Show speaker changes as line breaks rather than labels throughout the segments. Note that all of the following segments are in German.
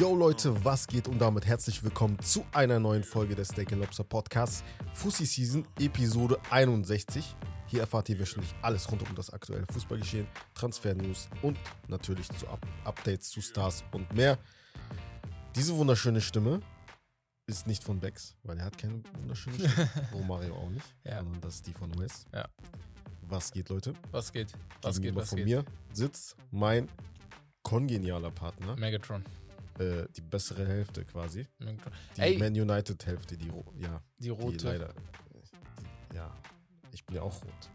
Yo Leute, was geht und damit herzlich willkommen zu einer neuen Folge des Steak Lobster Podcasts Fussi Season Episode 61. Hier erfahrt ihr wöchentlich alles rund um das aktuelle Fußballgeschehen, Transfer-News und natürlich zu Up Updates zu Stars und mehr. Diese wunderschöne Stimme ist nicht von Bex, weil er hat keine wunderschöne Stimme. Romario auch nicht,
Ja.
sondern das ist die von Wes.
Ja.
Was geht, Leute?
Was geht? Was geht?
Gegenüber
Was
von
geht?
mir sitzt mein kongenialer Partner,
Megatron.
äh, die bessere Hälfte quasi.
Megatron.
Die
Ey.
Man United Hälfte, die ro- ja,
Die
die
rote.
leider. Ja, ich bin ja auch rot.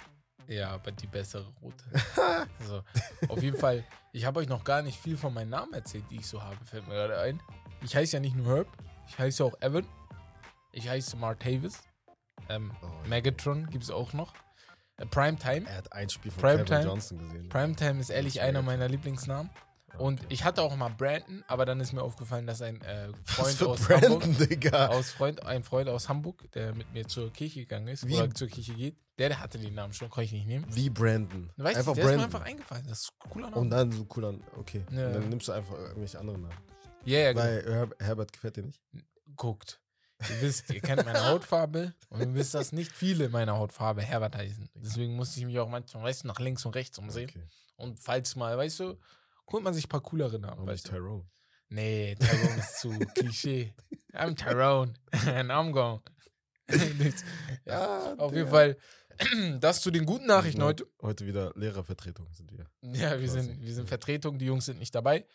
ja, aber die bessere rote. also, auf jeden Fall, ich habe euch noch gar nicht viel von meinen Namen erzählt, die ich so habe, fällt mir gerade ein. Ich heiße ja nicht nur Herb, ich heiße auch Evan. Ich heiße Martavis. Ähm,
Oh, ja.
Megatron gibt es auch noch. Äh, Primetime.
Er hat ein Spiel von
Primetime?
Kevin Johnson gesehen.
Primetime ist
Das
ehrlich
wäre
einer
jetzt-
meiner Lieblingsnamen.
Ja,
Und
okay.
ich hatte auch mal Brandon, aber dann ist mir aufgefallen, dass ein äh, Freund
Was für
aus Hamburg.
Brandon, Digga.
aus Freund, ein Freund aus Hamburg, der mit mir zur Kirche gegangen ist,
Wie?
oder zur Kirche geht, der, der hatte den Namen schon, konnte ich nicht nehmen.
Wie Brandon.
Weißt
einfach
du, der
Brandon.
ist mir einfach eingefallen. Das ist ein cooler Name.
und dann so cool an. Okay.
Ja.
Und dann nimmst du einfach irgendwelche anderen Namen.
ja, ja, genau.
Weil Her Herbert gefällt dir nicht.
guckt. Ihr wisst, ihr kennt meine Hautfarbe und ihr wisst, dass nicht viele meiner Hautfarbe Herbert heißen. Deswegen musste ich mich auch manchmal, weißt du, nach links und rechts umsehen.
Okay.
Und falls mal, weißt du, holt man sich ein paar coolere Namen.
Warum nicht
Weißt du?
Tyrone?
Nee, Tyrone ist zu Klischee. I'm Tyrone and I'm gone.
Ja,
Auf jeden
Digga.
Fall, das zu den guten Nachrichten heute.
Heute wieder Lehrervertretung sind wir.
Ja, wir
Quasi.
sind, wir sind Vertretung, die Jungs sind nicht dabei.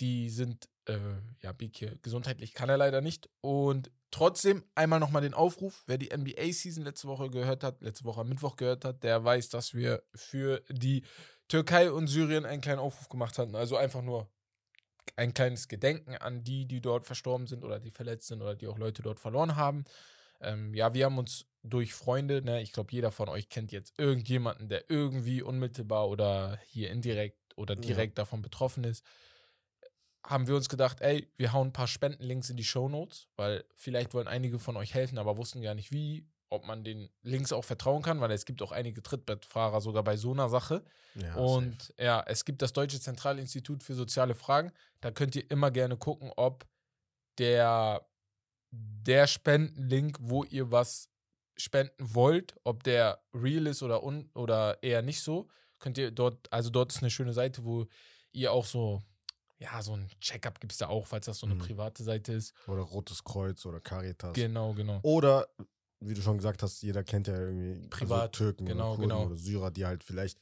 Die sind, äh, ja, Big hier, gesundheitlich kann er leider nicht. Und trotzdem einmal nochmal den Aufruf, wer die NBA-Season letzte Woche gehört hat, letzte Woche am Mittwoch gehört hat, der weiß, dass wir für die Türkei und Syrien einen kleinen Aufruf gemacht hatten. Also einfach nur ein kleines Gedenken an die, die dort verstorben sind oder die verletzt sind oder die auch Leute dort verloren haben. Ähm, ja, wir haben uns durch Freunde, ne, ich glaube, jeder von euch kennt jetzt irgendjemanden, der irgendwie unmittelbar oder hier indirekt oder
Ja.
direkt davon betroffen ist. Haben wir uns gedacht, ey, wir hauen ein paar Spendenlinks in die Shownotes, weil vielleicht wollen einige von euch helfen, aber wussten gar nicht wie, ob man den Links auch vertrauen kann, weil es gibt auch einige Trittbettfahrer sogar bei so einer Sache.
Ja,
Und ja, es gibt das Deutsche Zentralinstitut für soziale Fragen. Da könnt ihr immer gerne gucken, ob der, der Spendenlink, wo ihr was spenden wollt, ob der real ist oder, un, oder eher nicht so. Könnt ihr dort, also dort ist eine schöne Seite, wo ihr auch so, ja, so ein Checkup gibt es da auch, falls das so eine
Mhm.
private Seite ist.
safe. Oder Rotes Kreuz oder Caritas.
Genau, genau.
Oder, wie du schon gesagt hast, jeder kennt ja irgendwie
Privat,
also Türken
genau,
oder Kurden
genau.
oder Syrer, die halt vielleicht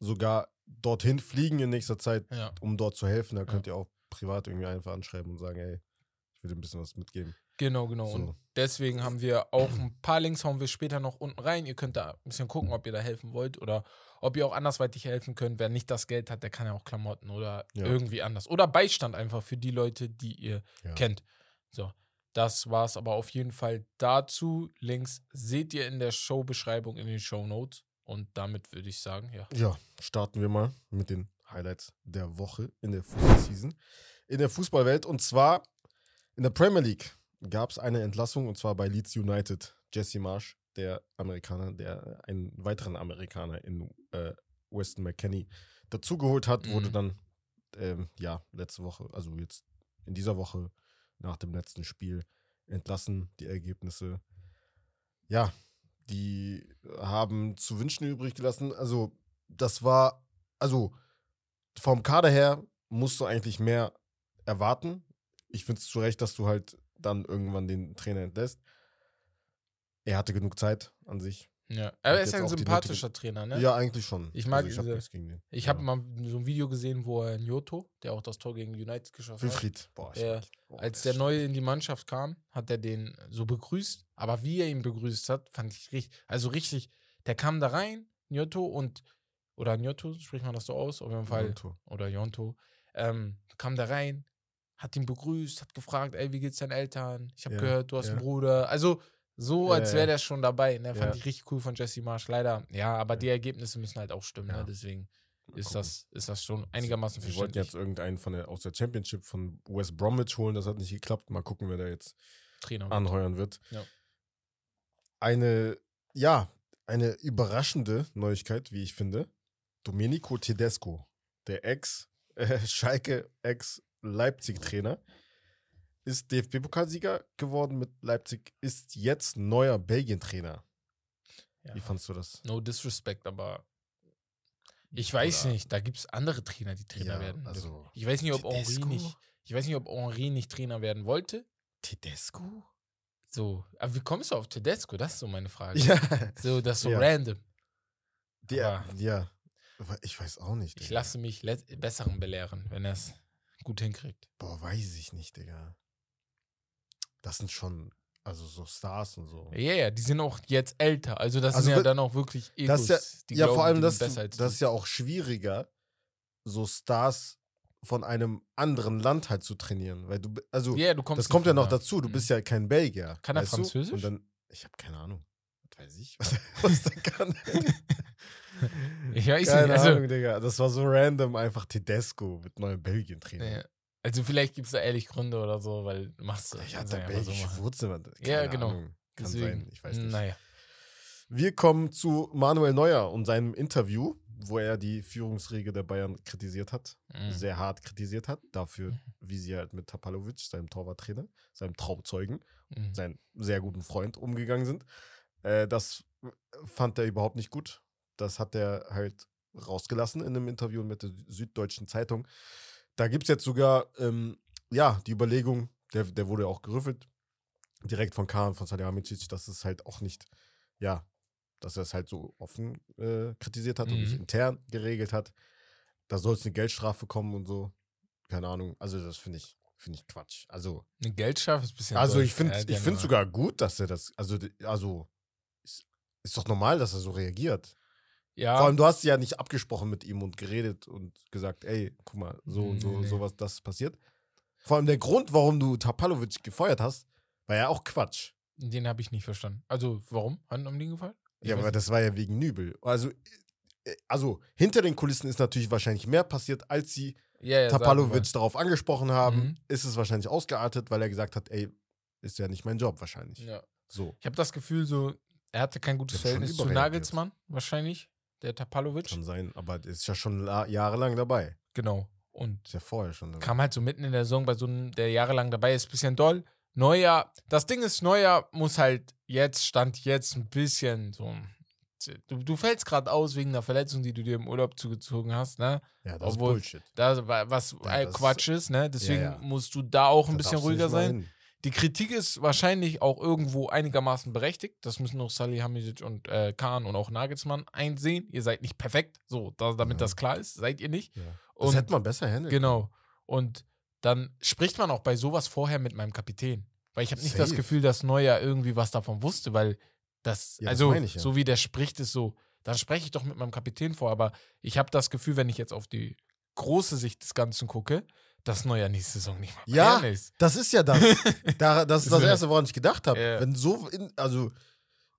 sogar dorthin fliegen in nächster Zeit,
Ja,
um dort zu helfen. Da könnt ihr auch privat irgendwie einfach anschreiben und sagen, ey, ich würde ein bisschen was mitgeben.
genau, genau. Und
So.
Deswegen haben wir auch ein paar Links, hauen wir später noch unten rein. Ihr könnt da ein bisschen gucken, ob ihr da helfen wollt oder ob ihr auch andersweitig helfen könnt. Wer nicht das Geld hat, der kann ja auch Klamotten oder
Ja.
irgendwie anders. Oder Beistand einfach für die Leute, die ihr
Ja.
kennt. So, das war's aber auf jeden Fall dazu. Links seht ihr in der Showbeschreibung, in den Shownotes. Und damit würde ich sagen, ja.
Ja, starten wir mal mit den Highlights der Woche in der Fußballseason. In der Fußballwelt und zwar in der Premier League gab es eine Entlassung und zwar bei Leeds United. Jesse Marsch, der Amerikaner, der äh, einen weiteren Amerikaner in äh, Weston McKenney dazugeholt hat, wurde
Mhm.
dann ähm, ja letzte Woche, also jetzt in dieser Woche nach dem letzten Spiel entlassen. Die Ergebnisse, ja, die haben zu wünschen übrig gelassen. Also das war, also vom Kader her musst du eigentlich mehr erwarten. Ich finde es zu Recht, dass du halt dann irgendwann den Trainer entlässt. Er hatte genug Zeit an sich.
ja. Aber er
jetzt
ist ein
auch die
sympathischer Trainer, ne?
Ja, eigentlich schon. Also,
Ich mag
ich hab
diese-
nichts gegen den.
Ich
Ja.
habe mal so ein Video gesehen, wo er in Joto, der auch das Tor gegen United geschossen hat,
Wilfried. Boah,
Ja.
mag ihn. Boah,
Als
der
der
ist-
Neue in die Mannschaft kam, hat er den so begrüßt. Aber wie er ihn begrüßt hat, fand ich richtig. Also richtig, der kam da rein, Njoto und, oder Njoto, spricht man das so aus, auf jeden Fall,
Ronaldo.
oder Jonto, ähm, kam da rein, hat ihn begrüßt, hat gefragt, ey, wie geht's deinen Eltern? Ich habe
Ja,
gehört, du hast
ja.
einen Bruder. Also so,
Ja,
als
ja.
wäre der schon dabei. Ne? Fand
Ja.
ich richtig cool von Jesse Marsch, leider. Ja, aber
Ja.
die Ergebnisse müssen halt auch stimmen,
Ja.
ne? deswegen
Mal
ist
gucken.
das, ist das schon einigermaßen
Sie wollten
verständlich.
jetzt irgendeinen von der, aus der Championship von West Bromwich holen, das hat nicht geklappt. Mal gucken, wer da jetzt
Trainer.
anheuern wird.
Genau. Ja.
Eine, ja, eine überraschende Neuigkeit, wie ich finde. Domenico Tedesco, der Ex äh, Schalke Ex-Leipzig-Trainer, ist DFB-Pokalsieger geworden mit Leipzig, ist jetzt neuer Belgien-Trainer.
Ja.
Wie fandst du das?
No disrespect, aber ich weiß
Oder-
nicht, da gibt es andere Trainer, die Trainer
Ja,
werden. dürfen.
also
ich weiß nicht, ob Henri
Tedesco?
nicht, ich weiß nicht, ob Henri nicht Trainer werden wollte.
Tedesco?
So, aber wie kommst du auf Tedesco? Das ist so meine Frage.
Ja.
So, das ist so
Ja.
random.
Der,
Aber-
ja. Aber Ich weiß auch nicht.
Ich
Digga.
lasse mich le- Besseren belehren, wenn er es gut hinkriegt.
Boah, weiß ich nicht, Digga. Das sind schon, also so Stars und so.
Ja, ja, die sind auch jetzt älter. Also das
Also
sind ja
wir-
dann auch wirklich
das
Egos.
ist ja,
die
ja
glauben,
vor allem,
die
das,
sind besser als
das
du.
ist ja auch schwieriger, so Stars von einem anderen Land halt zu trainieren. Weil du, bi- also,
ja, du kommst
das
nicht
kommt ja
von
noch
da.
dazu, du
Mhm.
bist ja kein Belgier.
Kann er
weißt du?
Französisch?
Und dann, ich habe keine Ahnung. Was weiß ich, was, was der kann.
Ich weiß
keine
nicht, also,
Ahnung, Digga. Das war so random, einfach Tedesco mit neuem Belgien-Trainer.
ja. also vielleicht gibt es da ehrlich Gründe oder so, weil du machst du.
Ich
kannst
hatte
ja einfach so
belgische
machen.
Wurzeln. aber Keine
Ja, genau.
Ahnung. Kann sein, ich weiß nicht.
Naja.
Wir kommen zu Manuel Neuer und seinem Interview, wo er die Führungsriege der Bayern kritisiert hat,
Mhm.
sehr hart kritisiert hat, dafür,
Mhm.
wie sie halt mit Tapalovic, seinem Torwarttrainer, seinem Trauzeugen,
Mhm.
seinem sehr guten Freund umgegangen sind. Äh, das fand er überhaupt nicht gut. Das hat er halt rausgelassen in einem Interview mit der Süddeutschen Zeitung. Da gibt es jetzt sogar, ähm, ja, die Überlegung, der, der wurde ja auch gerüffelt, direkt von Kahn, von Salihamidzic, dass es halt auch nicht, ja, dass er es halt so offen äh, kritisiert hat und
Mhm.
nicht intern geregelt hat. Da soll es eine Geldstrafe kommen und so. Keine Ahnung. Also, das finde ich, finde ich Quatsch. Also,
Eine Geldstrafe ist ein bisschen.
also
doll.
ich finde
Ja, äh, die
ich
haben
find
immer-
sogar gut, dass er das, also, d- also ist, ist doch normal, dass er so reagiert.
Ja,
Vor allem, du hast ja nicht abgesprochen mit ihm und geredet und gesagt, ey, guck mal, so und so,
Nee.
sowas, das passiert. Vor allem der Grund, warum du Tapalovic gefeuert hast, war ja auch Quatsch.
den habe ich nicht verstanden. Also warum? Hand um den gefallen? Ich
ja,
weiß
aber das war ja wegen Nübel. Also, äh, also hinter den Kulissen ist natürlich wahrscheinlich mehr passiert, als sie
Ja, ja, sagen wir mal.
Tapalovic darauf angesprochen haben.
Mhm.
Ist es wahrscheinlich ausgeartet, weil er gesagt hat, ey, ist ja nicht mein Job wahrscheinlich.
Ja.
So,
Ich habe das Gefühl, so, er hatte kein gutes
Der hat schon
Verhältnis zu
überreagiert.
Nagelsmann, wahrscheinlich, der Tapalovic.
kann sein, aber der ist ja schon la- jahrelang dabei.
Genau. Und
Ist ja vorher schon. dabei.
kam halt so mitten in der Saison bei so einem, der jahrelang dabei ist, bisschen doll. Neuer, das Ding ist, Neuer muss halt jetzt, stand jetzt ein bisschen so. Du, du fällst gerade aus wegen einer Verletzung, die du dir im Urlaub zugezogen hast, ne?
Ja, das
obwohl-
ist Bullshit.
Da, wa- was
Ja,
äh,
das-
Quatsch ist, ne? Deswegen
ja.
musst du da auch ein
Da
bisschen
darfst du nicht
ruhiger
mal
sein.
hin.
Die Kritik ist wahrscheinlich auch irgendwo einigermaßen berechtigt. Das müssen auch Salihamidzic und äh, Kahn und auch Nagelsmann einsehen. Ihr seid nicht perfekt, so, da, damit
Ja.
das klar ist, seid ihr nicht.
Ja. Das
Und
hätte man besser handeln.
genau. Und dann spricht man auch bei sowas vorher mit meinem Kapitän, weil ich habe nicht das
Safe.
Gefühl, dass Neuer irgendwie was davon wusste, weil das
Ja, das
also
meine ich ja.
so wie der spricht ist so, dann spreche ich doch mit meinem Kapitän vor, aber ich habe das Gefühl, wenn ich jetzt auf die große Sicht des Ganzen gucke, dass Neuer nächste Saison nicht mal
Ja.
Bayern ist.
Das ist ja das. da, das ist das
Ja.
Erste, woran ich gedacht habe.
Ja.
Wenn so, in, also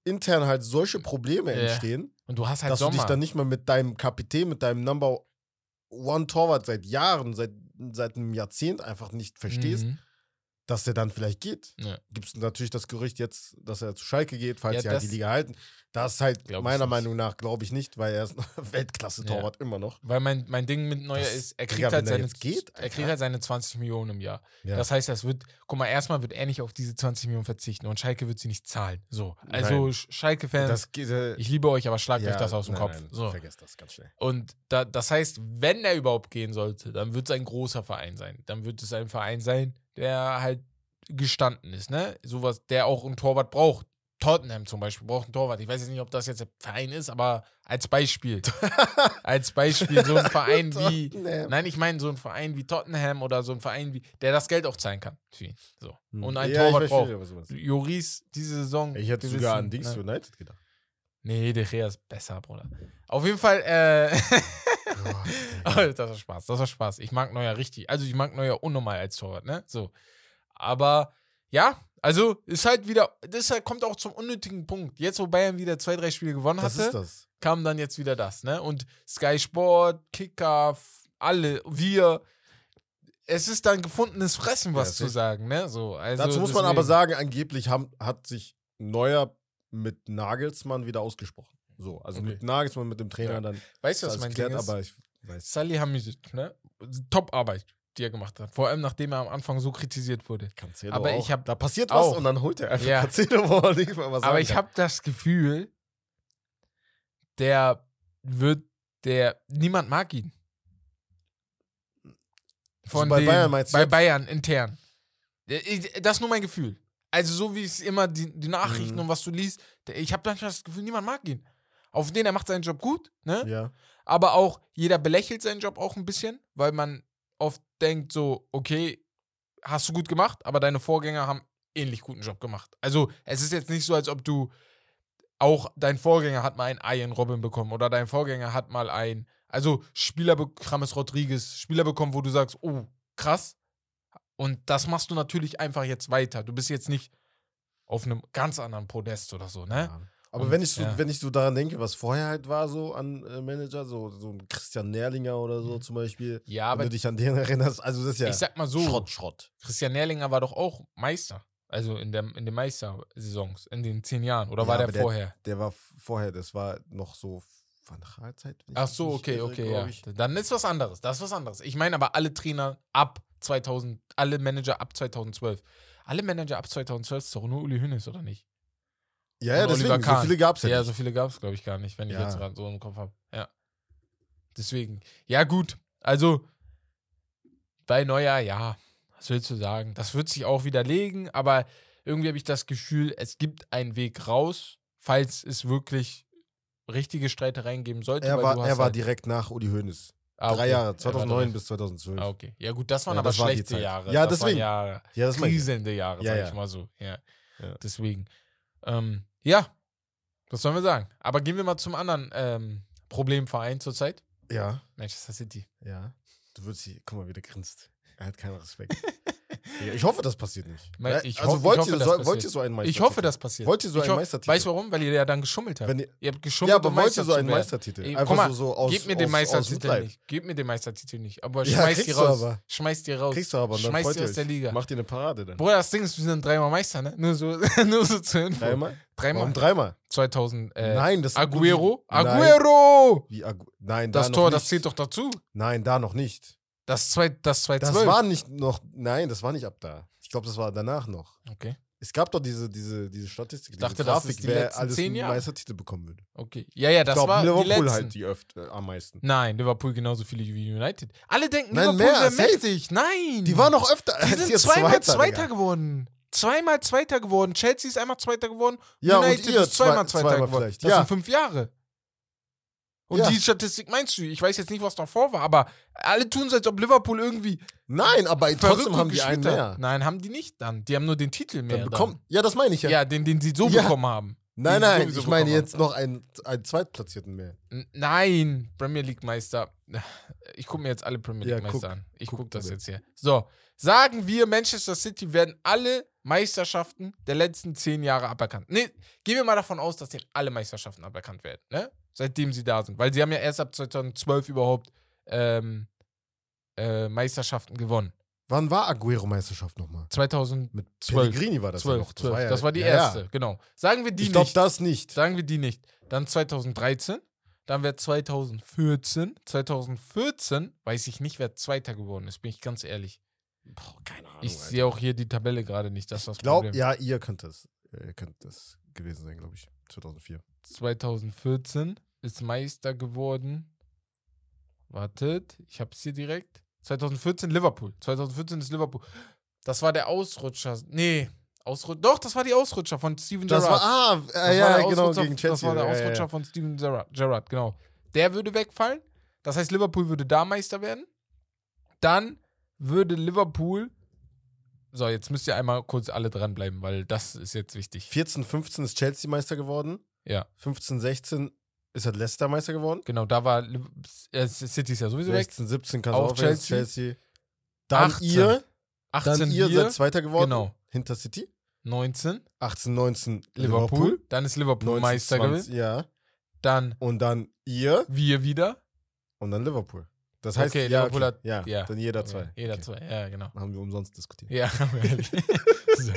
intern halt solche Probleme
Ja.
entstehen,
Und du hast halt
dass
Sommer.
du dich dann nicht mal mit deinem Kapitän, mit deinem Number One Torwart seit Jahren, seit, seit einem Jahrzehnt einfach nicht verstehst,
Mhm.
dass der dann vielleicht geht.
Ja.
Gibt es natürlich das Gerücht jetzt, dass er zu Schalke geht, falls
Ja,
sie halt die
das-
Liga halten. Das ist halt
Glaub ich
meiner
nicht.
Meinung nach, glaube ich nicht, weil er ist ein Weltklasse-Torwart immer noch.
Weil mein, mein Ding mit Neuer
Das-
ist, er
Digga,
kriegt, halt
wenn er
seine,
jetzt geht,
er
Alter.
kriegt halt seine 20 Millionen im Jahr.
Ja.
Das heißt, das wird, guck mal, erstmal wird er nicht auf diese 20 Millionen verzichten und Schalke wird sie nicht zahlen. So. Also
Nein.
Sch- Schalke-Fans,
Das geht, äh,
ich liebe euch, aber schlagt euch
ja,
das aus dem
nein,
Kopf.
Nein,
so.
Vergesst das ganz schnell.
Und da, das heißt, wenn er überhaupt gehen sollte, dann wird es ein großer Verein sein. Dann wird es ein Verein sein, der halt gestanden ist, ne? Sowas, der auch einen Torwart braucht. Tottenham zum Beispiel braucht einen Torwart. Ich weiß jetzt nicht, ob das jetzt ein Verein ist, aber als Beispiel. als Beispiel so ein Verein wie.
Nee.
Nein, ich meine so ein Verein wie Tottenham oder so ein Verein wie, der das Geld auch zahlen kann. Für ihn. So. Hm. Und ein
Hm. Ja, ich
Torwart
verstehe,
braucht.
was du meinst.
Joris diese Saison.
Ich hätte
wir
sogar
wissen,
an Dings
ne?
United gedacht.
Nee, De Gea ist besser, Bruder. Auf jeden Fall, äh, Oh,
Gott,
das war Spaß, das war Spaß. Ich mag Neuer richtig. Also ich mag Neuer unnormal als Torwart, ne? So. Aber ja, also ist halt wieder, das halt kommt auch zum unnötigen Punkt. Jetzt, wo Bayern wieder zwei, drei Spiele gewonnen
das
hatte,
ist das.
kam dann jetzt wieder das, ne? Und Sky Sport, Kicker, f- alle, wir. Es ist dann gefundenes Fressen, was
Ja,
zu
safe.
sagen, ne? So, also
Dazu muss man aber
deswegen-
sagen, angeblich haben, hat sich Neuer mit Nagelsmann wieder ausgesprochen. So, also
Okay.
mit Nagelsmann, mit dem Trainer
Ja.
dann.
weißt du,
das
was mein
geklärt,
Ding ist?
aber ich weiß.
Salihamidzic, ne? Top-Arbeit, die er gemacht hat. Vor allem, nachdem er am Anfang so kritisiert wurde.
Cancelo
Aber
auch.
ich hab
da passiert
auch-
was und dann holt er einfach
Ja.
Cancelo, wo er nicht mal was
Aber
sagen
ich
kann.
habe das Gefühl, der wird, der, niemand mag ihn.
Also bei
den-
Bayern meinst du
Bei
jetzt?
Bayern intern. Äh, ich- Das ist nur mein Gefühl. Also so wie es immer die, die Nachrichten
Mhm.
und was du liest, der- ich habe manchmal das Gefühl, niemand mag ihn. Auf den, er macht seinen Job gut, ne?
Ja.
Aber auch jeder belächelt seinen Job auch ein bisschen, weil man oft denkt so, okay, hast du gut gemacht, aber deine Vorgänger haben ähnlich guten Job gemacht. Also es ist jetzt nicht so, als ob du auch dein Vorgänger hat mal ein Ian Robin bekommen oder dein Vorgänger hat mal ein, also Spieler, be- James Rodriguez, Spieler bekommen, wo du sagst, oh, krass. Und das machst du natürlich einfach jetzt weiter. Du bist jetzt nicht auf einem ganz anderen Podest oder so, ne?
Ja. Aber
Und-
wenn ich, so,
ja.
wenn ich so daran denke, was vorher halt war, so an äh, Manager, so, so ein Christian Nährlinger oder so
Mhm.
zum Beispiel,
Ja,
wenn
aber
du dich an den erinnerst, also das ist ja
ich sag mal so.
Schrott, Schrott.
Christian Nährlinger war doch auch Meister. Also in, der, in den Meistersaisons, in den zehn Jahren. Oder
Ja,
war der,
aber der-
vorher?
Der war f- vorher, das war noch so von der Zeit. wenn ich
Ach
mich
so,
nicht
okay,
irre,
okay,
glaub
ja.
ich.
Dann ist was anderes. Das ist was anderes. Ich meine aber alle Trainer ab 2000, alle Manager ab 2012. Alle Manager ab 2012 ist doch nur Uli Hünnes, oder nicht?
Ja, ja,
Und Oliver
deswegen, so
Kahn.
viele gab es
Ja,
ja.
so
nicht.
viele gab es, glaube ich, gar nicht, wenn ich
Ja.
jetzt gerade so im Kopf habe. Ja. Deswegen. Ja, gut. Also, bei Neuer, ja. Was willst du sagen? Das wird sich auch widerlegen, aber irgendwie habe ich das Gefühl, es gibt einen Weg raus, falls es wirklich richtige Streitereien geben sollte.
Er
weil du
war,
hast
er war
halt-
direkt nach Uli Hoeneß.
Ah, okay.
Drei
Er
Jahre,
war
2009
drei.
bis 2012.
Ah, okay. Ja, gut, das waren
Ja,
aber
das war die
schlechte
Zeit.
Jahre.
Ja,
das Waren
deswegen.
Jahre
Ja, das meine ich.
kriselnde Jahre,
Ja,
sag
ja.
ich mal so. Ja.
Ja.
Deswegen. Ähm, ja, was sollen wir sagen? Aber gehen wir mal zum anderen ähm, Problemverein zurzeit.
Ja,
Manchester City.
ja. Du würdest sie, guck mal, wie der grinst. Er hat keinen Respekt. Ja, ich hoffe, das passiert nicht.
Me- ich
also
hoff- ich
wollt,
hoffe,
ihr,
das
soll-
passiert.
wollt ihr so einen Meistertitel?
ich hoffe, das passiert.
Wollt ihr so
ich
einen
hoff-
Meistertitel?
Weißt du warum? Weil ihr ja dann geschummelt habt.
Wenn ihr,
ihr habt geschummelt,
ja, aber
um
wollt ihr so
zu
einen
werden.
Meistertitel?
Ey,
Einfach
guck mal,
so, so aus,
Gebt mir
aus,
den
aus
Meistertitel
Mitleid.
nicht. Gebt mir den Meistertitel nicht. Aber
Ja,
schmeißt die
kriegst du
raus.
aber.
Schmeißt die raus.
Kriegst du aber, und dann
Schmeißt
freut
die
ihr
aus
euch.
der Liga.
Macht ihr eine Parade dann.
Bruder, das Ding ist, wir sind dreimal Meister, ne? Nur so, nur so zur Info.
Dreimal?
Dreimal.
Warum dreimal?
2000. Äh,
Nein, das
Aguero?
Nein.
Aguero!
Wie Agu Nein, da
Das
noch
Tor,
nicht.
das zählt doch dazu.
Nein, da noch nicht.
Das 2 das zwei
Das
zwölf.
war nicht noch. Nein, das war nicht ab da. Ich glaube, das war danach noch.
Okay,
Es gab doch diese, diese, diese Statistik,
Ich dachte,
diese
das
Grafik,
ist die
wer
letzten
alles
zehn
einen
Jahre.
Meistertitel bekommen würde.
okay. Ja, ja, das
ich
war
glaube,
die
Liverpool
letzten.
halt die öft, äh, am meisten.
Nein, Liverpool genauso viele wie United. Alle denken,
Nein,
Liverpool
mehr,
wäre
safe.
mächtig. Nein!
Die waren noch öfter
Die
als
sind
ihr
zweimal
Zweiter,
Zweiter
Digga.
geworden. Zweimal Zweiter geworden. Chelsea ist einmal Zweiter geworden.
Ja, und
United
ihr
ist zweimal
zwei-
Zweiter
zweimal
geworden.
vielleicht.
Das
Ja.
sind fünf Jahre. Und
Ja.
die Statistik meinst du? Ich weiß jetzt nicht, was davor war, aber alle tun es, als ob Liverpool irgendwie
Nein, aber trotzdem
verrückt
haben die
gespielt
einen
hat.
mehr.
Nein, haben die nicht dann. Die haben nur den Titel mehr.
Dann bekommen, ja, das meine ich ja.
Ja, den, den sie so
Ja.
bekommen haben.
nein,
die
nein,
sowieso
ich meine
bekommen
jetzt noch einen, einen Zweitplatzierten mehr.
N Nein, Premier League Meister. Ich gucke mir jetzt alle Premier
Ja,
League Meister
guck.
an. Ich
Guck
gucke das
bitte.
jetzt hier. So, sagen wir, Manchester City werden alle Meisterschaften der letzten zehn Jahre aberkannt. Nee, gehen wir mal davon aus, dass denen alle Meisterschaften aberkannt werden, ne? Seitdem sie da sind. Weil sie haben ja erst ab 2012 überhaupt ähm, äh, Meisterschaften gewonnen.
Wann war Aguero-Meisterschaft nochmal?
2012.
Mit
Zwölf.
Pellegrini war das ja noch.
12, das, war
ja-
die
ja,
erste,
Ja.
genau. Sagen wir die
Ich glaube,
nicht.
das nicht.
Sagen wir die nicht. Dann 2013. Dann wäre 2014. 2014 weiß ich nicht, wer Zweiter geworden ist, bin ich ganz ehrlich.
Boah, keine Ahnung.
Ich
Alter.
sehe auch hier die Tabelle gerade nicht. Das ist das
Ich glaub,
Problem.
ja, ihr könnt das, äh, könnt das gewesen sein, glaube ich. 2004.
2014 ist Meister geworden. Wartet, ich habe es hier direkt. 2014 Liverpool. 2014 ist Liverpool. Das war der Ausrutscher. Nee, Ausrutscher. Doch, das war die Ausrutscher von Steven
Das
Gerrard.
war, ah, äh,
Das
ja,
war der
ja, genau,
Ausrutscher-
gegen Chelsea.
Das war der
ja,
Ausrutscher
ja,
von Steven Gerrard, Gerrard, genau. Der würde wegfallen. Das heißt, Liverpool würde da Meister werden. Dann würde Liverpool. So, jetzt müsst ihr einmal kurz alle dranbleiben, weil das ist jetzt wichtig.
14, 15 ist Chelsea Meister geworden.
Ja.
15, 16 ist halt Leicester Meister geworden.
Genau, da war. Liv- äh, City ist ja sowieso weg.
16, 17 kann
Auch
auch Chelsea.
Chelsea.
Chelsea. Dann
18,
ihr,
18
dann ihr
wir,
seid Zweiter geworden.
Genau.
Hinter City.
19
18, 19
Liverpool.
Liverpool.
Dann ist Liverpool
19,
Meister
20,
gewesen.
Ja.
Dann
Und dann ihr
wir wieder.
und dann Liverpool. Das heißt,
Okay,
ja,
Liverpool
okay.
hat-
ja,
ja.
dann jeder zwei.
Jeder
okay.
zwei, ja, genau.
Haben wir umsonst diskutiert.
Ja, ehrlich. so.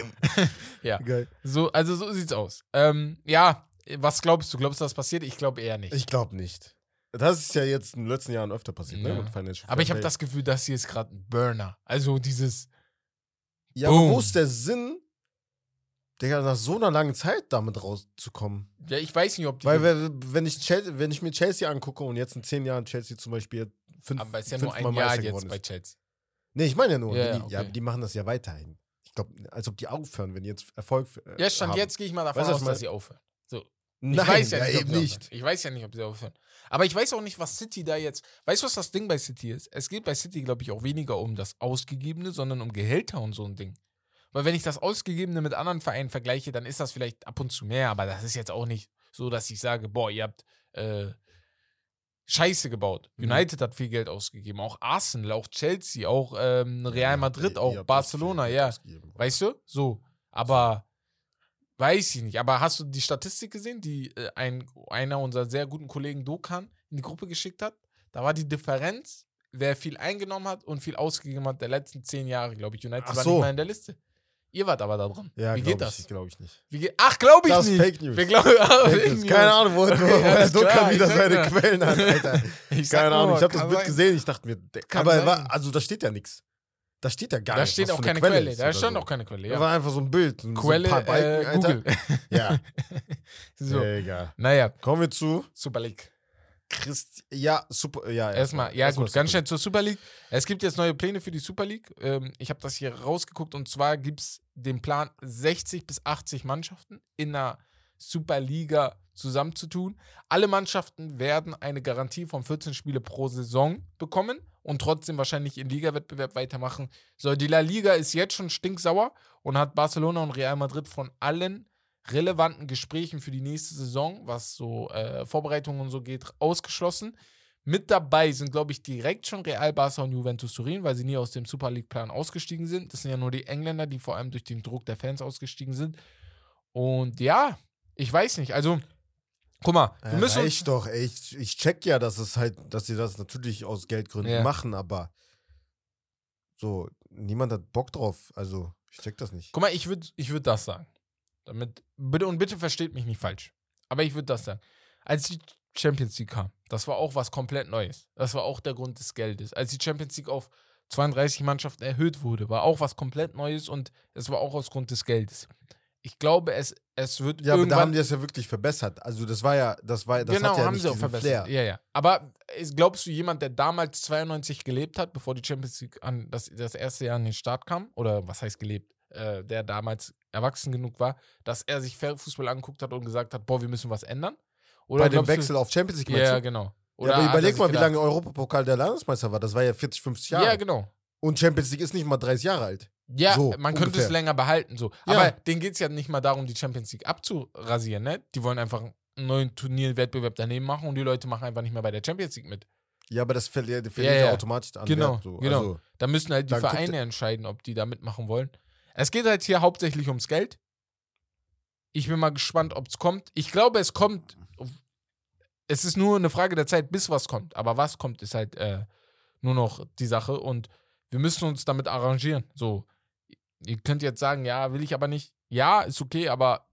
ja.
Geil.
So, also so sieht's aus. Ähm, ja, was glaubst du? Glaubst du, das passiert? Ich glaube eher nicht.
Ich glaube nicht. Das ist ja jetzt in den letzten Jahren öfter passiert,
Ja.
ne? Mit Financial
Aber ich habe
Fairplay.
das Gefühl, das hier ist gerade ein Burner. Also dieses,
Ja, aber wo
Boom.
ist der Sinn, Digga, nach so einer langen Zeit damit rauszukommen?
ja, ich weiß nicht, ob die.
Weil, wenn- wenn ich, Chelsea, wenn ich mir Chelsea angucke und jetzt in zehn Jahren Chelsea zum Beispiel fünf,
aber es ist ja nur
fünfmal
ein Jahr
Meister
jetzt
geworden
bei
ist.
Chats.
Nee, ich meine ja nur,
Ja,
wenn
ja,
die, ja,
okay.
die machen das ja weiterhin. Ich glaube, als ob die aufhören, wenn die jetzt Erfolg äh,
Ja, Stand
haben.
jetzt gehe ich mal davon
Weißt du, was
aus,
ich meine?
dass sie aufhören.
Nein,
ich weiß ja, nicht, ob
eben
sie
nicht.
aufhören. Ich weiß ja nicht, ob sie aufhören. Aber ich weiß auch nicht, was City da jetzt. Weißt du, was das Ding bei City ist? Es geht bei City, glaube ich, auch weniger um das Ausgegebene, sondern um Gehälter und so ein Ding. Weil wenn ich das Ausgegebene mit anderen Vereinen vergleiche, dann ist das vielleicht ab und zu mehr, aber das ist jetzt auch nicht so, dass ich sage, boah, ihr habt äh, Scheiße gebaut.
Mhm.
United hat viel Geld ausgegeben, auch Arsenal, auch Chelsea, auch ähm, Real Madrid,
Ihr- ihr
auch
habt
Barcelona,
das Geld
ja.
ausgegeben.
Weißt du? So. Aber weiß ich nicht. Aber hast du die Statistik gesehen, die äh, ein, einer unserer sehr guten Kollegen Dokan in die Gruppe geschickt hat? Da war die Differenz, wer viel eingenommen hat und viel ausgegeben hat der letzten zehn Jahre, glaube ich. United
Ach
war
so.
nicht mal in der Liste. Ihr wart aber da dran.
Ja,
Wie
glaub
geht das?
Ich, glaube ich nicht.
Wie geht, ach, glaube ich
Das ist
nicht.
Fake News.
Wir glauben,
Fake News. Keine Ahnung, wo, wo
alles
der Duncan
klar,
wieder
ich sag
seine
ja.
Quellen hat, Alter.
Ich sag
Keine
nur,
Ahnung, ich habe das
kann
Bild
sein.
gesehen, ich dachte mir, der-
Kann
aber
sein.
war, also da steht ja nichts. Da steht ja gar
Da
nichts,
steht
was
auch
für eine
keine Quelle.
ist
da
oder
stand
so.
auch keine Quelle.
Da
Ja.
war einfach so ein Bild. so ein
Quelle,
paar Balken,
äh,
Alter.
Google.
Ja,
so.
egal.
Naja,
Kommen wir zu
Super League.
Christ. Ja, super. Ja,
Erstmal, ja
Erstmal
gut, ganz
Super
schnell zur Super League. Es gibt jetzt neue Pläne für die Super League. Ähm, ich habe das hier rausgeguckt und zwar gibt es den Plan, 60 bis 80 Mannschaften in einer Superliga zusammenzutun. Alle Mannschaften werden eine Garantie von 14 Spiele pro Saison bekommen und trotzdem wahrscheinlich im Ligawettbewerb weitermachen. So, die La Liga ist jetzt schon stinksauer und hat Barcelona und Real Madrid von allen relevanten Gesprächen für die nächste Saison, was so äh, Vorbereitungen und so geht, ausgeschlossen. Mit dabei sind, glaube ich, direkt schon Real Barca und Juventus Turin, weil sie nie aus dem Super League-Plan ausgestiegen sind. Das sind ja nur die Engländer, die vor allem durch den Druck der Fans ausgestiegen sind. Und ja, ich weiß nicht. Also, guck mal, wir
League.
müssen uns,
Reicht doch, ey. Ich, ich check ja, dass es halt, dass sie das natürlich aus Geldgründen
Ja.
machen, aber so, niemand hat Bock drauf. Also, ich check das nicht.
Guck mal, ich würde ich würd das sagen. Damit, bitte, und bitte versteht mich nicht falsch. Aber ich würde das sagen. Als die Champions League kam, das war auch was komplett Neues. Das war auch der Grund des Geldes. Als die Champions League auf 32 Mannschaften erhöht wurde, war auch was komplett Neues und es war auch aus Grund des Geldes. Ich glaube, es, es wird
Ja, aber da haben
irgendwann...
die es ja wirklich verbessert. Also, das war ja, das war, das
genau,
hat ja
haben
nicht
sie auch
diesen
verbessert.
Flair.
Ja, ja. Aber ist- glaubst du, jemand, der damals 92 gelebt hat, bevor die Champions League an das, das erste Jahr an den Start kam, oder was heißt gelebt, äh, der damals erwachsen genug war, dass er sich Fair Fußball angeguckt hat und gesagt hat, boah, wir müssen was ändern? Oder
Bei dem
glaubst du-
Wechsel auf Champions League meinst
Ja,
du?
genau.
ja, aber
hat er
überleg
sich
mal, wie
gedacht-
lange Europapokal der Landesmeister war. Das war ja 40, 50 Jahre.
Ja, genau.
Und Champions League ist nicht mal 30 Jahre alt.
Ja,
So,
man könnte es
ungefähr.
länger behalten. So.
Ja.
Aber denen geht es ja nicht mal darum, die Champions League abzurasieren. Ne? Die wollen einfach einen neuen Turnierwettbewerb daneben machen und die Leute machen einfach nicht mehr bei der Champions League mit.
Ja, aber das verliert, verliert
Ja, ja.
ja automatisch an
Genau,
Wert. So.
genau.
Also,
Da müssen halt die
Dann guckt-
Vereine entscheiden, ob die da mitmachen wollen. Es geht halt hier hauptsächlich ums Geld. Ich bin mal gespannt, ob es kommt. Ich glaube, es kommt. Es ist nur eine Frage der Zeit, bis was kommt. Aber was kommt, ist halt äh, nur noch die Sache. Und wir müssen uns damit arrangieren. So, ihr könnt jetzt sagen, ja, will ich aber nicht. Ja, ist okay, aber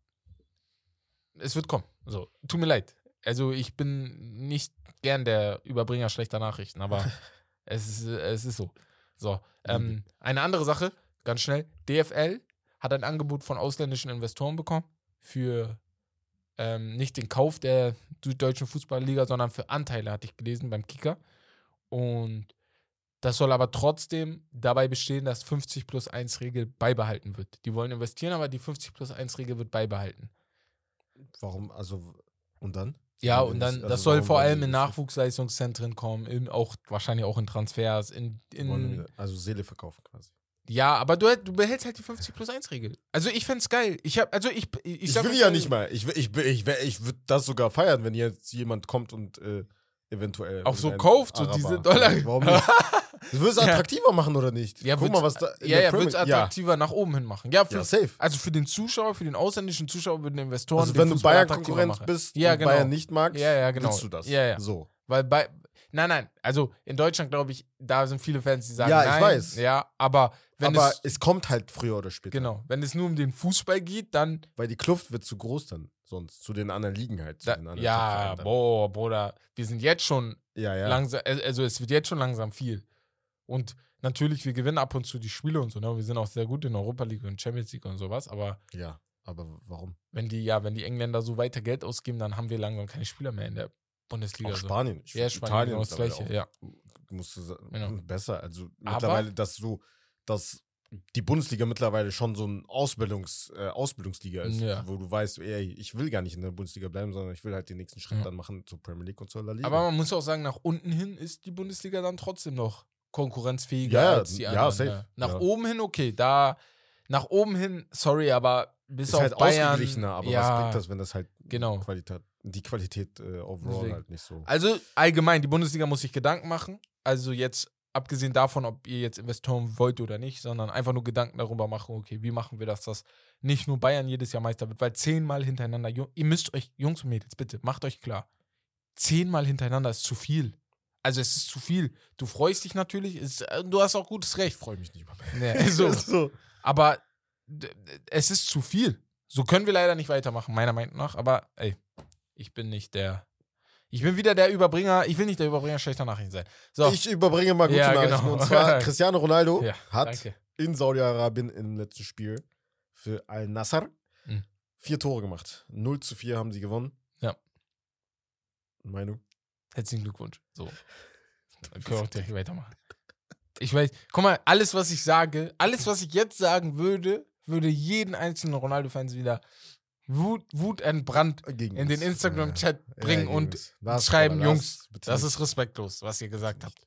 es wird kommen. So, tut mir leid. Also ich bin nicht gern der Überbringer schlechter Nachrichten, aber es ist, es ist so. So,
Mhm.
ähm, eine andere Sache, ganz schnell. DFL hat ein Angebot von ausländischen Investoren bekommen für ähm, nicht den Kauf der süddeutschen Fußballliga, sondern für Anteile, hatte ich gelesen beim Kicker. Und das soll aber trotzdem dabei bestehen, dass 50 plus 1 Regel beibehalten wird. Die wollen investieren, aber die 50 plus 1 Regel wird beibehalten.
warum, also, und dann?
Ja,
Warum
und
das-
dann, das
also
soll
warum
vor
wollen
allem
die
in
das nicht?
Nachwuchsleistungszentren kommen, in auch wahrscheinlich auch in Transfers, in,
Wollen
in
wir- Also Seele verkaufen quasi.
Ja, aber du, du behältst halt die 50 plus 1 Regel. Also ich fänd's geil. Ich hab, also ich, ich,
Ich,
sag
will
euch
ja
ehrlich,
nicht mal. Ich, will- ich, will- ich, wär- ich würde das sogar feiern, wenn jetzt jemand kommt und äh, eventuell.
Auch so
irgendein
kauft, so diese Dollar.
Warum nicht? Das würde es
Ja.
attraktiver machen oder nicht?
Ja,
Guck
wird's-
mal, was da.
Ja,
in der
ja,
Premier-
wird's attraktiver nach oben hin machen. Ja,
Ja,
für,
ja, safe.
also für den Zuschauer, für den ausländischen Zuschauer würden Investoren
Also,
den
wenn du
Fußball
Bayern
attraktiver
Konkurrent
machen.
bist
Ja,
und
genau.
Bayern nicht magst,
Ja, ja, genau.
willst du das.
Ja, ja.
So.
Weil bei Nein, nein. Also in Deutschland glaube ich, da sind viele Fans, die sagen,
Ja, ich
nein.
weiß.
Ja, aber wenn
Aber
es
es, kommt halt früher oder später.
genau, wenn es nur um den Fußball geht, dann
Weil die Kluft wird zu groß dann sonst. Zu den anderen Ligen halt. Zu
da,
den anderen
ja,
Topvereinen dann.
boah, Bruder, wir sind jetzt schon
ja, ja.
langsam, also es wird jetzt schon langsam viel. Und natürlich, wir gewinnen ab und zu die Spiele und so, ne? Wir sind auch sehr gut in Europa League und Champions League und sowas, aber
ja, aber warum?
wenn die, ja, wenn die Engländer so weiter Geld ausgeben, dann haben wir langsam keine Spieler mehr in der Bundesliga.
Auch
so.
Spanien. Ich
ja,
find
Spanien,
Italien
genau das
ist dabei
gleiche, ja.
auch- musst du sagen,
Genau.
besser. Also
Aber-
mittlerweile, dass so, dass die Bundesliga mittlerweile schon so ein Ausbildungs, äh, Ausbildungsliga ist,
Ja.
wo du weißt, ey, ich will gar nicht in der Bundesliga bleiben, sondern ich will halt den nächsten Schritt
Ja.
dann machen zur Premier League und zur La Liga.
Aber man muss auch sagen, nach unten hin ist die Bundesliga dann trotzdem noch konkurrenzfähiger
Ja,
als die
ja,
anderen.
safe,
ne? Nach
ja.
oben hin, okay, da nach oben hin, sorry, aber bis
ist
auf
halt
Bayern.
ausgeglichener, aber was
ja,
bringt das, wenn das halt
Genau.
Qualität, die Qualität äh, overall
Deswegen.
halt nicht so.
Also allgemein, die Bundesliga muss sich Gedanken machen. Also jetzt abgesehen davon, ob ihr jetzt Investoren wollt oder nicht, sondern einfach nur Gedanken darüber machen, okay, wie machen wir das, dass nicht nur Bayern jedes Jahr Meister wird, weil zehnmal hintereinander, Ju- ihr müsst euch, Jungs und Mädels, bitte, macht euch klar, zehnmal hintereinander ist zu viel. Also es ist zu viel. Du freust dich natürlich, ist, äh, du hast auch gutes Recht.
freue mich nicht mal mehr.
Nee, so.
so.
Aber d- d- es ist zu viel. So können wir leider nicht weitermachen, meiner Meinung nach. Aber ey, ich bin nicht der. Ich bin wieder der Überbringer. Ich will nicht der Überbringer schlechter Nachrichten sein. So,
Ich überbringe mal gute
Ja,
Nachrichten.
genau.
Und zwar Cristiano Ronaldo
Ja,
hat
danke.
in Saudi-Arabien im letzten Spiel für Al-Nassr
Mhm.
vier Tore gemacht. 0 zu 4 haben sie gewonnen.
Ja.
Meinung?
Herzlichen Glückwunsch. So. Dann können wir auch direkt weitermachen. Ich weiß, guck mal, alles, was ich sage, alles, was ich jetzt sagen würde, würde jeden einzelnen Ronaldo-Fans wieder Wut, Wut entbrannt
Gegen
in den
uns. Ja,
Instagram-Chat
äh, ja,
bringen
gegen
und
uns. Lars,
schreiben,
aber Lars,
Jungs,
bitte
das
nicht.
ist respektlos, was ihr gesagt habt.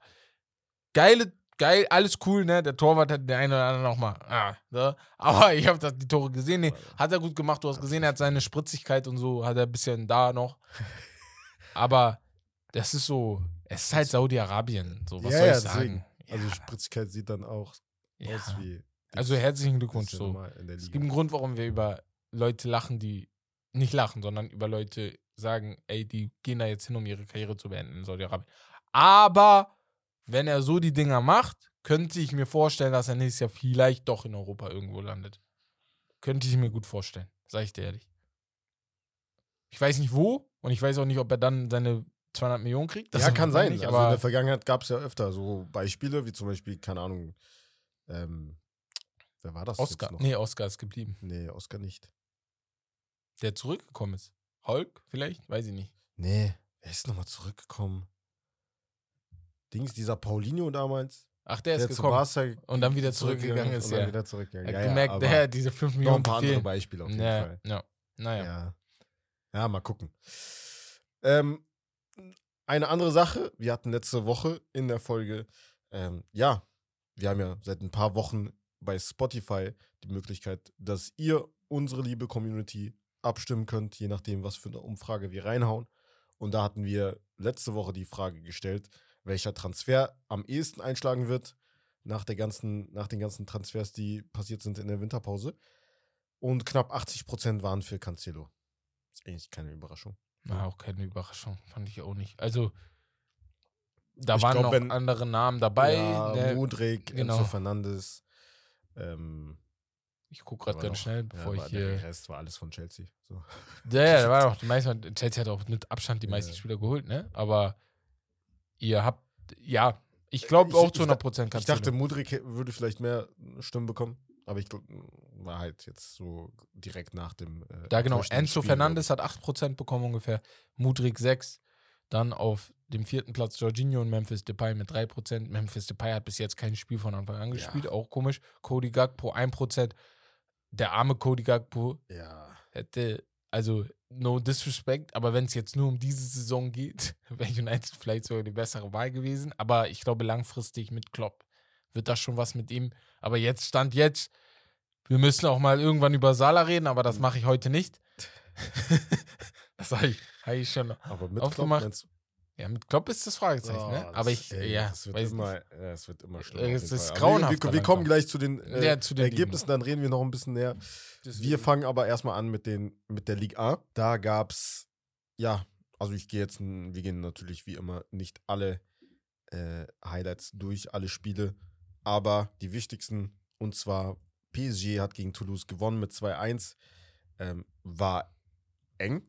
Geile, geil, alles cool, ne? Der Torwart hat den einen oder anderen nochmal. Ah, ne? Aber ich habe die Tore gesehen. Nee, hat er gut gemacht. Du hast gesehen, er hat seine Spritzigkeit und so, hat er ein bisschen da noch. Aber das ist so, es ist halt Saudi-Arabien. So, was
Ja,
soll ich
ja,
sagen?
Also Spritzigkeit sieht dann auch
Ja.
aus wie. genau.
Also herzlichen Glückwunsch.
Glückwunsch
So.
in der
Es gibt einen
Liga.
Grund, warum wir über Leute lachen, die nicht lachen, sondern über Leute sagen, ey, die gehen da jetzt hin, um ihre Karriere zu beenden in Saudi-Arabien. Aber wenn er so die Dinger macht, könnte ich mir vorstellen, dass er nächstes Jahr vielleicht doch in Europa irgendwo landet. Könnte ich mir gut vorstellen, sage ich dir ehrlich. Ich weiß nicht wo und ich weiß auch nicht, ob er dann seine 200 Millionen kriegt.
Ja, kann sein.
Nicht,
also
aber
in der Vergangenheit gab es ja öfter so Beispiele, wie zum Beispiel, keine Ahnung, ähm, wer war das? jetzt
Oscar,
noch?
nee, Oscar ist geblieben.
Nee, Oscar nicht.
Der zurückgekommen ist. Hulk vielleicht? Weiß ich nicht.
Nee, wer ist nochmal zurückgekommen? Dings, dieser Paulinho damals,
Ach, der
der,
ist
zu
gekommen.
Barca
und dann wieder zurückgegangen
zurückgegangen
ist,
und dann
ja.
wieder
Er
zurückgegangen. Ja,
hat
ja,
Äh, gemerkt,
aber
der, diese 5
noch ein
Millionen
paar andere
fehlen.
Beispiele auf jeden
ja,
Fall.
ja. Naja.
Ja. ja, mal gucken. Ähm, eine andere Sache, wir hatten letzte Woche in der Folge, ähm, ja, wir haben ja seit ein paar Wochen bei Spotify die Möglichkeit, dass ihr unsere liebe Community abstimmen könnt, je nachdem, was für eine Umfrage wir reinhauen. Und da hatten wir letzte Woche die Frage gestellt, welcher Transfer am ehesten einschlagen wird nach, der ganzen, nach den ganzen Transfers, die passiert sind in der Winterpause. Und knapp 80% waren für Cancelo. Ist eigentlich keine Überraschung.
War auch keine Überraschung, fand ich auch nicht. Also, da
Ich
waren
glaub,
noch
wenn-
andere Namen dabei.
ja,
ne?
Mudrik,
genau.
Enzo Fernandes. Ähm,
Ich gucke gerade
war
ganz
noch-
schnell,
ja,
bevor
war-
ich
der
hier.
Rest war alles von Chelsea. So.
Ja, ja, da waren auch die meisten. Chelsea hat auch mit Abstand die
Ja.
meisten Spieler geholt, ne? Aber ihr habt, ja, ich glaube
Ich-
auch
ich
zu 100 Prozent
Ich dachte, Mudrik hä- würde vielleicht mehr äh, Stimmen bekommen, aber ich glaub, war halt jetzt so direkt nach dem. äh,
Da genau,
enttäuschenden
Enzo
Spiel,
Fernandes hat 8% bekommen ungefähr, Mudrik 6, dann auf dem vierten Platz Jorginho und Memphis Depay mit 3%. Memphis Depay hat bis jetzt kein Spiel von Anfang an gespielt, auch komisch. Cody Gagpo 1%. Der arme Cody Gagpo
glaub ich. Ja.
hätte, also no disrespect, aber wenn es jetzt nur um diese Saison geht, wäre United vielleicht sogar die bessere Wahl gewesen. Aber ich glaube, langfristig mit Klopp wird das schon was mit ihm. Aber jetzt stand jetzt, wir müssen auch mal irgendwann über Salah reden, aber
Mhm.
das mache ich heute nicht. das habe ich, hab ich schon.
Aber mit
Aufgemacht.
Klopp, wenn's-
Ja, mit Klopp ist das Fragezeichen, ne?
Oh,
Aber
das-
ich,
ey,
ja,
das wird
weiß
immer,
nicht. Äh,
ja, es wird immer
Es
schlimmer. auf jeden
ist
Fall. Aber wir-
grauenhafter
Wir, wir kommen
langsam.
gleich zu den, äh,
Ja, zu den Ligen.
Ergebnissen, dann reden wir noch ein bisschen näher. Wir fangen aber erstmal an mit, den, mit der Liga A. Da gab es, ja, also ich gehe jetzt, n- wir gehen natürlich wie immer nicht alle äh, Highlights durch, alle Spiele. Aber die wichtigsten, und zwar PSG hat gegen Toulouse gewonnen mit 2-1. Ähm, war eng.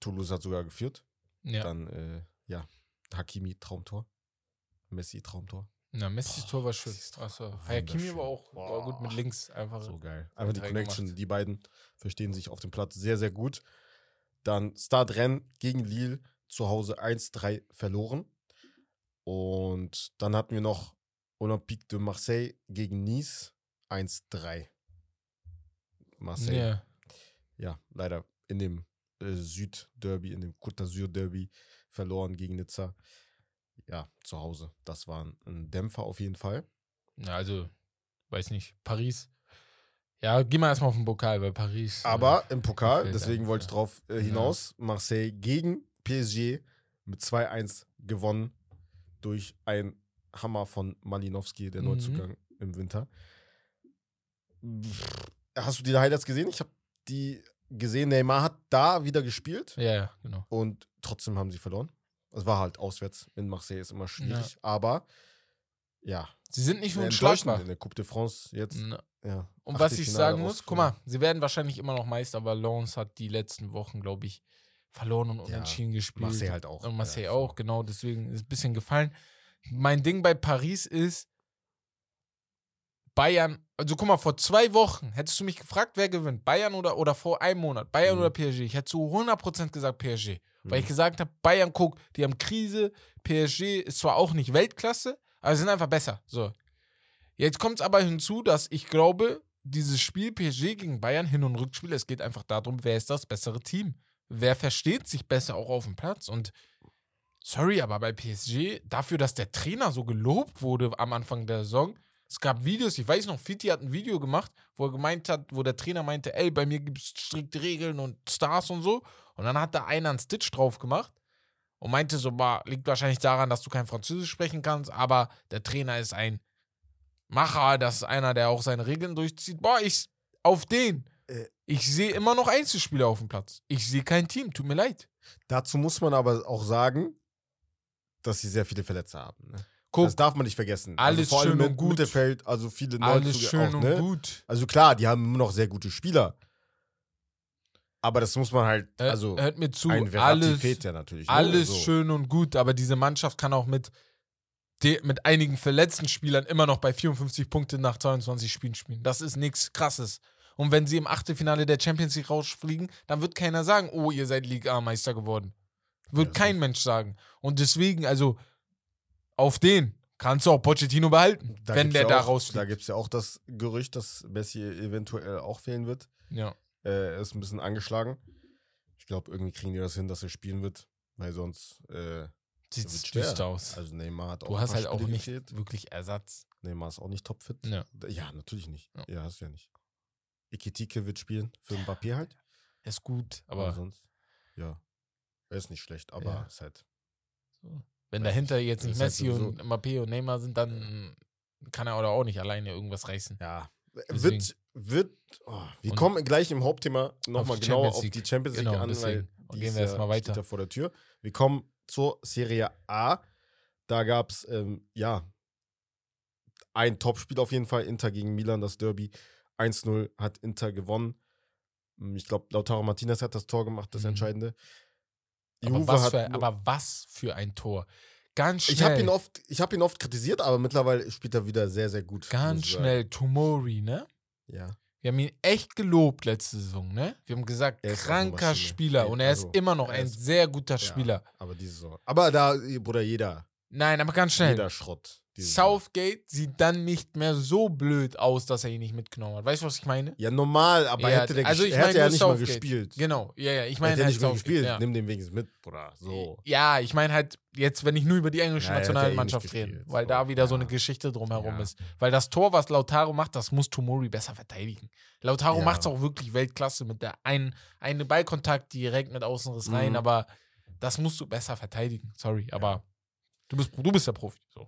Toulouse hat sogar geführt.
Ja.
Dann, äh, ja, Hakimi Traumtor. Messi Traumtor.
Na, Messis
Boah,
Tor war schön.
Messis Tor
Achso.
war
Hakimi
wunderschön.
war auch war gut mit
Boah.
links. Einfach.
So geil. Einfach die
drei
Connection.
gemacht.
Die beiden verstehen sich auf dem Platz sehr, sehr gut. Dann Stade Rennes gegen Lille zu Hause 1-3 verloren. Und dann hatten wir noch Olympique de Marseille gegen Nice 1-3. Marseille,
Ja.
ja, leider in dem äh, Süd-Derby, in dem Côte d'Azur-Derby verloren gegen Nizza. Ja, zu Hause. Das war ein- ein Dämpfer auf jeden Fall.
Na, also, weiß nicht. Paris. Ja, geh mal erstmal auf den Pokal, weil Paris. äh,
Aber im Pokal,
fehlt
deswegen
einfach.
wollte ich drauf äh,
Ja.
hinaus, Marseille gegen PSG mit 2-1 gewonnen durch einen Hammer von Malinowski, der
Mhm.
Neuzugang im Winter. Pff, Hast du die Highlights gesehen? Ich habe die gesehen. Neymar hat da wieder gespielt
Ja, ja, genau.
und trotzdem haben sie verloren. Es war halt auswärts. In Marseille ist immer schwierig, aber ja,
Sie sind nicht
sehr
unschlagbar.
in der Coupe de France jetzt.
Na,
Ja,
Mhm. Und was ich
Achtelfinale
sagen muss, guck mal, sie werden wahrscheinlich immer noch Meister, aber Lens hat die letzten Wochen, glaube ich, verloren und
Ja,
unentschieden gespielt.
Marseille halt auch.
Und Marseille
Ja, so.
auch, genau, deswegen ist ein bisschen gefallen. Mein Ding bei Paris ist, Bayern, also guck mal, vor zwei Wochen hättest du mich gefragt, wer gewinnt, Bayern oder, oder vor einem Monat, Bayern
Mhm.
oder PSG, ich hätte zu 100% gesagt PSG, weil
Mhm.
ich gesagt habe, Bayern, guck, die haben Krise, PSG ist zwar auch nicht Weltklasse, aber sie sind einfach besser, so. Jetzt kommt es aber hinzu, dass ich glaube, dieses Spiel PSG gegen Bayern, Hin- und Rückspiel, es geht einfach darum, wer ist das bessere Team? Wer versteht sich besser auch auf dem Platz? Und sorry, aber bei PSG, dafür, dass der Trainer so gelobt wurde am Anfang der Saison, es gab Videos, ich weiß noch, Fiti hat ein Video gemacht, wo er gemeint hat, wo der Trainer meinte, ey, bei mir gibt es strikte Regeln und Stars und so. Und dann hat da einer einen Stitch drauf gemacht und meinte so, bah, liegt wahrscheinlich daran, dass du kein Französisch sprechen kannst, aber der Trainer ist ein Macher, das ist einer, der auch seine Regeln durchzieht. Boah, ich, auf den.
Äh.
Ich sehe immer noch Einzelspieler auf dem Platz. Ich sehe kein Team, tut mir leid.
Dazu muss man aber auch sagen, dass sie sehr viele Verletzte haben. Ne?
Guck,
Das darf man nicht vergessen.
Alles
also vor allem
schön
im
und gut.
Mittelfeld, also viele
alles
Neuzugänge
schön
auch,
und
ne?
gut.
Also klar, die haben immer noch sehr gute Spieler. Aber das muss man halt,
Hör-
also
Hört mir zu,
ein Verratti
Äh, alles,
fehlt ja natürlich. ne?
alles
so.
schön und gut, aber diese Mannschaft kann auch mit, de, mit einigen verletzten Spielern immer noch bei 54 Punkte nach 22 Spielen spielen. Das ist nichts Krasses. Und wenn sie im Achtelfinale der Champions League rausfliegen, dann wird keiner sagen, oh, ihr seid Liga A-Meister geworden. Wird
Ja,
kein Mensch sagen. Und deswegen, also, auf den kannst du auch Pochettino behalten,
Da
wenn
gibt's
der
ja
da
auch, Da
rausfliegt.
gibt es ja auch das Gerücht, dass Messi eventuell auch fehlen wird.
Ja.
Äh, er ist ein bisschen angeschlagen. Ich glaube, irgendwie kriegen die das hin, dass er spielen wird. Weil sonst äh,
Sieht
wird's
düster
schwer.
aus.
Also Neymar hat auch
du
ein
hast
paar
halt auch
Spiele
nicht
gefehlt.
wirklich Ersatz.
Neymar ist auch nicht topfit.
Ja.
Ja, natürlich nicht.
Ja.
Ja, hast du ja nicht. Ikitike wird spielen für ein Papier halt.
Ist gut, aber
Aber sonst, ja. Er ist nicht schlecht, aber
Ja.
ist halt.
Wenn
Weiß
dahinter
nicht.
jetzt nicht
Das ist
Messi
halt
und Mbappé und Neymar sind, dann kann er oder auch nicht alleine irgendwas reißen.
Ja.
Deswegen.
Wird, wird, oh, wir
Und-
kommen gleich im Hauptthema nochmal
die
genau
Champions
auf
League.
die Champions League
Genau,
an, weil
deswegen. Und
die
gehen
ist
wir erstmal
ja-
weiter.
Steht ja vor der Tür. Wir kommen zur Serie A. Da gab es, ähm, ja, ein Topspiel auf jeden Fall. Inter gegen Milan, das Derby. 1-0 hat Inter gewonnen. Hm, Ich glaube, Lautaro Martinez hat das Tor gemacht, das
Mhm.
Entscheidende.
Aber
Juve
was,
hat
für,
nur-
aber was für ein Tor. Ganz schnell.
ich habe ihn, oft- ich hab ihn oft kritisiert, aber mittlerweile spielt er wieder sehr, sehr gut.
ganz
muss ich sagen.
schnell. Tomori, ne?
Ja.
Wir haben ihn echt gelobt letzte Saison, ne? Wir haben gesagt,
Er ist auch eine
kranker
Maschine.
Spieler.
Ey,
Und er
also,
ist immer noch
er
ein
ist-
sehr guter Spieler.
Ja, aber diese Saison. Aber da, eh, Bruder, jeder.
Nein, aber ganz schnell.
Jeder Schrott. diese Saison.
Southgate sieht dann nicht mehr so blöd aus, dass er ihn nicht mitgenommen hat. Weißt du, was ich meine?
Ja, normal, aber
Ja,
hätte der
also
also
ich
hätte
meine
ja
nur
nicht mal
Southgate.
gespielt.
Genau, ja, ja. Ich meine,
Meine, hätte ja
halt
nicht mal
Southgate,
gespielt.
ja.
Nimm den wenigstens mit, Bruder. So.
Ja, ich meine halt jetzt, wenn ich nur über die englische
Ja, er hat ja eh
Nationalmannschaft
nicht
reden,
gespielt,
weil
so.
da wieder so
Ja.
eine Geschichte drumherum
Ja.
ist. Weil das Tor, was Lautaro macht, das muss Tomori besser verteidigen. Lautaro
Ja.
macht's auch wirklich Weltklasse mit der einen, einen Ballkontakt direkt mit Außenriss rein,
Mhm.
aber das musst du besser verteidigen. Sorry, aber du bist, du bist der Profi. So.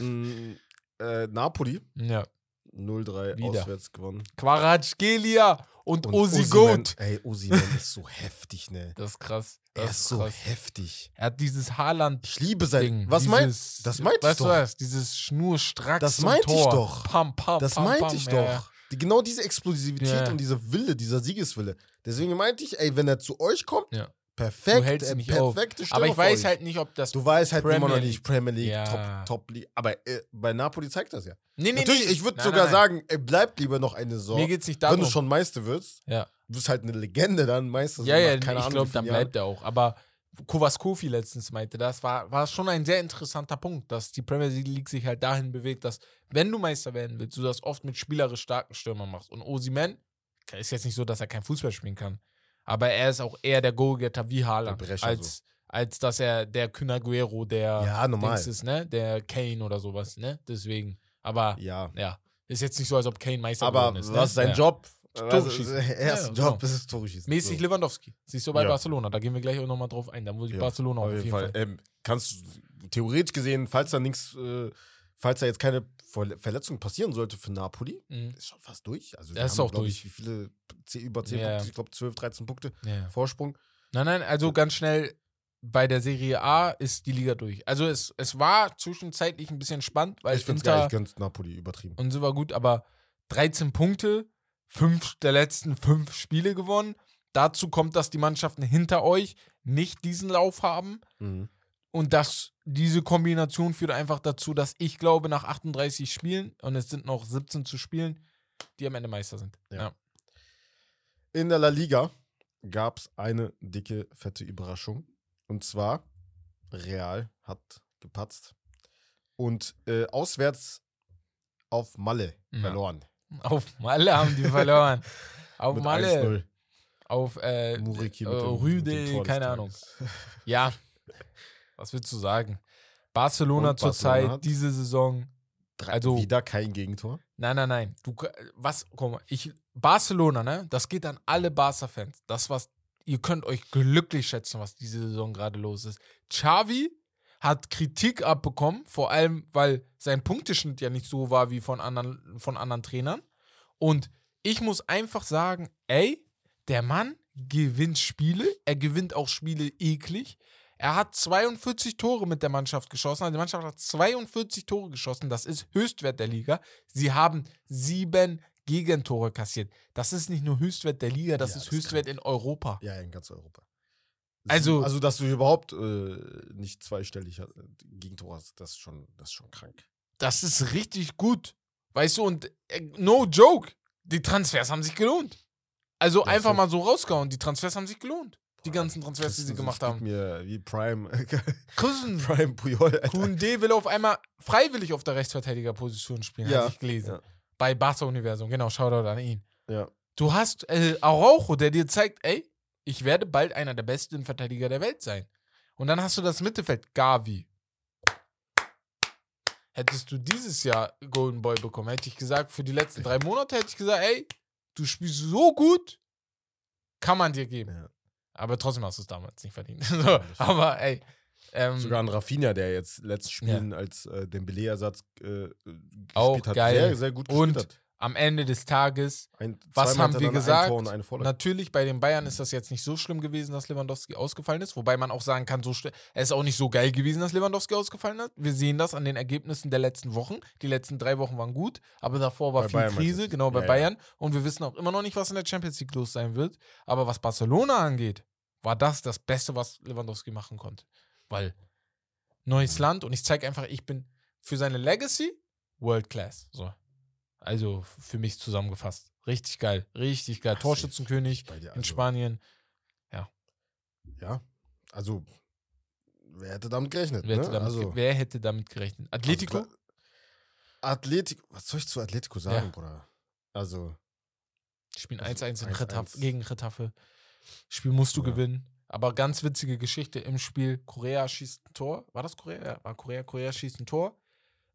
Mhm.
Mm, äh, Napoli
Ja.
0-3
Wieder.
auswärts gewonnen.
Quaratschgelia und,
Und
Osi
Osimhen-
Goat.
Ey, Osimhen ist so heftig, ne?
Das ist krass.
Er
Das
ist
ist
so
krass.
heftig.
Er hat dieses Haaland
Ich liebe sein.
Ding,
was meinst
dieses-
das meinte ich
weißt du
doch.
Was, dieses Schnurstracks
Das
zum
meinte ich
Tor.
doch.
Pam, pam,
Das
pam,
meinte
pam,
ich
ja,
doch.
ja.
Die, genau diese Explosivität
Ja.
und dieser Wille, dieser Siegeswille. Deswegen meinte ich, ey, wenn er zu euch kommt,
Ja.
perfekt,
Du hältst
äh,
ihn nicht auf.
perfekte Stürmer
Aber ich
für
weiß
euch.
halt nicht, ob das.
Du weißt halt immer
Premier
noch nicht Premier League,
Ja.
Top, Top League. Aber äh, bei Napoli zeigt das ja.
nee, nee,
Natürlich,
nee.
ich würde
Nein,
sogar
nein, nein.
sagen, ey, bleibt lieber noch eine
Mir
Saison.
geht es nicht
Wenn
darum.
du schon Meister wirst,
Ja.
du bist halt eine Legende dann Meister. so
ja,
nach
ja,
keine
ich
Ahnung,
glaube,
wie
dann
vielen
bleibt er auch. Aber Kovaskovi letztens meinte, das war, war schon ein sehr interessanter Punkt, dass die Premier League sich halt dahin bewegt, dass, wenn du Meister werden willst, du das oft mit spielerisch starken Stürmern machst. Und Osimhen ist jetzt nicht so, dass er kein Fußball spielen kann. Aber er ist auch eher der Go-Getter wie
Der
Haaland,
Brecher
als, als dass er der Künaguero, der
Jahren- Ja, normal.
Dings ist, ne? Der Kane oder sowas, ne? Deswegen. Aber
ja.
ja, ist jetzt nicht so, als ob Kane Meister
Aber
geworden ist. ne?
was ist sein
ja.
Job?
Tore
Was-
schießen.
Erster
Ja,
Job
genau.
ist es Tore schießen.
Mäßig
So.
Lewandowski. Siehst du bei
Ja.
Barcelona, da gehen wir gleich auch nochmal drauf ein. Da muss ich
Ja,
Barcelona auf jeden Fall.
Ähm, kannst du theoretisch gesehen, falls da nichts, äh, falls da jetzt keine Verle- Verletzung passieren sollte für Napoli,
Mhm.
ist schon fast durch. Also
Ja,
die
ist
haben,
auch
glaub
durch.
Ich, wie viele? Zeh- über 10
Ja.
Punkte, ich glaube 12, 13 Punkte
Ja.
Vorsprung.
Nein, nein, also ganz schnell, bei der Serie A ist die Liga durch. Also es, es war zwischenzeitlich ein bisschen spannend, weil
ich finde es
Inter
geil, ich gönn's Napoli übertrieben.
und so war gut, aber 13 Punkte, fünf der letzten fünf Spiele gewonnen. Dazu kommt, dass die Mannschaften hinter euch nicht diesen Lauf haben.
Mhm.
Und das, diese Kombination führt einfach dazu, dass ich glaube, nach 38 Spielen, und es sind noch 17 zu spielen, die am Ende Meister sind.
Ja. In der La Liga gab es eine dicke, fette Überraschung. Und zwar, Real hat gepatzt und äh, auswärts auf Malle
Ja.
verloren.
Auf Malle haben die verloren. Auf
Mit
Malle.
1-0.
Auf äh,
Muriki
äh,
mit dem- mit dem Tor
Rüde,
des
keine Ahnung.
Tages.
Ja. Was willst du sagen? Barcelona
Und Barcelona
zurzeit,
hat-
diese Saison.
Drei,
Also-
wieder kein Gegentor.
Nein, nein, nein. Du, k- was, guck mal, ich, Barcelona, ne? Das geht an alle Barca-Fans. Das, was, ihr könnt euch glücklich schätzen, was diese Saison gerade los ist. Xavi hat Kritik abbekommen, vor allem, weil sein Punkteschnitt ja nicht so war wie von anderen, von anderen Trainern. Und ich muss einfach sagen, ey, der Mann gewinnt Spiele, er gewinnt auch Spiele eklig. Er hat 42 Tore mit der Mannschaft geschossen. Also die Mannschaft hat 42 Tore geschossen. Das ist Höchstwert der Liga. Sie haben sieben Gegentore kassiert. Das ist nicht nur Höchstwert der Liga, das
Ja,
ist
das
Höchstwert in Europa.
Ja, in ganz Europa.
Also-
also dass du überhaupt äh, nicht zweistellig äh, Gegentor hast, das ist schon, das ist schon krank.
Das ist richtig gut. Weißt du, und äh, no joke, die Transfers haben sich gelohnt. Also
Ja,
einfach
safe.
mal so rausgehauen, die Transfers haben sich gelohnt. Die
Boah,
ganzen Transfers, die
Christensen
sie gemacht
spielt
haben.
mir wie Prime,
Christensen,
Prime Puyol. Alter.
Kunde will auf einmal freiwillig auf der Rechtsverteidigerposition spielen,
Ja,
habe ich gelesen.
ja.
Bei Barca Universum, genau, Shoutout an ihn.
Ja.
Du hast äh, Araujo, der dir zeigt, ey, ich werde bald einer der besten Verteidiger der Welt sein. Und dann hast du das Mittelfeld, Gavi. Hättest du dieses Jahr Golden Boy bekommen, hätte ich gesagt, für die letzten drei Monate hätte ich gesagt, ey, du spielst so gut, kann man dir geben.
Ja.
Aber trotzdem hast du es damals nicht verdient. so,
stimmt.
aber ey, ähm,
Sogar an Rafinha, der jetzt letztes Spielen als äh, Dembele-Ersatz äh, gespielt
Auch
hat,
geil.
sehr, sehr gut
Und
gespielt hat.
am Ende des Tages
Ein,
Was
zweimal
haben wir
hintereinander
gesagt?
Ein Tor und eine Vorlage.
Natürlich, bei den Bayern ist das jetzt nicht so schlimm gewesen, dass Lewandowski ausgefallen ist. Wobei man auch sagen kann, so schnell- es ist auch nicht so geil gewesen, dass Lewandowski ausgefallen hat. Wir sehen das an den Ergebnissen der letzten Wochen. Die letzten drei Wochen waren gut, aber davor war
Bei
viel
Bayern meinst du
Krise,
jetzt?
genau bei
Ja, ja.
Bayern. Und wir wissen auch immer noch nicht, was in der Champions League los sein wird. Aber was Barcelona angeht, war das das Beste, was Lewandowski machen konnte. Weil neues
Mhm.
Land und ich zeige einfach, ich bin für seine Legacy World Class. So. Also f- für mich zusammengefasst. Richtig geil, richtig geil.
Ach,
Torschützenkönig
Bei dir,
in
also,
Spanien.
Ja, also wer hätte damit gerechnet?
Wer hätte,
ne?
damit,
also,
ge- wer hätte damit gerechnet? Atletico?
Also, Atletico, was soll ich zu Atletico sagen,
Ja.
Bruder? Also,
Die spielen
also
1-1 in
1-1.
Retaf gegen Retafe. Spiel musst du
Ja.
gewinnen. Aber ganz witzige Geschichte im Spiel. Korea schießt ein Tor. War das Korea? Ja, war Korea. Korea schießt ein Tor.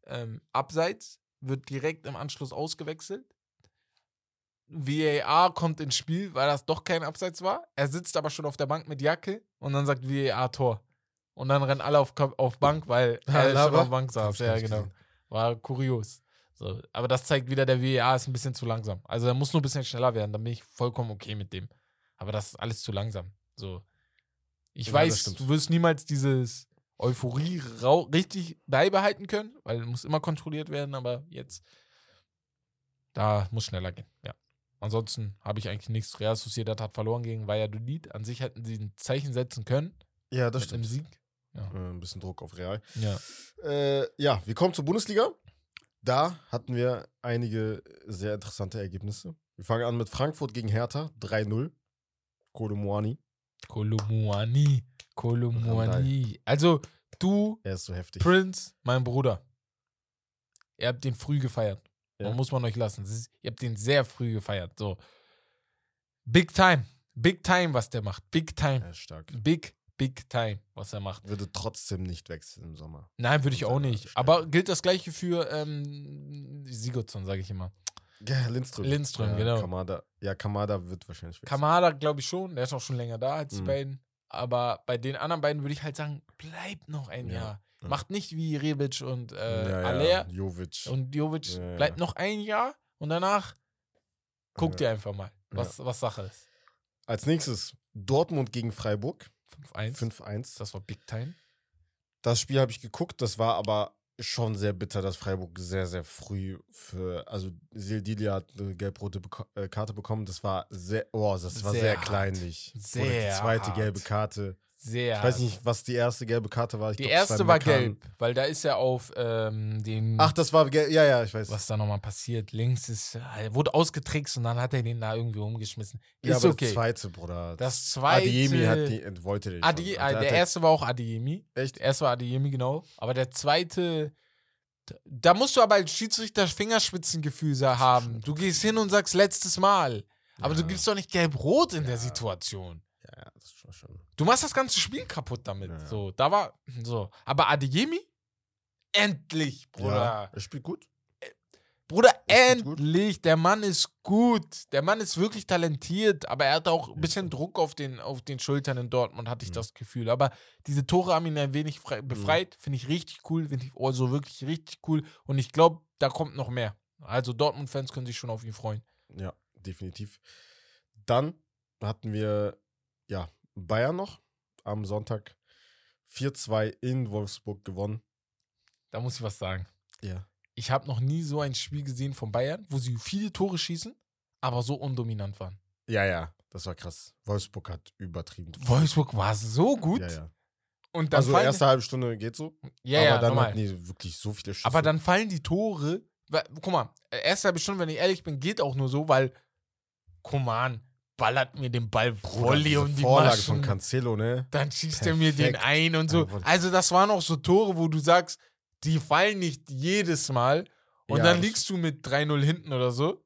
Ähm, abseits wird direkt im Anschluss ausgewechselt. VAR kommt ins Spiel, weil das doch kein Abseits war. Er sitzt aber schon auf der Bank mit Jacke und dann sagt VAR Tor. Und dann rennen alle auf, Kap- auf Bank, weil
Ja,
er schon
Lava.
auf Bank
Hab
saß.
ich
Ja,
nicht
genau.
gesehen.
War kurios. So, aber das zeigt wieder, der VAR ist ein bisschen zu langsam. Also er muss nur ein bisschen schneller werden, dann bin ich vollkommen okay mit dem. Aber das ist alles zu langsam. So. Ich
Ja, das
weiß,
stimmt.
du wirst niemals dieses Euphorie rau- richtig beibehalten können, weil muss immer kontrolliert werden, aber jetzt, da muss schneller gehen, ja. Ansonsten habe ich eigentlich nichts. Real Sociedad hat verloren gegen Valladolid. An sich hätten sie ein Zeichen setzen können
Ja,
mit einem Sieg.
Äh, ein bisschen Druck auf Real.
Ja.
Äh, ja, wir kommen zur Bundesliga. Da hatten wir einige sehr interessante Ergebnisse. Wir fangen an mit Frankfurt gegen Hertha, 3-0. Kolo Muani,
Kolomuani. Kolomuani. Also, du,
er ist so heftig.
Prince, mein Bruder. Ihr habt den früh gefeiert.
Ja.
Man muss man euch lassen. Es ist- Ihr habt den sehr früh gefeiert. So. Big time. Big time, was der macht. Big
Er
time.
ist stark.
Big, big time, was er macht.
Würde trotzdem nicht wechseln im Sommer.
Nein, würde ich
Und
auch
seine
nicht.
Stärke.
Aber gilt das gleiche für ähm, Sigurdsson, sage ich immer.
Ja, Lindström.
Lindström,
ja,
genau.
Kamada, ja, Kamada wird wahrscheinlich wechseln.
Kamada, glaube ich schon. Der ist auch schon länger da als die
Mhm.
beiden. Aber bei den anderen beiden würde ich halt sagen, bleibt noch ein
Ja,
Jahr.
ja.
Macht nicht wie Rebic und äh,
ja,
Aller.
ja, Jovic.
Und Jovic
Ja, ja.
bleibt noch ein Jahr und danach guckt ihr einfach mal, was, was Sache ist.
Als nächstes Dortmund gegen Freiburg,
5-1.
5-1.
Das war Big Time.
Das Spiel habe ich geguckt, das war aber schon sehr bitter, dass Freiburg sehr, sehr früh für, also Sildilia hat eine gelb-rote Beko äh, Karte bekommen, das war sehr, oh, das war
Sehr
sehr,
hart.
kleinlich. Oder
Sehr
Die zweite
hart.
gelbe Karte.
Sehr.
Ich weiß nicht, was die erste gelbe Karte war. Ich
Die
glaub, es
erste war
Mekan.
gelb, weil da ist ja auf ähm, den.
Ach, das war gelb, ja, ja, ich weiß.
was da nochmal passiert. Links ist. Er wurde ausgetrickst und dann hat er den da irgendwie umgeschmissen.
ja,
ist
aber
okay.
das zweite, Bruder.
Das zweite.
Adiemi hat die, äh, wollte den
Adi, ah,
schon. Hat- hat
der
er-
erste war auch Adiemi.
Echt?
Der erste war Adeyemi, genau. Aber der zweite, da- da musst du aber als Schiedsrichter Fingerspitzengefühl sa- haben. Du gehst hin und sagst letztes Mal. Aber
Ja.
du gibst doch nicht gelb-rot in der
Ja.
Situation.
Ja, ja, das war schon.
Du machst das ganze Spiel kaputt damit.
Ja.
So, da war, so. Aber Adeyemi? Endlich, Bruder.
Ja, er spielt gut.
Bruder,
Ist gut, gut.
endlich. Der Mann ist gut. Der Mann ist wirklich talentiert. Aber er hatte auch ein bisschen Druck auf den, auf den Schultern in Dortmund, hatte ich
Mhm.
das Gefühl. Aber diese Tore haben ihn ein wenig frei, befreit. Finde ich richtig cool. Finde ich oh, so wirklich richtig cool. Und ich glaube, da kommt noch mehr. Also Dortmund-Fans können sich schon auf ihn freuen.
Ja, definitiv. Dann hatten wir ja Bayern noch am Sonntag 4-2 in Wolfsburg gewonnen.
Da muss ich was sagen.
Ja.
Ich habe noch nie so ein Spiel gesehen von Bayern, wo sie viele Tore schießen, aber so undominant waren.
Ja, ja, das war krass. Wolfsburg hat übertrieben.
Wolfsburg war so gut.
Ja, ja.
Und dann
Also
fallen,
erste halbe Stunde geht so,
ja,
aber
ja,
dann
normal.
hatten die wirklich so viele Schüsse.
Aber dann fallen die Tore. Wa- Guck mal, erst halbe Stunde, wenn ich ehrlich bin, geht auch nur so, weil Koman ballert mir den Ball
Bruder,
volley
diese
um die
Vorlage
Maschen.
von Cancelo, ne?
dann schießt er mir den
Perfekt.
ein und so.
Jawohl.
Also das waren auch so Tore, wo du sagst, die fallen nicht jedes Mal. Und
Ja,
dann
das-
liegst du mit 3-0 hinten oder so.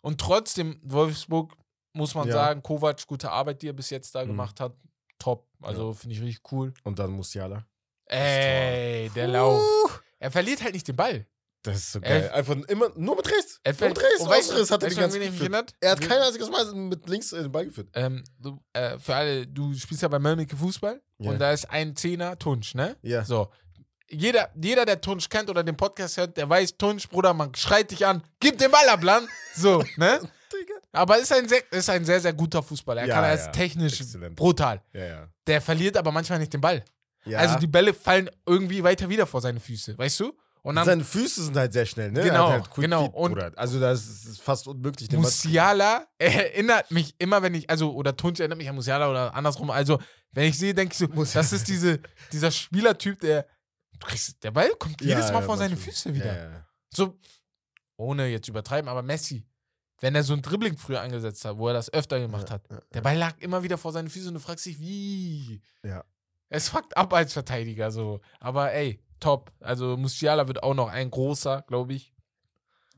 Und trotzdem, Wolfsburg, muss man
Ja.
sagen, Kovac, gute Arbeit, die er bis jetzt da
Mhm.
gemacht hat. Top. Also finde ich richtig cool.
Und dann Musiala.
Ey, der Lauf. Er verliert halt nicht den Ball.
Das ist so
Elf-
geil. Einfach immer nur mit rechts.
Er
nur
fällt
mit rechts.
und
Und
weißt-
Ausriss hat er
weißt du,
die ganze
wen
Zeit
mich
geführt.
erinnert?
Er hat
Wen-
kein einziges Mal mit links in den Ball geführt.
Ähm, du, äh, für alle, du spielst ja bei Mölnike Fußball
Ja.
und da ist ein Zehner Tunsch, ne?
Ja.
So. Jeder, jeder, der Tunsch kennt oder den Podcast hört, der weiß, Tunsch, Bruder, man schreit dich an, gib den Ball ab, Lan. So, ne?
Digga.
Aber ist ein sehr, ist ein sehr, sehr guter Fußballer. Er
Ja,
kann als
ja.
technisch
Exzellent.
brutal.
Ja, ja.
Der verliert aber manchmal nicht den Ball.
ja.
Also die Bälle fallen irgendwie weiter wieder vor seine Füße, weißt du? Und dann
Seine Füße sind halt sehr schnell, ne? Er
Genau,
hat halt Quick
genau.
Feet,
Und-
Bruder. also das ist fast unmöglich. den Ball zu-
Musiala erinnert mich immer, wenn ich, also, oder Tunch erinnert mich an Musiala oder andersrum. Also, wenn ich sehe, denke ich so, das ist diese, dieser Spielertyp, der, du kriegst, der Ball kommt
Ja,
jedes Mal
ja,
vor seine
natürlich.
Füße wieder.
Ja, ja.
So, ohne jetzt übertreiben, aber Messi, wenn er so ein Dribbling früher angesetzt hat, wo er das öfter gemacht hat,
ja,
der Ball lag immer wieder vor seinen Füßen und du fragst dich, wie?
Ja.
Es fuckt ab als Verteidiger, so. Aber ey, top. Also, Musiala wird auch noch ein großer, glaube ich.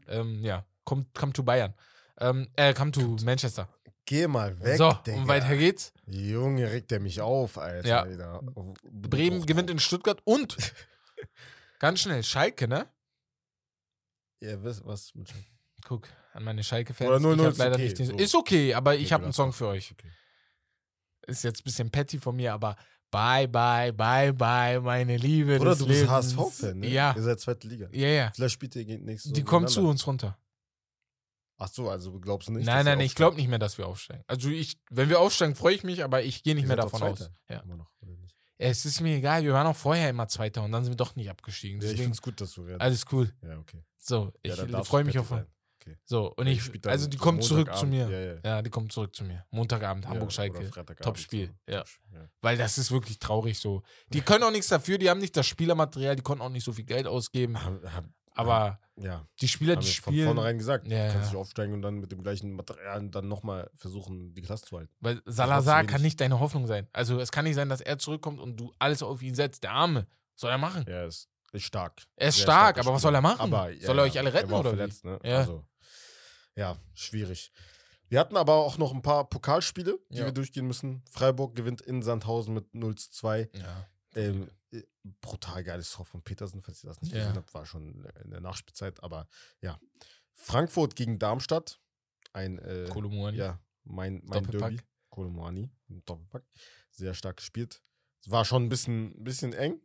Ähm, ja, kommt, kommt zu Bayern. Ähm, äh, kommt zu Manchester.
Geh mal weg,
so,
Digga.
und weiter geht's.
Junge, regt der mich auf, Alter.
Ja.
Wieder.
Bremen gewinnt in Stuttgart und ganz schnell Schalke, ne?
Ihr wisst was. mit Schalke.
Guck, an meine Schalke-Fans.
Oder 0-0
ich hab
ist
leider
okay,
nicht den,
so.
Ist okay, aber ich
Okay,
habe einen
lass
Song
mal.
für euch.
Okay.
Ist jetzt ein bisschen petty von mir, aber bye, bye, bye, bye, meine Liebe.
Oder
des
du bist
Lebens.
HSV-Fan, ne?
Ja,
Ihr seid zweite Liga.
ja, ja.
Vielleicht spielt ihr gegen nächstes
Die kommen zu uns runter.
Ach so, also glaubst du nicht?
nein,
dass wir
nein, ich
aufsteigen?
glaube nicht mehr, dass wir aufsteigen. Also ich, wenn wir aufsteigen, freue ich mich, aber ich gehe nicht
Ihr
mehr
seid
davon
doch
aus.
Zweiter.
Ja.
Immer noch, oder nicht?
Es ist mir egal, wir waren auch vorher immer Zweiter und dann sind wir doch nicht abgestiegen.
Ja, ich
Deswegen
finde es gut, dass du redest.
alles cool.
Ja, okay.
So,
Ja,
ich
dann darfst
freue
du
mich
Patti
auf.
sein.
So, und
Ja,
ich,
spielt dann
also die
so
kommt zurück zu
Montagabend.
mir.
Ja, ja.
Ja, die kommt zurück zu mir. Montagabend, Hamburg-Schalke. Top-Spiel, ja.
ja.
Weil das ist wirklich traurig so. Die können auch nichts dafür, die haben nicht das Spielermaterial, die konnten auch nicht so viel Geld ausgeben.
Haben- haben-
Aber
ja.
die Spieler,
haben
die
wir von
spielen.
vornherein gesagt,
Ja,
ja, kannst
ja.
du aufsteigen und dann mit dem gleichen Material dann nochmal versuchen, die Klasse zu halten.
Weil
war
Salazar
zu
kann
wenig.
nicht deine Hoffnung sein. Also es kann nicht sein, dass er zurückkommt und du alles auf ihn setzt. Der Arme. Soll er machen?
Er ist, ist stark.
Er ist
Sehr
stark,
starker
aber was
Spieler.
soll er machen?
Aber, ja,
soll er
ja.
euch alle retten
er war auch
oder
verletzt, ne?
Ja.
Ja. Also, ja, schwierig. Wir hatten aber auch noch ein paar Pokalspiele, die
Ja.
wir durchgehen müssen. Freiburg gewinnt in Sandhausen mit 0 zu 2.
wie? Ja.
Ähm, äh, brutal geiles Tor von Petersen, falls ihr das nicht
Ja.
gesehen habt, war schon in der Nachspielzeit, aber ja. Frankfurt gegen Darmstadt. Ein äh,
Kolumuani.
ja, mein, mein
Doppelpack.
Derby. Kolomani, ein Doppelpack. Sehr stark gespielt. Es war schon ein bisschen, ein bisschen eng,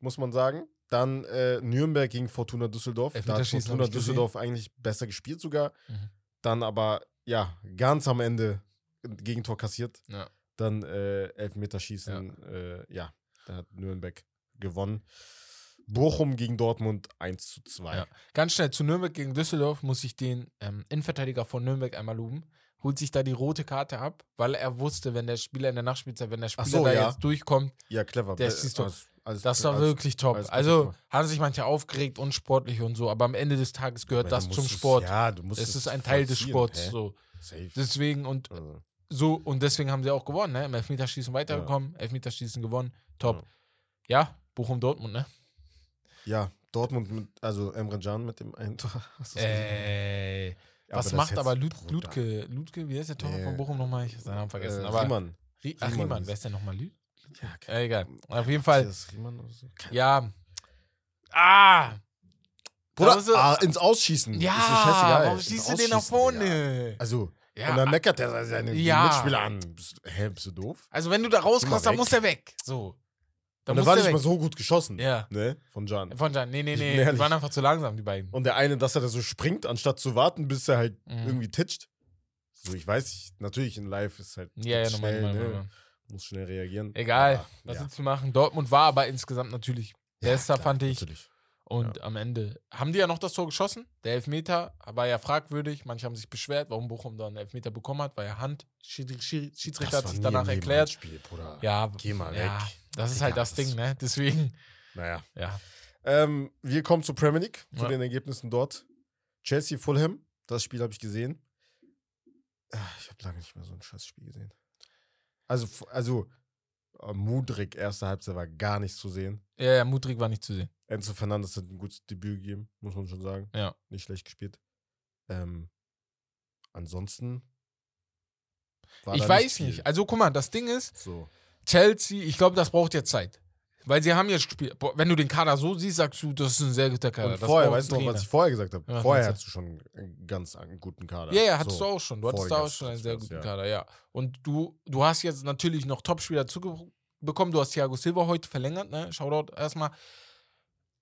muss man sagen. Dann äh, Nürnberg gegen Fortuna Düsseldorf. Da hat
Elfmeterschießen hab
Fortuna
ich gesehen.
Düsseldorf eigentlich besser gespielt sogar.
Mhm.
Dann aber, ja, ganz am Ende ein Gegentor kassiert.
Ja.
Dann äh, Elfmeterschießen, ja. Äh, ja, da hat Nürnberg gewonnen. Bochum gegen Dortmund 1 zu 2.
Ja. Ganz schnell zu Nürnberg gegen Düsseldorf muss ich den ähm, Innenverteidiger von Nürnberg einmal loben. Holt sich da die rote Karte ab, weil er wusste, wenn der Spieler in der Nachspielzeit, wenn der Spieler
so,
da
ja.
jetzt durchkommt,
Ja, clever.
Der
Äh,
schießt doch-
alles- alles-
das war
alles-
wirklich top.
alles gut
Also
gemacht.
haben sich manche aufgeregt, unsportlich und so, aber am Ende des Tages gehört
Ja,
das
du
zum
musst es-
Sport.
Ja, du musst
es ist ein Teil des
vollziehen,
Sports.
hä?
So.
Safe.
Deswegen und
Also,
so, und deswegen haben sie auch gewonnen, ne? Im Elfmeterschießen weitergekommen, Elfmeterschießen gewonnen. Top. Ja, Bochum Dortmund, ne?
ja, Dortmund mit, also Emre Can mit dem einen Tor. Hast du's gesehen?
Ey. Äh, Was
das
macht
jetzt-
aber Lud
Bruder.
Ludke? Ludke, wie heißt der Torwart
Nee.
von Bochum nochmal? Ich hab seinen Namen vergessen.
Äh,
aber
Riemann.
Rie Ach,
Riemann
Riemann,
ist-
wer ist denn nochmal? Lü
Ja, kein
Ja, egal. Auf jeden Fall.
Matthias Riemann oder so.
Ja. Ah!
Bruder,
Da musst du-
ah, ins Ausschießen.
ja!
Ist doch scheißegal.
warum
Ins
schießt du den nach
Ausschießen, Digga.
vorne?
Also,
Ja. ah,
und dann meckert er seine
Ja.
Mitspieler an. Bist, hä, bist du doof?
Also, wenn du da rauskommst, dann
weg.
muss der weg. So. Dann
und das
muss
war
der
nicht mal
weg.
so gut geschossen.
Ja.
Ne? Von Can.
Von Jan. Nee, nee,
Ich bin
nee. Die
ehrlich. Oh,
waren einfach zu langsam, die beiden.
Und der eine, dass er da so springt, anstatt zu warten, bis er halt
Mhm.
irgendwie titscht. So, ich weiß, ich, natürlich in Live ist halt
Ja, ja,
geht's
nochmal,
schnell,
nochmal,
ne?
nochmal.
muss schnell reagieren.
Egal,
Aber,
was
ja.
ist zu machen. Dortmund war aber insgesamt natürlich besser,
klar,
fand ich.
Natürlich.
Und am Ende haben die ja noch das Tor geschossen. Der Elfmeter war ja fragwürdig. Manche haben sich beschwert, warum Bochum da einen Elfmeter bekommen hat. War ja Hand. Schiedri- Schiri- Schiedsrichter hat
war
sich
nie
danach
im
erklärt.
Spiel, Bruder.
Ja,
Geh mal
ja,
weg.
das ist
Digga,
halt das
das-
Ding, ne? Deswegen,
Naja.
ja.
Ähm, wir kommen zur Premier League, zu
Ja.
den Ergebnissen dort. Chelsea, Fulham, das Spiel habe ich gesehen. Ah, Ich habe lange nicht mehr so ein Scheißspiel gesehen. Also, f- also äh, Mudrik, erste Halbzeit war gar nichts zu sehen.
Ja, ja, Mutrig war nicht zu sehen.
Enzo Fernandes hat ein gutes Debüt gegeben, muss man schon sagen.
Ja.
Nicht schlecht gespielt. Ähm, ansonsten. war
ich
da
weiß
viel.
nicht. Also guck mal, das Ding ist,
So.
Chelsea, ich glaube, das braucht jetzt Zeit. Weil sie haben jetzt gespielt. Boah, Wenn du den Kader so siehst, sagst du, das ist ein sehr guter Kader.
Und
das
vorher,
braucht
weißt du
ein
noch, was
Trainer.
ich vorher gesagt habe?
Ja,
vorher
kannst
hattest du schon einen ganz an- guten Kader.
Ja, ja, hattest
So.
du auch schon. Du hattest da auch
Voriges
schon einen sehr guten
Transfers, ja.
Kader, ja. Und du, du hast jetzt natürlich noch Topspieler zugekommen. Du hast Thiago Silva heute verlängert, ne? Shoutout erstmal.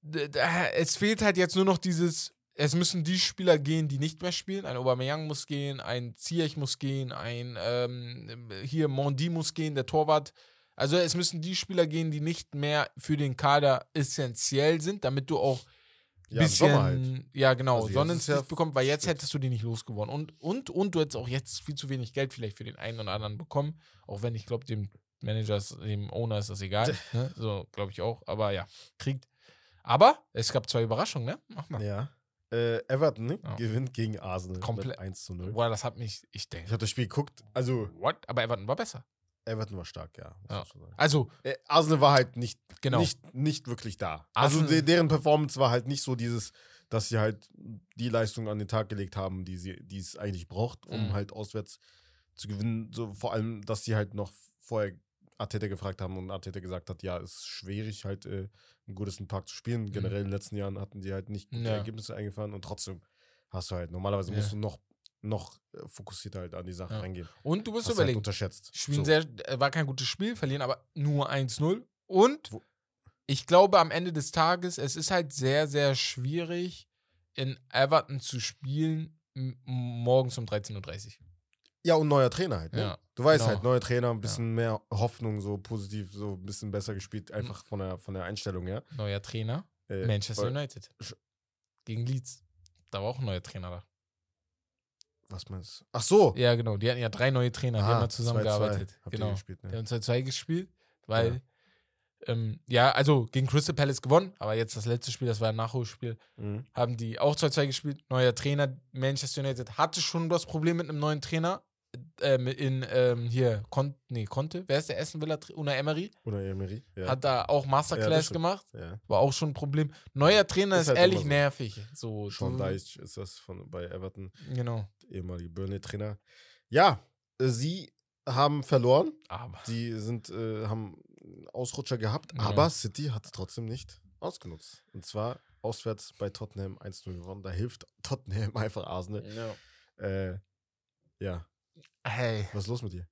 D- d- Es fehlt halt jetzt nur noch dieses, es müssen die Spieler gehen, die nicht mehr spielen. Ein Aubameyang muss gehen, ein Ziyech muss gehen, ein ähm, hier Mondi muss gehen, der Torwart. Also es müssen die Spieler gehen, die nicht mehr für den Kader essentiell sind, damit du auch
Ja, im
bisschen,
Sommer halt.
ja genau,
Also jetzt
Sonnenlicht
ist ja
bekommen, weil jetzt
spät.
hättest du die nicht losgeworden. Und, und, und du hättest auch jetzt viel zu wenig Geld vielleicht für den einen oder anderen bekommen, auch wenn ich glaube, dem Manager, ist- dem Owner ist das egal, ne? so glaube ich auch, aber ja, kriegt. Aber es gab zwei Überraschungen, ne? Mach mal.
Ja. Äh, Everton ne?
Ja.
gewinnt gegen Arsenal
Komplett-
mit 1 zu 0.
Boah, das hat mich, ich
Ich
denke,
habe das Spiel geguckt. Also,
what? Aber Everton war besser.
Everton war stark, ja. Muss
Ja.
man schon sagen.
Also,
Äh, Arsenal war halt nicht,
genau.
nicht, nicht wirklich da.
Arsenal-
Also, de deren Performance war halt nicht so dieses, dass sie halt die Leistung an den Tag gelegt haben, die, sie, die es eigentlich braucht, um
Mhm.
halt auswärts zu gewinnen. So, vor allem, dass sie halt noch vorher Arteta gefragt haben und Arteta gesagt hat, ja, es ist schwierig, halt äh, einen guten Park zu spielen. Generell in den letzten Jahren hatten die halt nicht gute
Mhm. Ja.
Ergebnisse eingefahren und trotzdem hast du halt, normalerweise
Ja.
musst du noch, noch äh, fokussierter halt an die Sache
Ja.
reingehen.
Und du musst
Hast du halt
überlegen,
unterschätzt.
Spielen
So.
sehr, äh, war kein gutes Spiel, verlieren aber nur 1-0. Und
Wo-
ich glaube, am Ende des Tages, es ist halt sehr, sehr schwierig, in Everton zu spielen m- morgens um 13.30 Uhr.
Ja, und neuer Trainer halt. Ne?
Ja,
du weißt
genau.
halt, neuer Trainer, ein bisschen mehr Hoffnung, so positiv, so ein bisschen besser
Hm.
gespielt, einfach von der, von der Einstellung her.
Neuer Trainer,
Äh,
Manchester
weil-
United. Gegen Leeds. Da war auch ein neuer Trainer da.
Was meinst du? Ach so.
Ja, genau. Die hatten ja drei neue Trainer, die
Ah,
haben ja zusammengearbeitet.
2-2 habt ihr
Genau.
gespielt, ne?
Die haben 2-2 gespielt, weil, ja. Ähm, ja, also gegen Crystal Palace gewonnen, aber jetzt das letzte Spiel, das war ein Nachholspiel,
Mhm.
haben die auch 2-2 gespielt. Neuer Trainer, Manchester United hatte schon das Problem mit einem neuen Trainer. Ähm, in ähm, hier, Kon nee, Conte, wer ist der Essen Villa? Tra- Una Emery
Oder Emery. Ja.
hat da auch Masterclass
stimmt.
gemacht,
ja.
war auch schon ein Problem. Neuer Trainer ist,
Ist halt
ehrlich
immer so.
nervig. So,
Sean
du-
Deich ist das von, bei Everton,
Genau.
ehemaliger Burnley-Trainer. Ja, äh, sie haben verloren.
Aber
Die sind, äh, haben einen Ausrutscher gehabt,
Genau.
aber City hat es trotzdem nicht ausgenutzt. Und zwar auswärts bei Tottenham 1-0 gewonnen. Da hilft Tottenham einfach Arsenal. Äh, ja,
hey.
was ist los mit dir?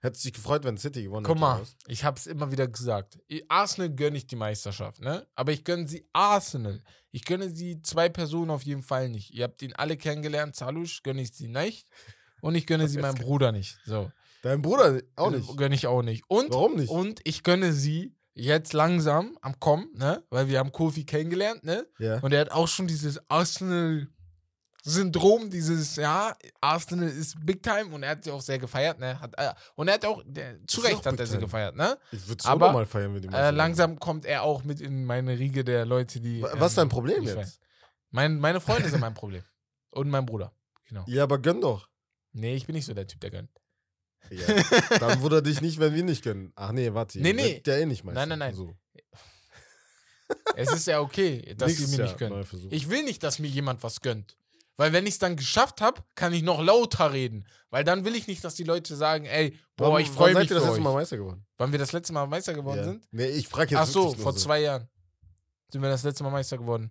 Hättest dich gefreut, wenn City gewonnen
Guck
hätte, oder
mal,
was?
ich habe es immer wieder gesagt. I- Arsenal gönne ich die Meisterschaft, ne? Aber ich gönne sie Arsenal. Ich gönne sie zwei Personen auf jeden Fall nicht. Ihr habt ihn alle kennengelernt, Zalusch gönne ich sie nicht. Und ich gönne sie meinem Bruder nicht. So.
Dein Bruder auch nicht.
Gönne ich auch nicht. Und,
Warum nicht?
und ich gönne sie jetzt langsam am Kommen, ne? Weil wir haben Kofi kennengelernt, ne?
ja.
Und er hat auch schon dieses Arsenal-Syndrom, dieses, ja, Arsenal ist Big Time und er hat sie auch sehr gefeiert, ne? Hat, äh, und er hat auch, der, zu
Ist ja
Recht
auch
hat
Big
er sie
Time.
gefeiert, ne?
Ich würde es
aber,
nochmal feiern, also, wenn die
Äh,
Meister
langsam kommt er auch mit in meine Riege der Leute, die.
werden. Wa- Was ist dein
ähm,
Problem
ich
jetzt?
weiß. Mein, meine Freunde sind mein Problem. Und mein Bruder. Genau.
Ja, aber gönn doch.
Nee, ich bin nicht so der Typ, der gönnt.
Ja. Dann würde er dich nicht, wenn wir nicht gönnen. Ach nee, warte.
Nee,
ihr
nee.
werdet Ja eh nicht Meister.
Nein, nein, nein.
So.
Es ist ja okay, dass sie
Nächstes
mir
Jahr
nicht gönnen.
neuer Versuch.
Ich will nicht, dass mir jemand was gönnt. Weil wenn ich es dann geschafft habe, kann ich noch lauter reden. Weil dann will ich nicht, dass die Leute sagen, ey, boah,
Wann-
ich freue
wann
mich
Seid ihr das
für
letzte
euch.
Mal Meister geworden?
Wann wir das letzte Mal Meister geworden
Ja.
sind?
Nee, ich frage jetzt.
Ach so,
wirklich nur
vor zwei Jahren sind wir das letzte Mal Meister geworden.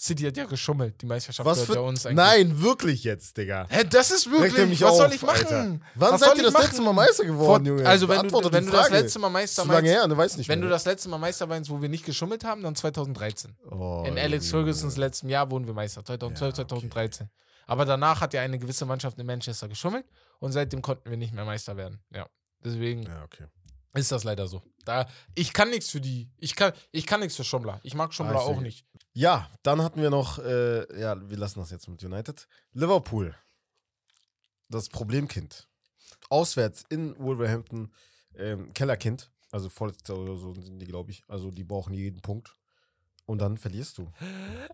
City hat ja geschummelt. Die Meisterschaft
Was
gehört
für-
ja uns eigentlich.
Nein, wirklich jetzt, Digga.
Hä, das ist
Regt er
wirklich.
mich
Was soll
auf,
ich machen?
Alter. Wann
Was
seid
soll
ihr
ich
das letzte
machen?
Mal Meister geworden,
Vor-
Junge?
Also, wenn,
Beantworte
du,
die
wenn du das
Frage.
letzte Mal Meister
Zu lange
meinst,
her, du weißt nicht
wenn du
mehr.
das letzte Mal Meister meinst, wo wir nicht geschummelt haben, dann 2013.
Oh,
In Alex
Junge.
Fergusons letztem Jahr wurden wir Meister, 2012,
Ja, okay.
2013. Aber danach hat ja eine gewisse Mannschaft in Manchester geschummelt und seitdem konnten wir nicht mehr Meister werden. Ja. Deswegen
Ja, okay.
ist das leider so. Da, ich kann nichts für die. Ich kann, ich kann nichts für Schummler. Ich mag Schummler
Ah, ich
auch
sehe.
nicht.
Ja, dann hatten wir noch, äh, ja, wir lassen das jetzt mit United. Liverpool. Das Problemkind. Auswärts in Wolverhampton. Ähm, Kellerkind. Also vorletzter oder so sind die, glaube ich. Also die brauchen jeden Punkt. Und dann verlierst du.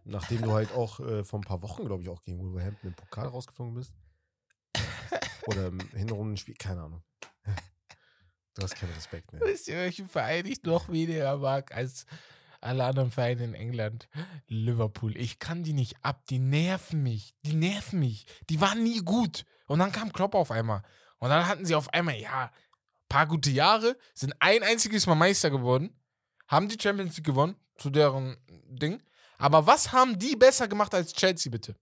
Nachdem du halt auch äh, vor ein paar Wochen, glaube ich, auch gegen Wolverhampton im Pokal rausgeflogen bist. Oder im Hinrundenspiel, keine Ahnung. Du hast keinen Respekt mehr.
Wisst ihr, welchen Verein ich noch weniger mag als alle anderen Vereine in England? Liverpool. Ich kann die nicht ab. Die nerven mich. Die nerven mich. Die waren nie gut. Und dann kam Klopp auf einmal. Und dann hatten sie auf einmal, ja, paar gute Jahre, sind ein einziges Mal Meister geworden, haben die Champions League gewonnen, zu deren Ding. Aber was haben die besser gemacht als Chelsea, bitte?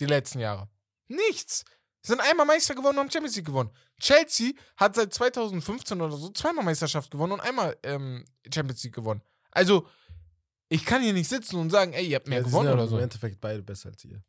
Die letzten Jahre. Nichts. Sind einmal Meister geworden und haben Champions League gewonnen. Chelsea hat seit 2015 oder so zweimal Meisterschaft gewonnen und einmal ähm, Champions League gewonnen. Also, ich kann hier nicht sitzen und sagen, ey, ihr habt mehr
Ja, die sind
gewonnen
ja
oder
Im
so.
Endeffekt beide besser als ihr.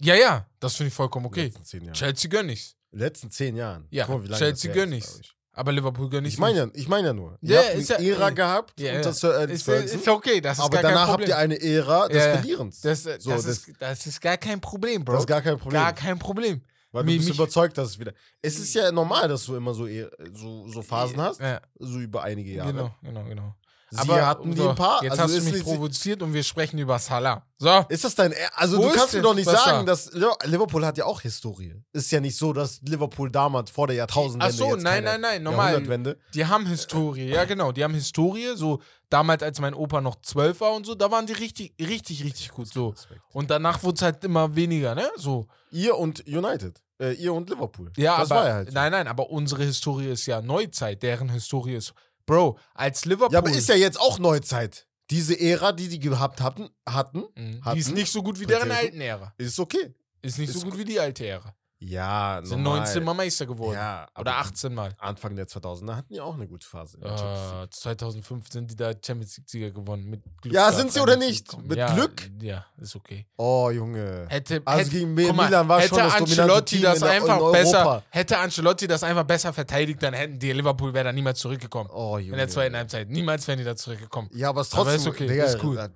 Ja, ja, das finde ich vollkommen
In den
okay.
letzten zehn Jahren.
Chelsea gönn ich's.
In den letzten zehn Jahren.
Ja,
Guck mal, wie lange
Chelsea
das her ist
gönn ich's.
bei euch.
Aber Liverpool gönn ich's
Ich meine
nicht.
ja, ich meine ja nur. Ihr
Ja,
habt eine
ist ja-
Ära
äh,
gehabt
ja,
unter
ja.
Sir Alex
Ist,
Ferguson,
ist okay, das ist
aber
gar kein
danach habt
Problem.
ihr eine Ära des
Ja, ja.
Verlierens. Das,
das, äh,
So,
das,
das-
ist, das ist gar kein Problem, Bro.
ist gar kein Problem.
Gar kein Problem.
weil du
mi-
bist
mich-
überzeugt, dass es wieder. Es ist ja normal, dass du immer so, eh- so, so Phasen hast, ne?
Ja,
so über einige Jahre.
Genau, genau, genau.
Sie hatten die ein paar.
Jetzt
also
hast
ist,
du mich
nicht-
provoziert und wir sprechen über Salah. So,
ist das dein. Er- Also
Wo
du
ist
kannst mir
denn-
doch nicht
was
sagen,
da?
dass. Liver- Liverpool hat ja auch Historie. Ist ja nicht so, dass Liverpool damals vor der Jahrtausendwende.
Ach so,
jetzt
nein,
keine
nein, nein, normal.
Jahrhundertwende.
die haben Historie. Ja, genau, die haben Historie. So, damals, als mein Opa noch zwölf war und so, da waren die richtig, richtig, richtig gut. So.
Respekt.
Und danach wurde es halt immer weniger, ne? So.
Ihr und United. Äh, ihr und Liverpool.
Ja,
das
aber.
war ja halt. so.
Nein, nein, aber unsere Historie ist ja Neuzeit. Deren Historie ist. Bro, als Liverpool.
Ja, aber ist ja jetzt auch Neuzeit. Diese Ära, die die gehabt hatten, hatten
Mhm. Die
Hatten.
ist nicht so gut wie deren
Präzise.
alten Ära.
ist okay.
Ist nicht
Ist
so gut wie die alte Ära.
Ja,
Sind
normal.
19 Mal Meister geworden.
Ja, aber
Oder
die
18 Mal.
Anfang der 2000er hatten die auch eine gute Phase. in der Champions League.
Äh, 2005 sind die da Champions League-Sieger gewonnen. Mit Glück
Ja,
da
sind sie oder
dran
nicht?
gekommen.
Mit
ja,
Glück?
Ja, ist okay.
Oh, Junge.
Hätte,
Also
hätte,
gegen
guck mal,
Milan war
hätte
schon das dominante
Ancelotti
Team
das
in, der,
einfach
in Europa.
besser, hätte Ancelotti das einfach besser verteidigt, dann hätten die Liverpool wäre da niemals zurückgekommen.
Oh, Junge.
In der zweiten Halbzeit. Niemals wären die da zurückgekommen.
Ja, aber es
Aber
trotzdem.
ist okay,
Digga,
ist gut.
äh,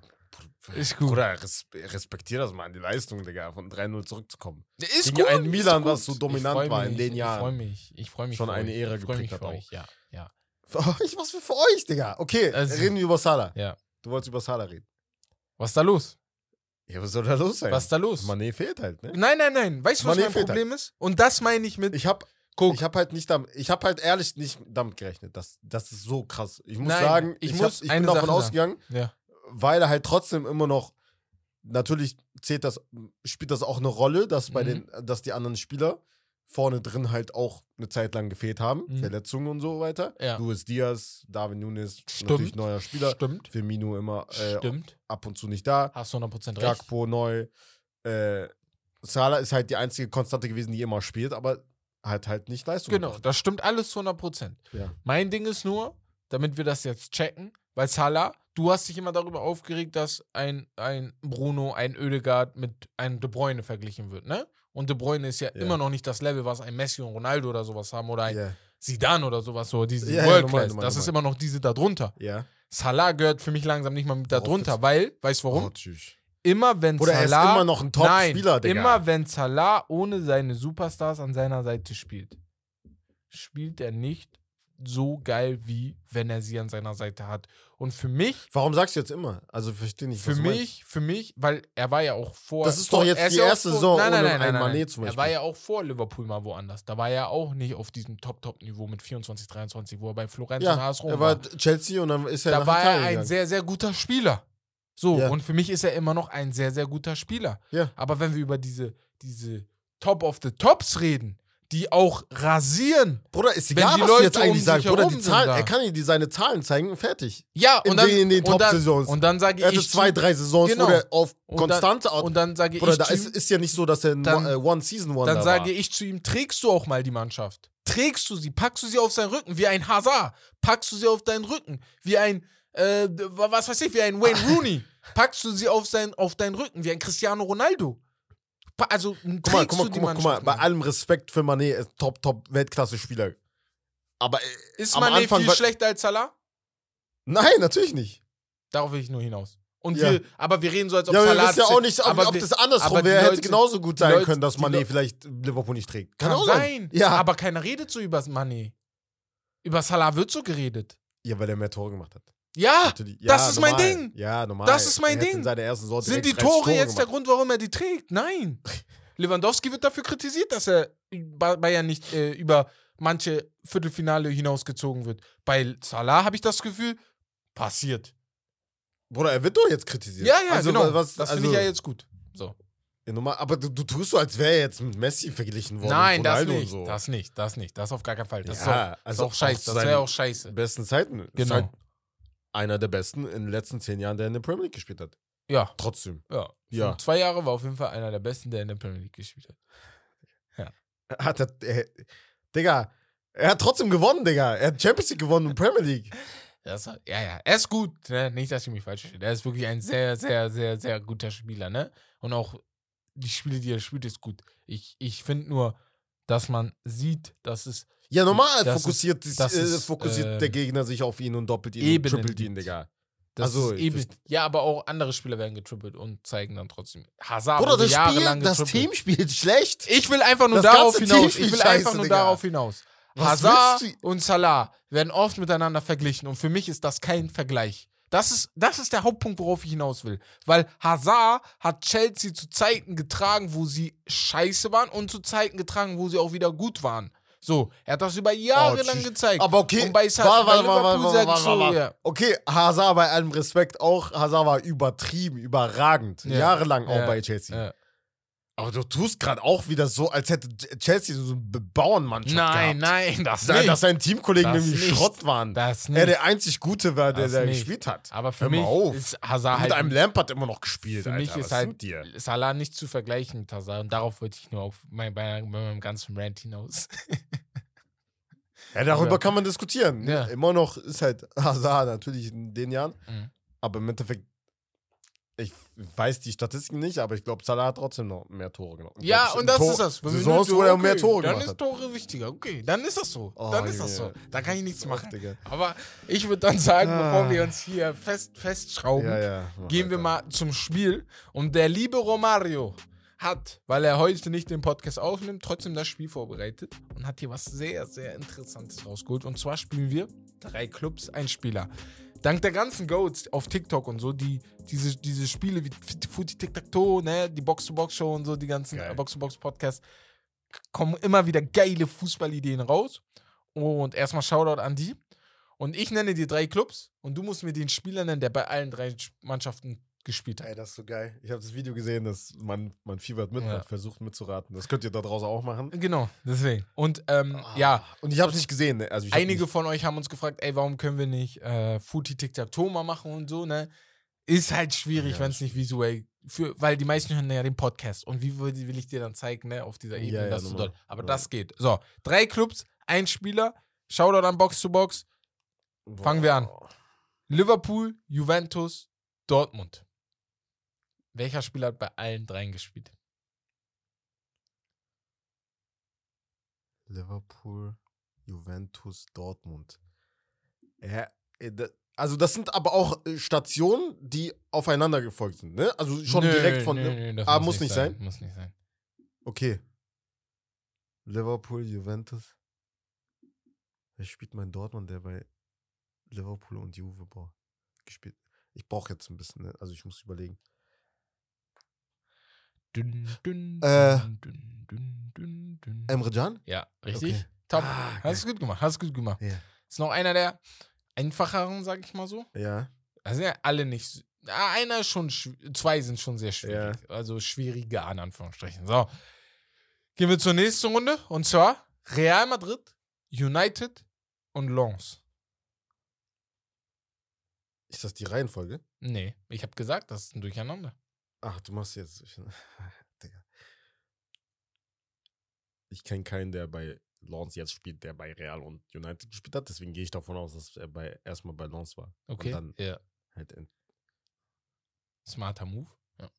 Ist gut.
Bruder, res respektier das mal an die Leistung, Digga, von 3-0 zurückzukommen.
Ist
Gegen ein Milan, was so dominant
Ich freu
war in
mich,
den
Ich
Jahren.
freue mich. Ich freue mich.
Schon
für
eine
euch.
Ehre
ich freu mich
gekriegt hat
für
auch.
euch. Ja, ja.
Für euch, was Oh, für, für euch, Digga. Okay,
Also-
reden wir über Salah.
Ja.
Du wolltest über Salah reden.
Was ist da los?
Ja, was soll da los sein?
Was ist da los?
Mané fehlt halt, ne?
Nein, nein, nein. Weißt du, was
Mané
mein
fehlt
Problem ist? Und das meine ich mit.
Ich hab,
guck,
ich hab halt nicht damit, ich hab halt ehrlich nicht damit gerechnet. Das, das ist so krass. Ich muss
Nein,
sagen,
ich
ich,
muss
hab, ich
eine
bin
Sache
davon
sagen.
ausgegangen,
ja.
weil er halt trotzdem immer noch natürlich zählt das spielt das auch eine Rolle, dass bei
Mhm.
den dass die anderen Spieler vorne drin halt auch eine Zeit lang gefehlt haben,
Mhm.
Verletzungen und so weiter.
Ja.
Luis Diaz, Darwin Nunes,
Stimmt.
natürlich neuer Spieler.
Stimmt.
Firmino immer äh,
Stimmt.
ab und zu nicht da.
Hast du 100% recht.
Gakpo neu. Äh, Salah ist halt die einzige Konstante gewesen, die immer spielt, aber hat halt nicht Leistung.
Genau,
gebracht.
das stimmt alles zu 100%.
Ja.
Mein Ding ist nur, damit wir das jetzt checken, weil Salah, du hast dich immer darüber aufgeregt, dass ein, ein Bruno, ein Ödegaard mit einem De Bruyne verglichen wird, ne? Und De Bruyne ist ja
Ja.
immer noch nicht das Level, was ein Messi und Ronaldo oder sowas haben oder ein
Ja.
Zidane oder sowas, so diese
Ja, ja,
World
normal,
Class.
normal,
das ist immer
normal.
noch diese darunter.
Ja.
Salah gehört für mich langsam nicht mal mit
Worauf
darunter,
jetzt?
weil, weißt du warum?
Oh, tschüss.
Immer wenn
Oder er ist
Salah
immer noch ein Top-Spieler,
Nein,
Digga.
immer wenn Salah ohne seine Superstars an seiner Seite spielt, spielt er nicht so geil, wie wenn er sie an seiner Seite hat. Und für mich,
Warum sagst du jetzt immer? Also verstehe nicht.
für
was du meinst.
mich, für mich, weil er war ja auch vor.
Das ist
vor,
doch jetzt
er ist
die
ja auch
erste
vor-
Saison
nein, nein,
ohne
nein, nein,
einen
nein,
Mané zum
Er war
Beispiel.
ja auch vor Liverpool mal woanders. Da war er auch nicht auf diesem Top-Top-Niveau mit 24, 23, wo er bei Florenz und
Ja,
AS Rom
er war Chelsea und dann ist er
da
nach
war er
Italien
ein
gegangen.
sehr, sehr guter Spieler. So,
Ja.
und für mich ist er immer noch ein sehr, sehr guter Spieler.
Ja.
Aber wenn wir über diese, diese Top of the Tops reden, die auch rasieren.
Bruder, ist
wenn
egal,
die
was du
Leute
jetzt
um
eigentlich
sich
sagst. Bruder, die
herum sind
Zahlen,
da.
er kann dir die- seine Zahlen zeigen, fertig.
Ja, und
In
dann,
den- in den
und dann,
Top-Saisons.
Und dann sage
Er hatte
ich.
zwei,
Team-
drei Saisons,
Genau.
wo er auf
Und
konstante
dann,
Art.
und dann sage
Bruder,
ich,
da
zu
ist,
ihm-
ist ja nicht so, dass er ein
Dann-
One- äh, One-Season-Wonder
dann sage
war.
ich zu ihm, trägst du auch mal die Mannschaft. Trägst du sie, packst du sie auf seinen Rücken, wie ein Hazard. Packst du sie auf deinen Rücken, wie ein, äh, was weiß ich, wie ein Wayne Rooney. Packst du sie auf, sein, auf deinen Rücken, wie ein Cristiano Ronaldo. Pa also trägst
Guck mal, guck
du
mal,
die
guck mal, guck mal,
Mannschaft.
bei
Mann.
allem Respekt für Mané, er ist Top, Top, Weltklasse-Spieler. Aber äh,
Ist
am
Mané
Anfang
viel
war-
schlechter als Salah?
Nein, natürlich nicht.
Darauf will ich nur hinaus. Und
Ja.
wir, aber wir reden so, als ob
Ja, aber wir
Salah...
wissen ja auch nicht, ob,
aber
ob
wir-
das
aber
andersrum
die
wäre. Hätte
Leute-
genauso
die
gut sein
Leute-
können, dass
die
Mané
Leute-
vielleicht Liverpool nicht trägt.
Kann,
auch
sein.
Ja.
Aber keiner redet so über Mané. Über Salah wird so geredet.
Ja, weil er mehr Tore gemacht hat.
Ja,
Natürlich.
Ah, das ist mein
normal.
Ding.
Ja, normal.
Das ist mein
Er hätte
Ding.
In seiner ersten Saison
Sind
direkt
die
30
Tore jetzt der
gemacht.
Grund, warum er die trägt? Nein. Lewandowski wird dafür kritisiert, dass er bei Bayern nicht äh, über manche Viertelfinale hinausgezogen wird. Bei Salah habe ich das Gefühl, passiert.
Bruder, er wird doch jetzt kritisiert.
Ja, ja,
also,
genau.
Was,
das
also,
finde ich ja jetzt gut. So.
ja, normal, aber du, du tust so, als wäre er jetzt mit Messi verglichen worden.
Nein,
und
das
Ronaldo und
nicht.
So.
Das nicht, das nicht. Das auf gar keinen Fall. Das
Ja,
ist auch,
also
ist auch scheiße.
auch
das
seine-
wäre auch scheiße.
Besten Zeiten. Ist
Genau.
Halt einer der besten in den letzten zehn Jahren, der in der Premier League gespielt hat.
Ja,
Trotzdem.
ja.
Ja.
Für Zwei Jahre war auf jeden Fall einer der besten, der in der Premier League gespielt hat.
Hat er, er, Digga, er hat trotzdem gewonnen, Digga. Er hat Champions League gewonnen und Premier League.
Das, ja, ja, er ist gut. Ne? Nicht, dass ich mich falsch verstehe. Er ist wirklich ein sehr, sehr, sehr, sehr guter Spieler. Ne? Und auch die Spiele, die er spielt, ist gut. Ich, ich finde nur, dass man sieht, dass es
Ja, normal
Das ist-
fokussiert, sich-
das
äh,
ist,
fokussiert
ähm,
der Gegner sich auf ihn und doppelt ihn
Ebenen
und trippelt ihn,
gibt.
Digga.
das
Also,
ist
ich
eben,
verste-
ja, aber auch andere Spieler werden getrippelt und zeigen dann trotzdem. Hazard
Bruder,
wurde
das Spiel,
jahrelang
das
getrippelt.
Team spielt schlecht.
Ich will einfach nur
Das ganze
darauf
Team
hinaus. Ich
spielt
will
scheiße,
einfach nur
Digga.
darauf hinaus.
Was
Hazard
willst
und Salah werden oft miteinander verglichen und für mich ist das kein Vergleich. Das ist, das ist der Hauptpunkt, worauf ich hinaus will. Weil Hazard hat Chelsea zu Zeiten getragen, wo sie scheiße waren und zu Zeiten getragen, wo sie auch wieder gut waren. So, er hat das über Jahre
Oh,
lang
tschüss.
gezeigt.
Aber okay,
Und bei Sa-
warte,
bei
warte, warte,
Liverpool
warte,
sag ich
warte,
so,
warte.
ja.
Okay, Hazard bei allem Respekt auch. Hazard war übertrieben, überragend.
Ja.
Jahrelang auch
Ja.
bei Chelsea.
Ja.
Aber du tust gerade auch wieder so, als hätte Chelsea so eine Bauernmannschaft
Nein,
gehabt.
nein, das
Dass-
nicht.
Dass seine Teamkollegen
Das
nämlich
nicht.
Schrott waren.
das
er
nicht.
der einzig Gute war, der
Das
da
nicht.
gespielt hat.
Aber für
Hör mal
mich
auf.
ist Hazard
Mit einem
halt,
Lampard immer noch gespielt,
für
Alter.
mich
Was
ist halt
mit dir?
Salah nicht zu vergleichen mit Hazard. Und darauf wollte ich nur auf mein, bei, bei meinem ganzen Rant hinaus.
Ja, darüber
Ja.
kann man diskutieren.
also Ja.
Immer noch ist halt Hazard natürlich in den Jahren.
Mhm.
Aber im Endeffekt, ich weiß die Statistiken nicht, aber ich glaube, Salah hat trotzdem noch mehr Tore genommen.
ja,
Glaub ich,
und das
Tor-
ist das. Wenn wir
Saisons,
nur-
wo er
okay,
mehr Tore
Dann
gemacht
ist
hat.
Tore wichtiger. Okay, dann ist das so.
Oh,
dann ist das so.
Junge.
Da kann ich nichts
Ach,
machen.
Digga.
Aber ich würde dann sagen, bevor
Ah.
wir uns hier fest, festschrauben,
Ja, ja. mach
Oh, gehen wir
weiter.
mal zum Spiel. Und der liebe Romario hat, weil er heute nicht den Podcast aufnimmt, trotzdem das Spiel vorbereitet und hat hier was sehr, sehr Interessantes rausgeholt. Und zwar spielen wir drei Clubs, ein Spieler. Dank der ganzen Goats auf TikTok und so, die diese, diese Spiele wie Footy Tic Tac Toe, ne, die Box to Box Show und so, die ganzen
Geil.
Box to Box Podcasts, k- kommen immer wieder geile Fußballideen raus. Und erstmal Shoutout an die. Und ich nenne dir drei Clubs und du musst mir den Spieler nennen, der bei allen drei Mannschaften gespielt hat.
Ey, das ist so geil. Ich habe das Video gesehen, dass man, man fiebert mit,
Ja.
man versucht mitzuraten. Das könnt ihr da draußen auch machen.
Genau, deswegen. Und ähm, ja,
Und Ah, ich habe es nicht gesehen. ne? Also ich hab
einige
nicht,
von euch haben uns gefragt, ey, warum können wir nicht äh, Futi Tic Tac Toe mal machen und so, ne? Ist halt schwierig,
Ja,
wenn es nicht visuell für, weil die meisten hören ja den Podcast. Und wie will, will ich dir dann zeigen, ne, auf dieser
Ja,
Ebene,
ja,
dass du
normal.
dort. Aber
Ja.
das geht. So, drei Clubs, ein Spieler, Shoutout an Box zu Box,
Boah.
fangen wir an. Liverpool, Juventus, Dortmund. Welcher Spieler hat bei allen dreien gespielt?
Liverpool, Juventus, Dortmund. Ja, äh, da- also das sind aber auch äh, Stationen, die aufeinander gefolgt sind, ne? Also schon
Nö,
direkt von.
nö, nö, das
Ah, muss nicht sein?
Muss nicht sein.
Okay. Liverpool, Juventus. Wer spielt mein Dortmund, der bei Liverpool und Juve boah, gespielt? Ich brauche jetzt ein bisschen, ne? also ich muss überlegen.
Dün, dün,
Äh,
dün, dün, dün, dün, dün.
Emre Can?
ja, richtig.
okay.
Top.
Ah, geil.
Hast du gut gemacht. Hast du gut gemacht.
Ja.
Ist noch einer der einfacheren, sag ich mal so.
Ja.
Das sind ja alle nicht. s- Ah, einer ist schon, schw- zwei sind schon sehr schwierig. Also schwieriger an Anführungsstrichen. So. Gehen wir zur nächsten Runde und zwar Real Madrid, United und Lens.
Ist das die Reihenfolge?
Nee, ich habe gesagt, das ist ein Durcheinander.
Ach, du machst jetzt. Digga. Ich kenne keinen, der bei Lens jetzt spielt, der bei Real und United gespielt hat. Deswegen gehe ich davon aus, dass er bei, erstmal bei Lens war.
Okay.
Und dann
ja.
halt in,
Smarter Move. Ja.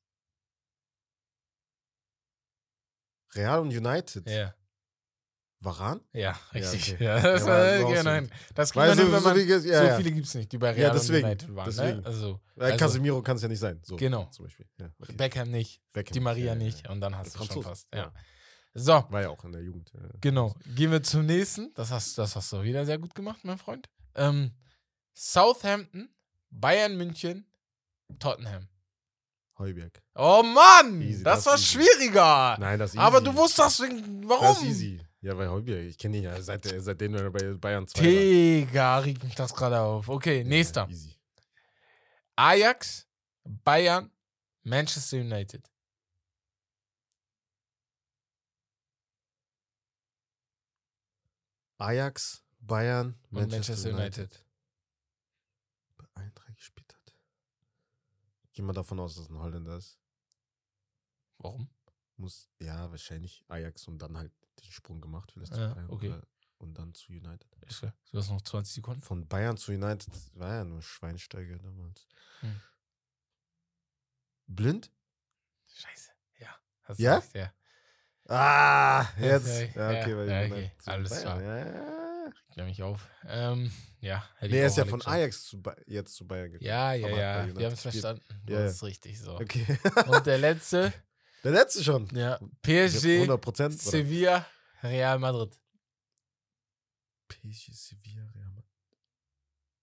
Real und United.
Ja,
Waran?
ja richtig.
okay.
Ja, das,
Ja,
war,
aber Lens
ja,
und-
nein. das kriegt
Weil
man
so,
hin, wenn
so,
man
wie, ges- ja,
so
ja.
viele gibt es nicht, die bei Real
Ja, deswegen,
und United waren. Ne?
deswegen.
Also
Äh,
also-
Casemiro kann es ja nicht sein. So,
Genau.
Zum Beispiel. Ja, okay.
Beckham nicht,
Beckham,
Di Maria
ja, ja,
nicht
ja.
und dann hast du
Der
schon
Franzose,
fast. Ja.
ja.
So,
War ja auch in der Jugend. Äh.
genau. Gehen wir zum nächsten. Das hast, das hast du wieder sehr gut gemacht, mein Freund. Ähm, Southampton, Bayern München, Tottenham.
Heuberg.
Oh Mann,
Easy,
das,
das
war
easy.
schwieriger.
Nein, das ist easy.
Ah, Aber du wusstest deswegen, warum?
Das ist easy. Ja, weil Heuberg, ich kenne ihn ja seit, der- seitdem er bei Bayern 2 war.
Digga, regt mich das gerade auf. Okay, nächster.
Ja, easy.
Ajax, Bayern, Manchester United.
Ajax, Bayern,
Und Manchester United.
Bei allen drei gespielt hat. Gehen wir davon aus, dass es ein Holländer ist.
Warum?
Muss, ja, wahrscheinlich Ajax und dann halt den Sprung gemacht, vielleicht
Ja,
zu Bayern
okay.
oder, und dann zu United.
Ist ja- Du hast noch 20 Sekunden.
Von Bayern zu United war ja nur Schweinsteiger damals.
Hm.
Blind?
Scheiße. Ja. Hast du
Ja?
recht, ja.
Ah,
Ja,
jetzt.
sorry.
Ja, okay,
Ja,
weil
ja,
United
okay.
zu
Alles
Bayern,
klar.
Ja.
Regt ja mich auf. Ähm, ja. hätte
Nee,
ich
er
auch
ist ja
alle
von
gesagt.
Ajax zu Ba- jetzt zu Bayern gekommen.
Ja, ja,
aber hat bei
ja.
United
Wir haben es
gespielt.
verstanden.
Ja,
Das
ja.
ist richtig so.
Okay.
Und der letzte,
Der letzte schon.
ja,
Ich
PSG,
hab 100% oder?
Sevilla, Real Madrid.
PSG, Sevilla, Real Madrid.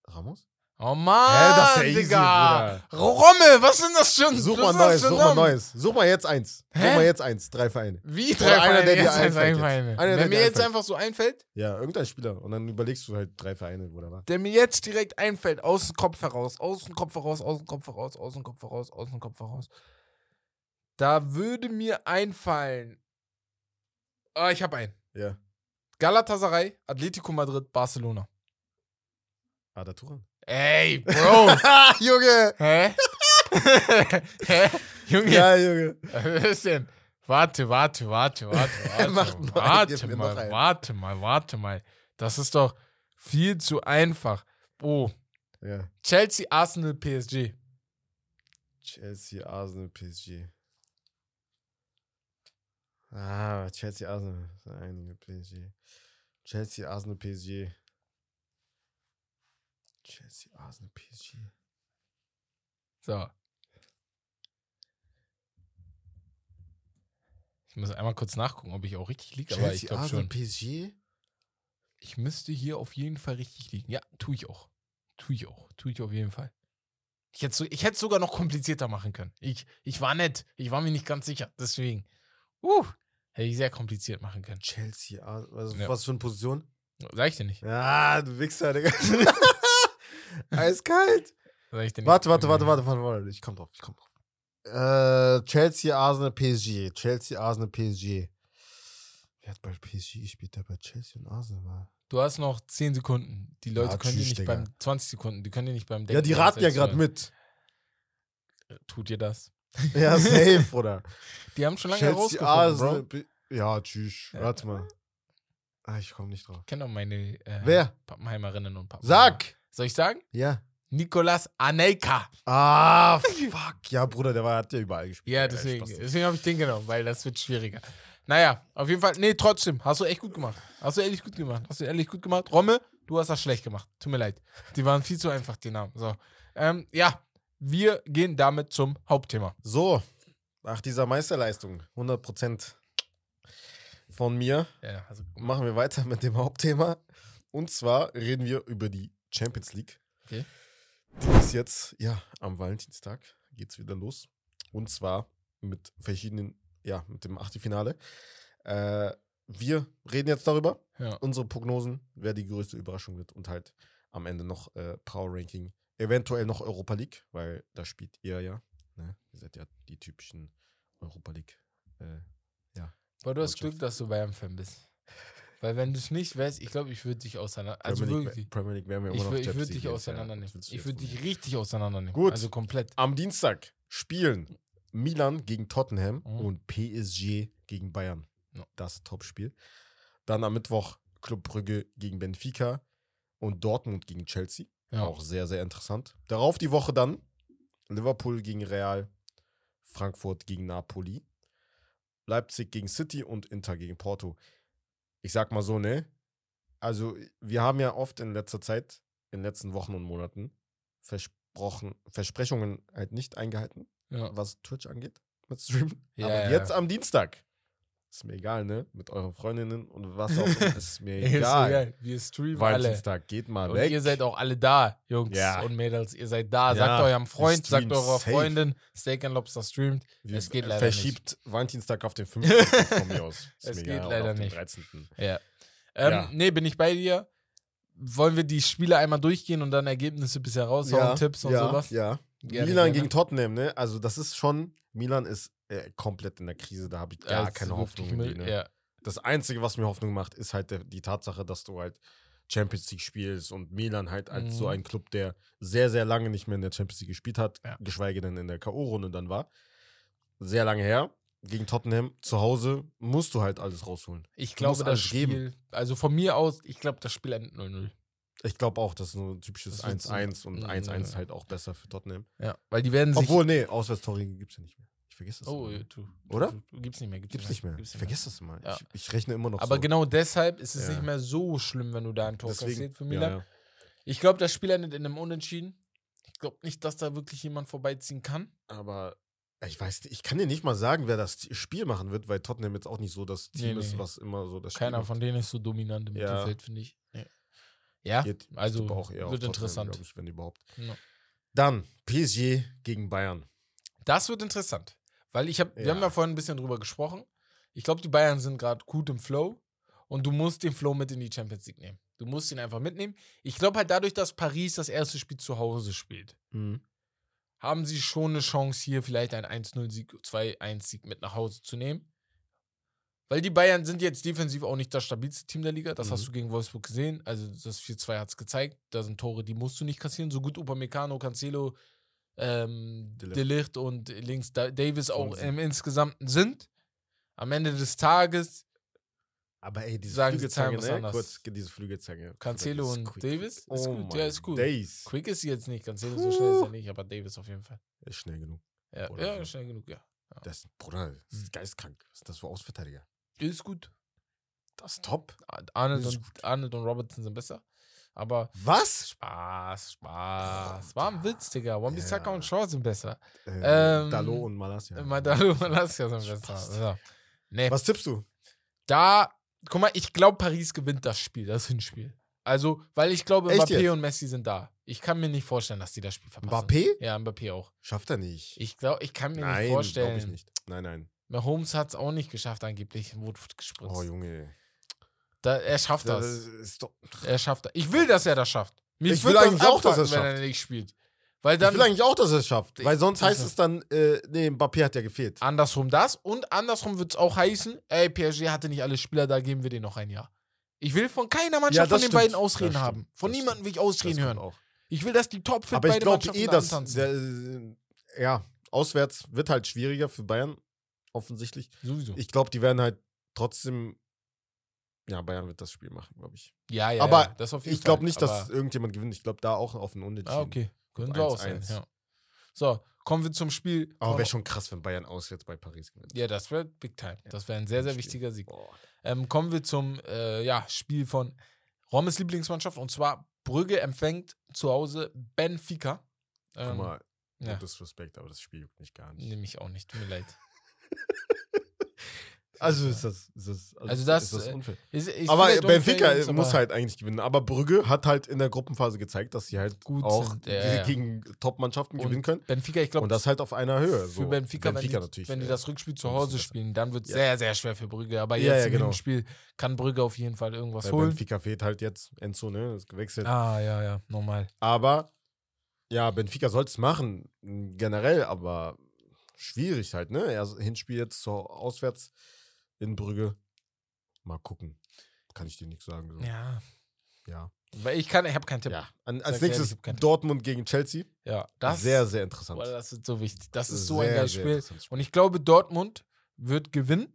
Ramos?
Oh
Hä, das ist
Mann,
ja easy,
Digga.
Bruder.
Rommel, was sind das schon?
Such
was
mal
sind das
neues,
für
such mal
Namen?
neues. Such mal jetzt eins.
Hä?
Such mal jetzt eins. Drei Vereine.
Wie drei
Oder einer,
Vereine?
der dir
jetzt ein, drei
einfällt jetzt.
Vereine.
Einer, der
Wenn
dir
mir jetzt
einfällt.
einfach so einfällt,
Ja, irgendein Spieler. Und dann überlegst du halt drei Vereine, wo der war.
der mir jetzt direkt einfällt, aus dem Kopf heraus, aus dem Kopf heraus, aus dem Kopf heraus, aus dem Kopf heraus, aus dem Kopf heraus. Da würde mir einfallen. Ah, ich habe einen.
Ja.
Galatasaray, Atletico Madrid, Barcelona.
Ada Turan.
Ey, Bro.
Ah, Junge!
Hä? Hä? Junge.
Ja, Junge.
Was ist denn? Warte, warte, warte, warte, warte.
Mach mal, gib
warte
mir
mal,
noch einen.
warte mal, warte mal. Das ist doch viel zu einfach. Oh,
Ja.
Chelsea, Arsenal, PSG.
Chelsea, Arsenal, PSG. Ah, Chelsea, Arsenal. Das sind einige PSG. Chelsea, Arsenal, PSG. Chelsea, Arsenal, PSG.
So. Ich muss einmal kurz nachgucken, ob ich auch richtig liege, aber ich
Chelsea,
glaube
Arsenal,
schon.
PSG?
Ich müsste hier auf jeden Fall richtig liegen. Ja, tue ich auch. Tue ich auch. Tue ich auf jeden Fall. Ich hätte so, ich hätte es sogar noch komplizierter machen können. Ich, ich war nett. Ich war mir nicht ganz sicher. Deswegen. Uh, hätte ich sehr kompliziert machen können.
Chelsea, Arsenal. Also,
Ja.
Was für eine Position?
Sag ich dir nicht.
Ja, du Wichser, Digga. Eiskalt.
Sag ich dir nicht.
Warte, warte, warte, warte, warte, warte. Ich komm drauf, ich komm drauf. Äh, Chelsea, Arsenal, PSG. Chelsea, Arsenal, PSG. Wer hat bei PSG gespielt, der bei Chelsea und Arsenal war?
Du hast noch 10 Sekunden. Die Leute
Ja,
können dir
tschüss,
nicht
Digga.
beim 20 Sekunden, die können dir nicht beim
ja, die raten ja gerade
ansetzen.
mit.
Tut ihr das?
Ja, safe, oder?
Die haben schon lange
Chelsea,
herausgefunden,
Arsenal.
Bro.
P- Ja, tschüss.
Ja.
Warte mal. Ah, ich komm nicht drauf.
Ich kenne doch meine äh,
Wer?
Pappenheimerinnen und Pappenheimer.
Sag!
Soll ich sagen?
Ja.
Nikolas Anelka.
Ah, fuck. Ja, Bruder, der war, hat ja überall gespielt.
Ja,
Ey,
deswegen,
Äh, Spaß.
deswegen habe ich den genommen, weil das wird schwieriger. Naja, auf jeden Fall, nee, trotzdem, hast du echt gut gemacht. Hast du ehrlich gut gemacht. Hast du ehrlich gut gemacht. Romme, du hast das schlecht gemacht. Tut mir leid. Die waren viel zu einfach, die Namen. So. Ähm, ja, wir gehen damit zum Hauptthema.
So, nach dieser Meisterleistung, 100% von mir,
Ja, also,
machen wir weiter mit dem Hauptthema. Und zwar reden wir über die Champions League.
Okay.
Die ist jetzt, ja, am Valentinstag geht's wieder los. Und zwar mit verschiedenen, ja, mit dem Achtelfinale. Äh, wir reden jetzt darüber,
ja.
unsere Prognosen, wer die größte Überraschung wird und halt am Ende noch äh, Power Ranking, eventuell noch Europa League, weil da spielt ihr ja. Ne? Ihr seid ja die typischen Europa League. Äh,
Aber du hast
Mannschaft.
Glück, dass du Bayern-Fan bist. Weil wenn du es nicht wärst, ich glaube, ich würde dich auseinander. Also
Premier League-
wirklich.
Premier League wären wir immer
Ich,
noch
wür- ich
Champions
würde
League
dich
jetzt, ja.
auseinandernehmen.
Das willst du
Ich
jetzt
würde
von
dich
mir.
richtig auseinandernehmen.
Gut.
Also komplett.
Am Dienstag spielen Milan gegen Tottenham
Mhm.
und PSG gegen Bayern.
Ja.
Das Topspiel. Dann am Mittwoch Club Brügge gegen Benfica und Dortmund gegen Chelsea.
Ja.
Auch sehr, sehr interessant. Darauf die Woche dann Liverpool gegen Real, Frankfurt gegen Napoli, Leipzig gegen City und Inter gegen Porto. Ich sag mal so, ne? Also, wir haben ja oft in letzter Zeit, in den letzten Wochen und Monaten, versprochen, Versprechungen halt nicht eingehalten,
Ja.
was Twitch angeht mit Streamen.
Ja,
Aber
ja,
jetzt
ja.
am Dienstag. Ist mir egal, ne? Mit euren Freundinnen und was auch immer. Ist mir
Ist so
egal.
geil. Wir streamen alle.
Valentinstag, geht mal
Und
weg.
ihr seid auch alle da, Jungs
Ja.
und Mädels. Ihr seid da.
Ja.
Sagt eurem Freund, sagt
streamen
eurer
safe.
Freundin, Steak and Lobster streamt.
Wir
Es geht leider
Äh, verschiebt Valentinstag auf den 15. von mir aus. Ist
Es
mir
geht
egal, oder
leider
auf den
nicht.
13.
Ja. Ähm,
Ja.
Nee, bin ich bei dir. Wollen wir die Spiele einmal durchgehen und dann Ergebnisse bisher raushauen, Tipps und
ja,
sowas?
Ja.
Gerne,
Milan
gerne.
gegen Tottenham, ne? Also das ist schon, Milan ist äh, komplett in der Krise, da habe ich gar
es ist
keine
wirklich
Hoffnung. in die,
Müll.
Ne?
Ja.
Das Einzige, was mir Hoffnung macht, ist halt der, die Tatsache, dass du halt Champions League spielst und Milan halt als so
Mhm.
ein Club, der sehr, sehr lange nicht mehr in der Champions League gespielt hat,
Ja.
geschweige denn in der K.O.-Runde dann war. Sehr lange her. Gegen Tottenham zu Hause musst du halt alles rausholen.
Ich
musst
glaube, das
alles
Spiel,
geben.
also von mir aus, ich glaube, das Spiel endet 0-0.
Ich glaube auch, das ist nur ein typisches
Das wird so-
1-1 und
Mm,
1-1 ist
ja.
halt auch besser für Tottenham.
Ja, weil die werden sich.
Obwohl, nee, Auswärtstore gibt es ja nicht mehr. Ich vergesse das.
Also oh,
immer.
du,
Oder?
Du, du, gibt's nicht mehr.
Gibt's nicht mehr.
Gibt's
ich vergesse das immer.
Ja.
Ich, ich rechne immer noch
Aber
so.
genau deshalb ist es
Ja.
nicht mehr so schlimm, wenn du da ein Tor
Deswegen,
kassiert für Milan.
Ja, ja.
Ich glaube, das Spiel endet in einem Unentschieden. Ich glaube nicht, dass da wirklich jemand vorbeiziehen kann.
Aber ich weiß, nicht, ich kann dir nicht mal sagen, wer das Spiel machen wird, weil Tottenham jetzt auch nicht so das
Nee,
Team ist,
nee.
was immer so das Spiel
Keiner
macht.
von denen ist so dominant im
Ja.
Mittelfeld, finde ich. Ja,
Geht- ich
also
tippe auch eher auf
wird
Tottenham,
interessant.
glaub ich, wenn überhaupt.
Ja.
Dann PSG gegen Bayern.
das wird interessant. Weil ich habe, wir
Ja.
haben da vorhin ein bisschen drüber gesprochen. Ich glaube, die Bayern sind gerade gut im Flow und du musst den Flow mit in die Champions League nehmen. Du musst ihn einfach mitnehmen. Ich glaube halt dadurch, dass Paris das erste Spiel zu Hause spielt. haben sie schon eine Chance, hier vielleicht einen 1-0-Sieg, 2-1-Sieg mit nach Hause zu nehmen. Weil die Bayern sind jetzt defensiv auch nicht das stabilste Team der Liga. Das
Mhm.
hast du gegen Wolfsburg gesehen. Also das 4-2 hat es gezeigt. Da sind Tore, die musst du nicht kassieren. So gut Upamecano, Cancelo, ähm,
Delicht.
Delicht und links Da- Davis auch
Fonsi.
im Insgesamten sind. Am Ende des Tages
Aber ey, diese
Sagen Sie Zahlen
Flügelzange,
was
ne?
anderes.
Kurz, diese Flügelzange.
Cancelo
Dieses
und
Quick-
Davis? Ist
oh
gut, ja,
my
ist gut.
Days.
Quick ist sie jetzt nicht. Cancelo so schnell ist er
Puh.
nicht, aber Davis auf jeden Fall.
Ist schnell genug.
Ja,
Oder
ja
so.
schnell genug, ja.
Das, Bruder, das
Hm.
ist geistkrank. Was ist das für Ausverteidiger?
Ist gut.
Das ist top.
Ar- Arnold
Ist
und, Arnold und Robertson sind besser. Aber
Was?
Spaß, Spaß.
Bruder.
War ein Witz, Digga. Wan-Bissaka
Ja.
und Shaw sind besser.
Ähm,
Ähm,
Dalo und Malasia.
Ja. Madalo und Malasia sind besser.
Spaß.
So. Nee.
Was tippst du?
Da, guck mal, ich glaube, Paris gewinnt das Spiel, das Hinspiel. Also, weil ich glaube,
Echt
Mbappé
jetzt?
und Messi sind da. Ich kann mir nicht vorstellen, dass die das Spiel verpassen.
Mbappé?
Ja, Mbappé auch.
Schafft er nicht.
Ich glaube, ich kann mir
nein,
nicht vorstellen.
glaub ich nicht. Nein, nein.
Mahomes hat es auch nicht geschafft, angeblich in Woodford gespritzt.
Oh, Junge.
da, er schafft
Das
das.
ist doch,
Er schafft das. Ich will, dass er das schafft. Mich
Ich
würd
will
das
eigentlich auch, dass
abfacken,
er's
wenn er
schafft.
nicht spielt. Weil
ich will
dann
eigentlich auch, dass er es schafft. Weil sonst heißt
Ich- Ah,
es dann, äh, nee, Mbappé hat ja gefehlt.
andersrum das und andersrum wird es auch heißen, ey, PSG hatte nicht alle Spieler, da geben wir denen noch ein Jahr. Ich will von keiner Mannschaft
das
von den
stimmt.
beiden Ausreden
Das
haben.
stimmt.
Von
Das
niemandem will ich
Das
Ausreden
kommt
hören.
auch.
Ich will, dass die Top-Fit
Aber ich
beide
glaube
Mannschaften
eh,
da
dass
antanzen.
der, äh, ja, auswärts wird halt schwieriger für Bayern, offensichtlich.
Sowieso.
Ich glaube, die werden halt trotzdem, ja, Bayern wird das Spiel machen, glaube ich.
ja, ja,
aber
ja, das auf jeden
Ich glaube
Fall,
nicht, dass
aber-
irgendjemand gewinnt. Ich glaube da auch auf einen Unentschieden.
Ah, okay. Könnte
glaub,
auch sein,
1-1.
ja. So, kommen wir zum Spiel.
Aber wäre schon krass, wenn Bayern auswärts bei Paris gewinnt.
Ja, das wäre Big Time. Das wäre ein sehr, sehr
Spiel.
wichtiger Sieg.
Boah.
Ähm, kommen wir zum äh, ja, Spiel von Rommes Lieblingsmannschaft und zwar Brügge empfängt zu Hause Benfica. Ähm,
Guck mal,
ja.
ja. Disrespect, aber das Spiel juckt mich gar nicht.
Nehme ich auch nicht, tut mir leid.
Also ist das, ist das,
Also das,
ist das
äh,
unfair.
Ist- ich
aber
bin halt
Benfica
unfair, Jungs,
muss
aber
halt eigentlich gewinnen. Aber Brügge hat halt in der Gruppenphase gezeigt, dass sie halt
Gut
auch
sind, ja, ja.
gegen Top-Mannschaften
Und
gewinnen können.
Benfica, ich glaube,
und das halt auf einer Höhe. So.
für Benfica, wenn, die,
natürlich.
wenn die
äh,
das Rückspiel zu
ein bisschen
Hause
besser.
spielen, dann wird es
Ja.
sehr, sehr schwer für Brügge. Aber
Ja,
jetzt
ja,
im
genau.
Spiel kann Brügge auf jeden Fall irgendwas
bei
holen.
Benfica fehlt halt jetzt Enzo, ne? Ist gewechselt.
Ah, ja, ja, normal.
Aber ja, Benfica soll es machen, m, generell, aber schwierig halt, ne? Er Hinspiel jetzt so auswärts in Brügge. Mal gucken. Kann ich dir nichts sagen. So. Ja.
Ja.
ja.
Weil ich kann, ich habe keinen Tipp. Ja,
An, als
Sag ehrlich,
nächstes
ich hab keinen Tipp.
Dortmund gegen Chelsea.
das,
sehr, sehr interessant.
boah, das ist so wichtig. Das ist so
sehr,
ein geiles
sehr
Spiel.
interessantes
Und ich glaube, Dortmund wird gewinnen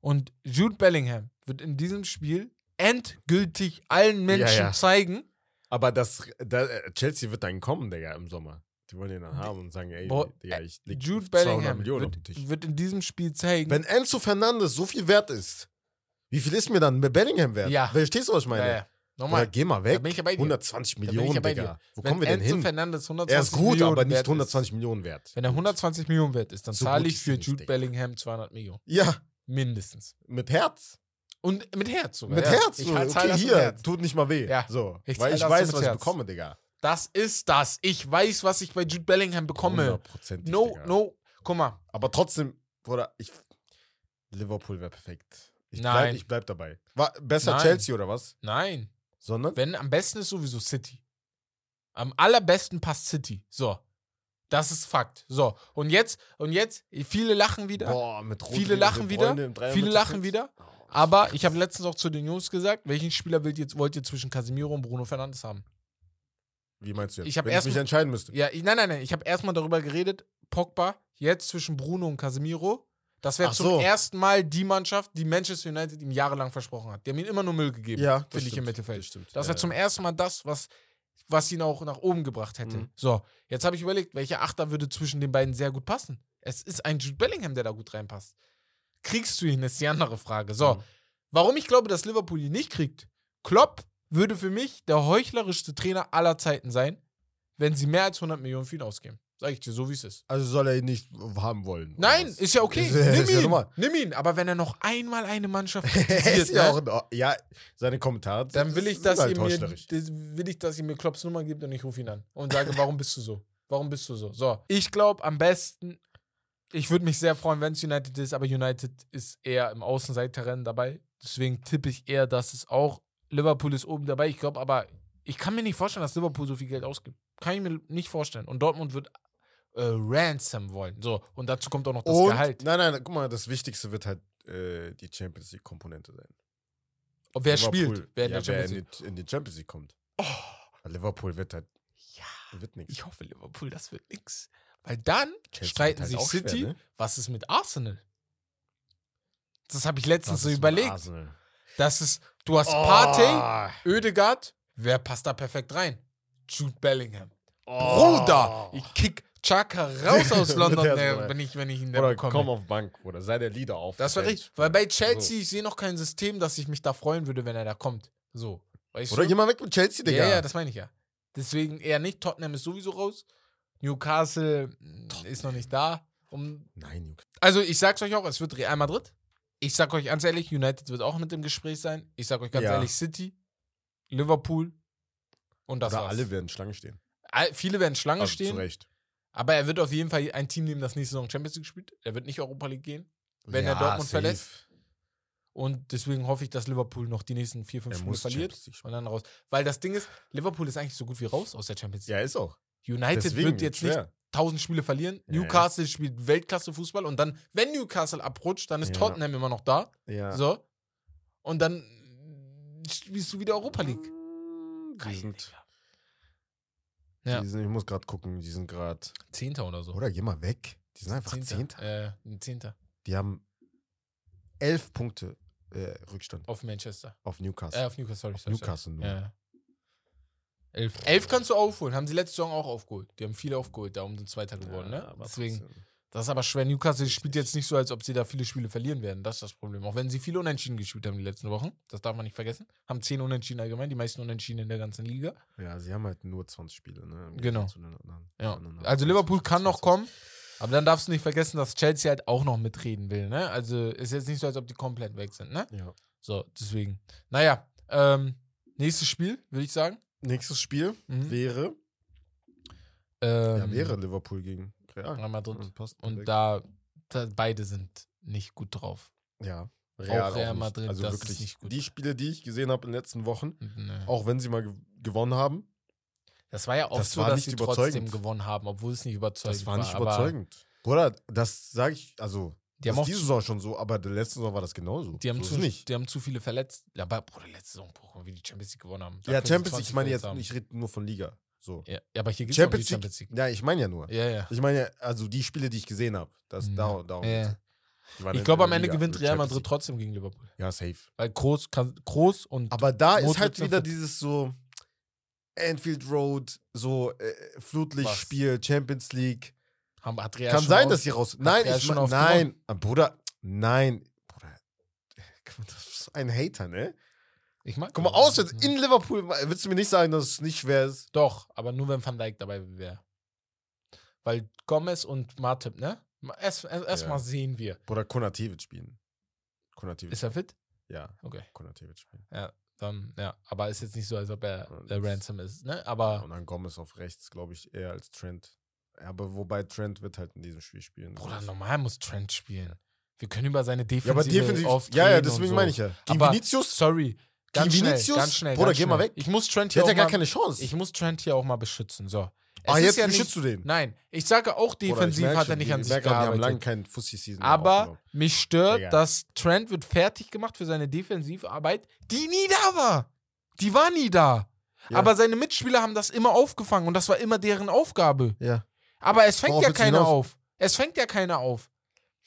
und Jude Bellingham wird in diesem Spiel endgültig allen Menschen
ja.
zeigen,
Aber das, da, äh, Chelsea wird dann kommen, Digga, im Sommer. Die wollen den dann haben und sagen, ey,
Boah, äh,
Digga, ich leg
Jude
200
Bellingham
Millionen auf den Tisch.
wird, wird in diesem Spiel zeigen,
Wenn Enzo Fernandes so viel wert ist, wie viel ist mir dann Bellingham wert?
Ja.
Verstehst du, was ich meine?
ja, ja.
Oder
nochmal,
geh mal weg.
Da bin ich ja bei dir.
120
bin ich
Millionen,
ja bei
Digga. Wo
wenn
kommen wir denn
Enzo
hin?
Fernandes 120
er ist gut,
Millionen
aber nicht
wert ist,
120 Millionen wert.
wenn er 120 Millionen wert ist, dann
So
zahle
gut
ich
ist
für
er nicht,
Jude
Digga.
Bellingham 200 Millionen.
Ja,
Mindestens.
mit Herz.
Und mit Herz sogar.
Mit
ja.
Herz.
Ich
so,
zahl
okay,
das mit
hier,
Herz.
tut nicht mal weh.
Ja.
So,
Ich zahl
weil ich
das
weiß,
mit
was
Herz.
ich bekomme, Digga.
Das ist das. Ich weiß, was ich bei Jude Bellingham bekomme.
100%ig,
No,
Digga.
no. Guck mal,
Aber trotzdem, Bruder, ich, Liverpool wäre perfekt. Ich
Nein.
Bleib, ich bleib dabei. War besser
Nein.
Chelsea oder was?
nein.
Sondern?
Wenn am besten ist sowieso City. Am allerbesten passt City. So. Das ist Fakt. So. Und jetzt, und jetzt, viele lachen wieder.
Boah, mit
Viele lachen wieder. Viele lachen wieder.
Oh,
Aber ich habe letztens auch zu den Jungs gesagt, welchen Spieler wollt ihr, wollt ihr zwischen Casemiro und Bruno Fernandes haben?
Wie meinst du jetzt?
Ich hab
Wenn
erst
ich mich
mal-
entscheiden müsste.
Ja, ich, nein, nein, nein. Ich habe erstmal darüber geredet, Pogba jetzt zwischen Bruno und Casemiro. Das wäre
Ach
zum
so.
ersten Mal die Mannschaft, die Manchester United ihm jahrelang versprochen hat. Die haben ihm immer nur Müll gegeben,
Ja, das
finde ich im
stimmt,
Mittelfeld.
das stimmt.
Das
Ja,
wäre
ja.
zum ersten Mal das, was, was ihn auch nach oben gebracht hätte.
Mhm.
So, jetzt habe ich überlegt, welcher Achter würde zwischen den beiden sehr gut passen. Es ist ein Jude Bellingham, der da gut reinpasst. Kriegst du ihn, ist die andere Frage. So,
Mhm.
warum ich glaube, dass Liverpool ihn nicht kriegt. Klopp würde für mich der heuchlerischste Trainer aller Zeiten sein, wenn sie mehr als 100 Millionen für ihn ausgeben. Sag ich dir so, wie es ist.
Also soll er ihn nicht haben wollen. oder
Nein,
was?
ist ja okay.
Ist ja-
nimm
ist ja
ihn.
normal.
nimm ihn. Aber wenn er noch einmal eine Mannschaft
ist
kritisiert,
ja
ne,
auch in Ordnung. Ja, seine Kommentare.
dann will ich,
sind
dass
halt
ihr mir,
heuchlerisch.
das- will ich, dass ihr mir Klopps Nummer gibt und ich rufe ihn an und sage, warum bist du so? Warum bist du so? So, ich glaube am besten, ich würde mich sehr freuen, wenn es United ist, aber United ist eher im Außenseiterrennen dabei. Deswegen tippe ich eher, dass es auch Liverpool ist oben dabei. Ich glaube aber, ich kann mir nicht vorstellen, dass Liverpool so viel Geld ausgibt. Kann ich mir nicht vorstellen. Und Dortmund wird äh, Ransom wollen. So, und dazu kommt auch noch das
Und-
Gehalt.
Nein, nein, guck mal, das Wichtigste wird halt äh, die Champions League-Komponente sein.
Und wer
Liverpool-
spielt? Wer in
ja,
der Champions
wer
League? Oh.
in, die, in die Champions League kommt. Liverpool wird halt
Ja,
wird nichts.
ich hoffe, Liverpool, das wird nix. Weil dann streiten
halt
sich City.
ne?
Was ist mit Arsenal? Das habe ich letztens so überlegt. Das ist, du hast
Oh.
Partey, Ödegard, wer passt da perfekt rein? Jude Bellingham. Bruder,
Oh.
ich kick Chaka raus aus
Mit
London,
der
äh,
Sohle.
wenn, ich, wenn ich ihn da
Oder komm
bekomme.
auf Bank, oder sei der Leader auf.
Das
der
war
Bench.
richtig. Weil bei
So.
Chelsea, ich sehe noch kein System, dass ich mich da freuen würde, wenn er da kommt. So. Weißt
Oder
du?
geh mal weg mit Chelsea, Digga.
Ja, ja, das meine ich ja. Deswegen eher nicht. Tottenham ist sowieso raus. Newcastle mh, ist noch nicht da. Um,
Nein, Junge.
also ich sag's euch auch, es wird Real Madrid. Ich sag euch ganz ehrlich, United wird auch mit im Gespräch sein. Ich sag euch ganz
Ja.
ehrlich, City, Liverpool und das
Oder
war's.
alle werden Schlange stehen.
All- Viele werden Schlange
Also zu
stehen,
Recht.
aber er wird auf jeden Fall ein Team nehmen, das nächste Saison Champions League spielt. Er wird nicht Europa League gehen. Wenn er Dortmund verlässt. Und deswegen hoffe ich, dass Liverpool noch die nächsten vier, fünf
Er
Spiele
muss
verliert
Champions League spielen.
und dann raus. Weil das Ding ist, Liverpool ist eigentlich so gut wie raus aus der Champions League.
Ja, ist auch.
United wird jetzt nicht
schwer.
1000 Spiele verlieren.
Ja, ja.
Newcastle spielt Weltklasse-Fußball und dann, wenn Newcastle abrutscht, dann ist
Ja.
Tottenham immer noch da.
Ja.
So. Und dann spielst du wieder Europa League.
Die
Geil,
sind,
Digga. Ja.
die sind, ich muss gerade gucken, die sind gerade.
Zehnter oder so.
Oder geh mal weg. Die sind einfach
Zehnter.
Zehnter.
Äh, ein Zehnter.
Die haben elf Punkte äh, Rückstand
Auf Manchester.
auf Newcastle.
Äh, auf Newcastle, sorry.
auf
sorry, sorry.
Newcastle nur.
Ja. ja. Elf. Elf kannst du aufholen. Haben sie letzte Saison auch aufgeholt. Die haben viele aufgeholt, darum sind Zweiter geworden,
Ja,
ne?
aber
Deswegen,
trotzdem.
das ist aber schwer. Newcastle spielt jetzt nicht so, als ob sie da viele Spiele verlieren werden. Das ist das Problem. Auch wenn sie viele Unentschieden gespielt haben die letzten Wochen. Das darf man nicht vergessen. Haben zehn Unentschieden allgemein, die meisten Unentschieden in der ganzen Liga.
Ja, sie haben halt nur 20 Spiele, ne? Im
Genau.
Gegensatz zu den anderen.
Ja.
anderen haben
Also
20,
Liverpool kann noch
20.
kommen. Aber dann darfst du nicht vergessen, dass Chelsea halt auch noch mitreden will, ne? Also ist jetzt nicht so, als ob die komplett weg sind, ne?
Ja.
So, deswegen. Naja, ähm, nächstes Spiel, würde ich sagen.
Nächstes Spiel
Mhm.
wäre.
Ähm,
ja, wäre Liverpool gegen Real.
Real Madrid.
Und, passt
Und
direkt.
da, da beide sind nicht gut drauf.
Ja.
Real
nicht.
Madrid,
also
das ist
wirklich
nicht gut.
die Spiele, die ich gesehen habe in den letzten Wochen,
Nö.
auch wenn sie mal ge gewonnen haben,
ne. Das war ja oft
Oh, Das
so,
war
dass
nicht
sie trotzdem
überzeugend.
gewonnen haben, obwohl es nicht überzeugend
das war nicht
aber
überzeugend. Bruder, das sage ich, also,
Die haben,
das
auch,
ist diese Saison schon so, aber der letzte Saison war das genauso.
die, haben
so
zu,
ist nicht.
die haben zu viele verletzt. Ja, aber Bruder, letzte Saison, Bruder, wie die Champions League gewonnen haben. Da
ja,
können sie
Champions League,
20
ich meine
Fans
jetzt,
haben.
ich rede nur von Liga. So.
Ja, ja, aber hier gibt es die
Champions League,
Champions League.
Ja, ich meine ja nur.
Ja, ja.
Ich meine ja, also die Spiele, die ich gesehen habe, das
Mhm.
darum, darum
ja, ja.
geht's. Die waren
Ich
in
glaube,
der
am Ende
Liga,
gewinnt
also
Real
Champions
Madrid trotzdem gegen Liverpool.
League. Ja, safe.
Weil Groß, kann, Groß und
Aber da
Modric
ist halt
sind
wieder
fit.
dieses so Anfield Road, so äh, Flutlichtspiel, Champions League.
haben, hat Real
Kann
schon
sein,
aus-
dass sie raus. Nein,
Real
ich
schon
mein,
oft
nein, Ah, Bruder, nein, Bruder. Guck mal, Das ist ein Hater, ne?
Ich mag
Guck mal,
Liverpool.
aus jetzt in Liverpool. Willst du mir nicht sagen, dass es nicht schwer ist?
Doch, aber nur wenn Van Dijk dabei wäre. Weil Gomez und Martip, ne? Ma- Erst, erst, erst
Ja.
mal sehen wir.
Bruder, Konativic spielen. Konativic.
Ist er fit?
Ja,
Okay.
Konativic spielen.
Dann, ja. Aber ist jetzt nicht so, als ob er
Ja,
der
das-
Ransom ist, ne? Aber,
Und dann Gomez auf rechts, glaube ich, eher als Trent. Aber wobei Trent wird halt in diesem Spiel spielen.
Bruder, normal muss Trent spielen. Wir können über seine Defensive
ja, aber defensiv.
oft
Ja, ja,
reden
deswegen
und so.
meine ich ja. Gegen
Aber-
Vinicius,
Sorry. Ganz schnell,
Vinicius?
ganz schnell,
Bruder,
ganz
geh
schnell.
mal weg.
Ich muss Trent
der
hier
hat ja
auch
gar
mal,
keine Chance.
ich muss Trent hier auch mal beschützen, so.
ah,
ist
jetzt
ja nicht-
beschützt du den.
Nein, ich sage auch
Bruder, ich
defensiv
merk
hat er
schon,
nicht
die-
an
ich
sich
merk grad, Wir haben
gearbeitet.
lange keinen Fussi-Season mehr
Aber
aufgenommen.
mich stört,
Digga.
dass Trent wird fertig gemacht für seine Defensivarbeit, die nie da war. Die war nie da.
Ja.
Aber seine Mitspieler haben das immer aufgefangen und das war immer deren Aufgabe.
Ja.
Aber es fängt
Worauf
ja
willst du
keiner
hinaus?
auf. Es fängt ja keiner auf.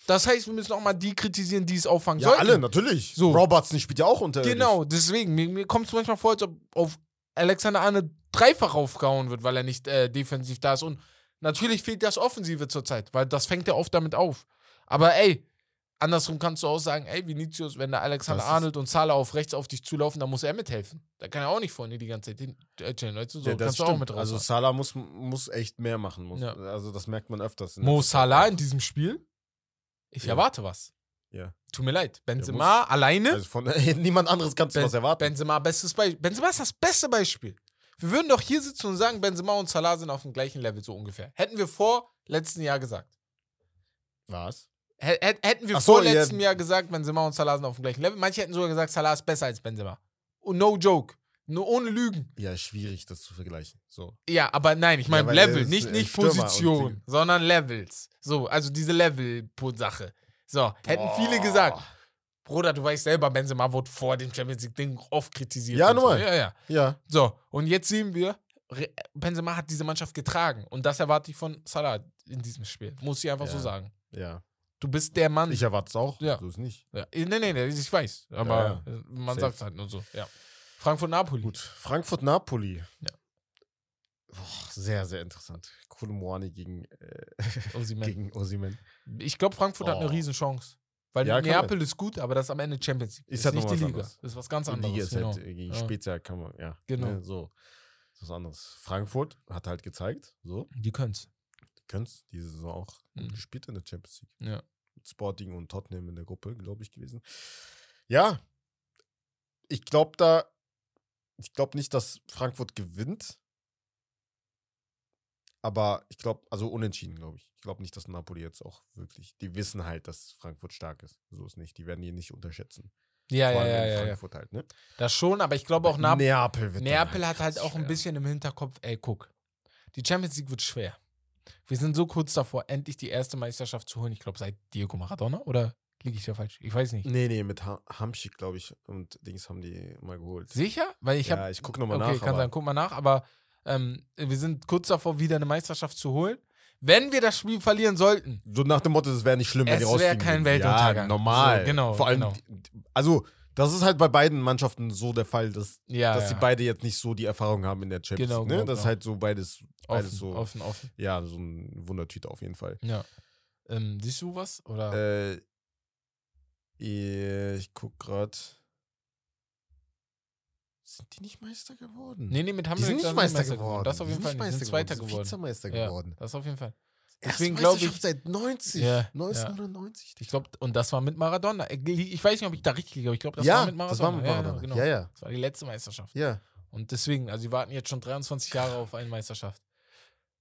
Das heißt, wir müssen auch mal die kritisieren, die es auffangen
Ja,
sollten.
alle, ne? natürlich.
So.
Robertson spielt ja auch unter.
Genau, deswegen. Mir, mir kommt es manchmal vor, als ob auf Alexander Arne dreifach aufgehauen wird, weil er nicht äh, defensiv da ist. Und natürlich fehlt das Offensive zurzeit, weil das fängt ja oft damit auf. Aber ey, andersrum kannst du auch sagen, ey, Vinicius, wenn da Alexander
Das ist-
Arnold und Salah auf rechts auf dich zulaufen, dann muss er mithelfen. Da kann er auch nicht vorne die ganze Zeit hin. Äh, chillen, weißt du, so
Ja, das
kannst du
stimmt.
auch mit raus.
Also Salah muss, muss echt mehr machen. Muss.
Ja.
Also das merkt man öfters. in
Mo
letzter Zeit.
Salah in diesem Spiel? Ich
Ja.
erwarte was.
Ja.
Tut mir leid. Benzema alleine?
Also von niemand anderes kannst du
Ben-
was erwarten.
Benzema, bestes Beispiel. Benzema ist das beste Beispiel. Wir würden doch hier sitzen und sagen, Benzema und Salah sind auf dem gleichen Level, so ungefähr. Hätten wir vor letzten Jahr gesagt.
was?
Hä- hä- Hätten wir
Ach so,
vor letztem
ja.
Jahr gesagt, Benzema und Salah sind auf dem gleichen Level. Manche hätten sogar gesagt, Salah ist besser als Benzema. Und no joke. Nur ohne Lügen.
Ja, schwierig, das zu vergleichen. So.
Ja, aber nein, ich
Ja,
meine
weil er
Level,
ist
nicht,
ein
nicht
Stürmer und
Position, sondern Levels. So, also diese Level-Sache. So, hätten viele
Boah.
gesagt, Bruder, du weißt selber, Benzema wurde vor dem Champions League-Ding oft kritisiert.
Ja,
und so.
normal.
Ja, ja.
Ja,
So, und jetzt sehen wir, Re- Benzema hat diese Mannschaft getragen. Und das erwarte ich von Salah in diesem Spiel. Muss ich einfach
Ja.
so sagen.
ja.
Du bist der Mann.
Ich erwarte es auch.
Hm. Ja.
So ist nicht.
ja. Nee, nee, nee, ich weiß. Aber äh, man
Safe.
sagt halt nur so. Ja. Frankfurt-Napoli.
Gut. Frankfurt-Napoli.
Ja.
Boah, sehr, sehr interessant. Koulibaly gegen, äh,
Osimhen.
gegen Osimhen.
Ich glaube, Frankfurt hat eine
Oh.
Riesenchance. Weil
Ja, kann
Neapel ist gut, aber das ist am Ende Champions League.
Ist
das
halt noch
nicht die
was
Liga.
anderes.
Das ist was ganz
Die Liga
anderes.
ist
Genau.
halt äh, gegen
Ja.
Spezia kann man, ja.
Genau.
Ne, so. Das ist was anderes. Frankfurt hat halt gezeigt, so.
Die können's.
Die können's diese Saison auch
Mhm.
gut gespielt in der Champions League.
Ja.
Mit Sporting und Tottenham in der Gruppe, glaube ich, gewesen. Ja. Ich glaube da, ich glaube nicht, dass Frankfurt gewinnt. Aber ich glaube, also unentschieden, glaube ich. Ich glaube nicht, dass Napoli jetzt auch wirklich. Die wissen halt, dass Frankfurt stark ist. So ist nicht. Die werden die nicht unterschätzen.
Ja, ja,
Vor allem
ja,
in
ja, ja.
Frankfurt halt, ne?
Das schon, aber ich glaube auch Napoli.
Neapel wird dann
Neapel hat halt
krass
auch ein
schwer.
bisschen im Hinterkopf, ey, guck, die Champions League wird schwer. Wir sind so kurz davor, endlich die erste Meisterschaft zu holen. Ich glaube, seit Diego Maradona oder liege ich da falsch? Ich weiß nicht.
Nee, nee, mit ha Hamschick, glaube ich, und Dings haben die mal geholt.
Sicher? Weil ich
ja,
habe.
ich gucke nochmal nach.
kann
aber
sein, guck mal nach, aber ähm, wir sind kurz davor, wieder eine Meisterschaft zu holen. Wenn wir das Spiel verlieren sollten.
So nach dem Motto, es wäre nicht schlimm, wenn
Es
die
wär
rausfliegen.
kein
würden.
Weltuntergang.
Ja, normal.
So, genau,
Vor allem,
genau.
die- also, das ist halt bei beiden Mannschaften so der Fall, dass,
Ja,
dass
ja.
sie beide jetzt nicht so die Erfahrung haben in der Champions
Genau,
League.
genau,
ne? Das ist
genau.
halt so beides,
offen,
beides so,
offen, offen.
ja, so ein Wundertüte auf jeden Fall.
Ja. Ähm, siehst du was? Oder?
Äh, eh, ich guck gerade. Sind die nicht Meister geworden?
nee, nee, mit
die
Hamburg
sind nicht
sind wir
Meister geworden.
Das auf
Die
jeden Fall. nicht.
nicht
Die
Meister
sind Zweiter
die sind
geworden.
Vizemeister
Ja,
geworden.
das auf jeden Fall.
Erste
Deswegen glaub ich-
Meisterschaft seit 90.
Ja, ja.
1990.
Ich glaube, und das war mit Maradona. Äh, Ich weiß nicht, ob ich da richtig liege, aber ich glaube, das war mit Maradona.
das war mit Maradona.
Ja, ja, genau.
ja, ja.
Das war die letzte Meisterschaft.
ja.
Und deswegen, also sie warten jetzt schon 23 Jahre auf eine Meisterschaft.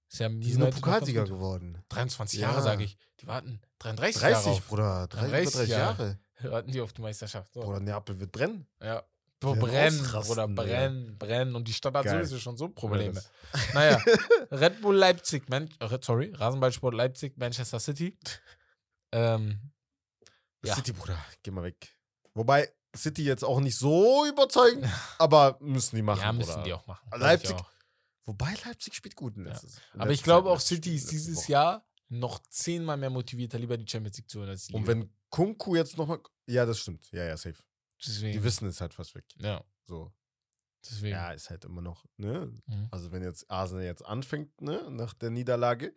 Ist ja
Die sind nur
United noch ganz
Pokalsieger
gut.
geworden.
23
Ja.
Jahre, sage ich. Die warten 33 Jahre
30,
auf.
Bruder. 30,
30
30
Jahre.
Jahre.
Warten die auf die Meisterschaft. So.
Bruder, Neapel wird brennen.
Ja. Boah,
werden
brennen,
ausrasten,
oder
ja.
brennen, brennen. Und die Stadt hat
Geil.
sowieso schon so Probleme.
Das-
Naja, Red Bull Leipzig, Man äh, sorry, Rasenballsport Leipzig, Manchester City. ähm, Ja.
City, Bruder, geh mal weg. Wobei City jetzt auch nicht so überzeugend, aber müssen die machen.
ja, müssen
Bruder.
die auch machen. Glaub ich
Leipzig
auch.
Wobei Leipzig spielt gut in letzter Saison.
Aber ich
Letzte
glaube
Zeit,
auch,
letzte
City
Spiel,
ist
letzte
dieses
Woche.
Jahr noch zehnmal mehr motivierter, lieber die Champions League zu holen als die Liga.
Und wenn Kunku jetzt nochmal. Ja, das stimmt. Ja, ja, safe.
deswegen,
Die wissen es halt fast weg.
ja,
So.
deswegen.
Ja, ist halt immer noch, ne?
Mhm.
Also wenn jetzt Arsenal jetzt anfängt, ne, nach der Niederlage,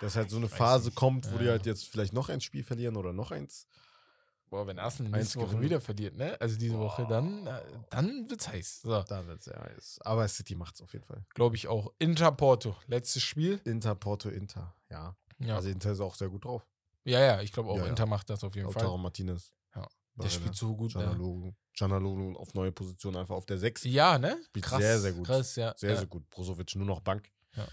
dass halt so eine
ich weiß
Phase
nicht.
kommt, wo die
Ja.
halt jetzt vielleicht noch ein Spiel verlieren oder noch eins.
Boah, wenn Arsenal
Eins
nächste Woche
gewinnen.
wieder verliert, ne? Also diese Woche, dann, äh, dann wird's heiß. So,
Da wird es ja heiß. Aber City macht es auf jeden Fall.
glaube ich auch. Inter Porto, letztes Spiel.
Inter, Porto, Inter. Ja.
Ja,
Also Inter ist auch sehr gut drauf.
ja, ja, ich glaube auch,
Ja, ja.
Inter macht das auf jeden
Lautaro
Fall.
Martinez.
Ja. Der
Barella,
spielt so gut, ne?
Canalolo. Canalolo auf neue Position, einfach auf der 6.
Ja, ne?
Spielt sehr, sehr gut.
Krass, ja.
Sehr,
ja.
sehr gut. Brozovic nur noch Bank.
Ja.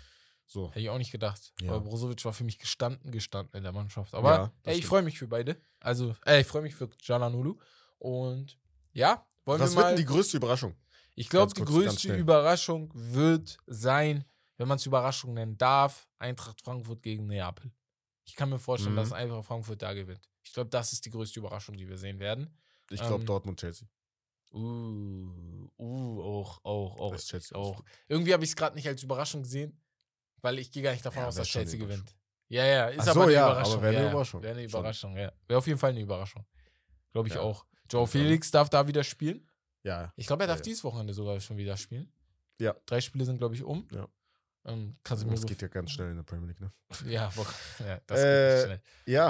So.
Hätte ich auch nicht gedacht.
Ja.
Aber Brozovic war für mich gestanden, gestanden in der Mannschaft. Aber
Ja, das
ey, ich
stimmt.
freue mich für beide. Also, ey, ich freue mich für Jalanulu. Und ja, wollen
Was
wir
wird
mal.
denn die größte Überraschung?
ich glaube,
Ganz
die
kurz, ganz
größte
schnell.
Überraschung wird sein, wenn man es Überraschung nennen darf, Eintracht Frankfurt gegen Neapel. Ich kann mir vorstellen,
Mhm.
dass Eintracht Frankfurt da gewinnt. Ich glaube, das ist die größte Überraschung, die wir sehen werden.
Ich glaube
Ähm,
Dortmund, Chelsea.
Uh, uh, auch, auch, auch.
Das Chelsea
auch. Irgendwie habe ich es gerade nicht als Überraschung gesehen, weil ich gehe gar nicht davon
Ja,
aus,
wär
dass
schon eine
Chelsea
Überraschung.
gewinnt. Ja, ja, ist
Ach so,
aber eine
ja, aber
Überraschung.
wär eine
ja, ja.
Überraschung.
Wäre eine
Schon.
Überraschung, ja. Wäre auf jeden Fall eine Überraschung. Glaube ich
Ja.
auch. Joe
Und dann-
Felix darf da wieder spielen.
Ja.
Ich glaube, er darf
Ja, ja.
dieses Wochenende sogar schon wieder spielen.
Ja.
Drei Spiele sind, glaube ich, um.
Ja.
Ähm, Casemiro.
Das geht ja ganz schnell in der Premier Leige, ne?
Ja, wo, ja das geht
Äh,
nicht schnell.
Ja.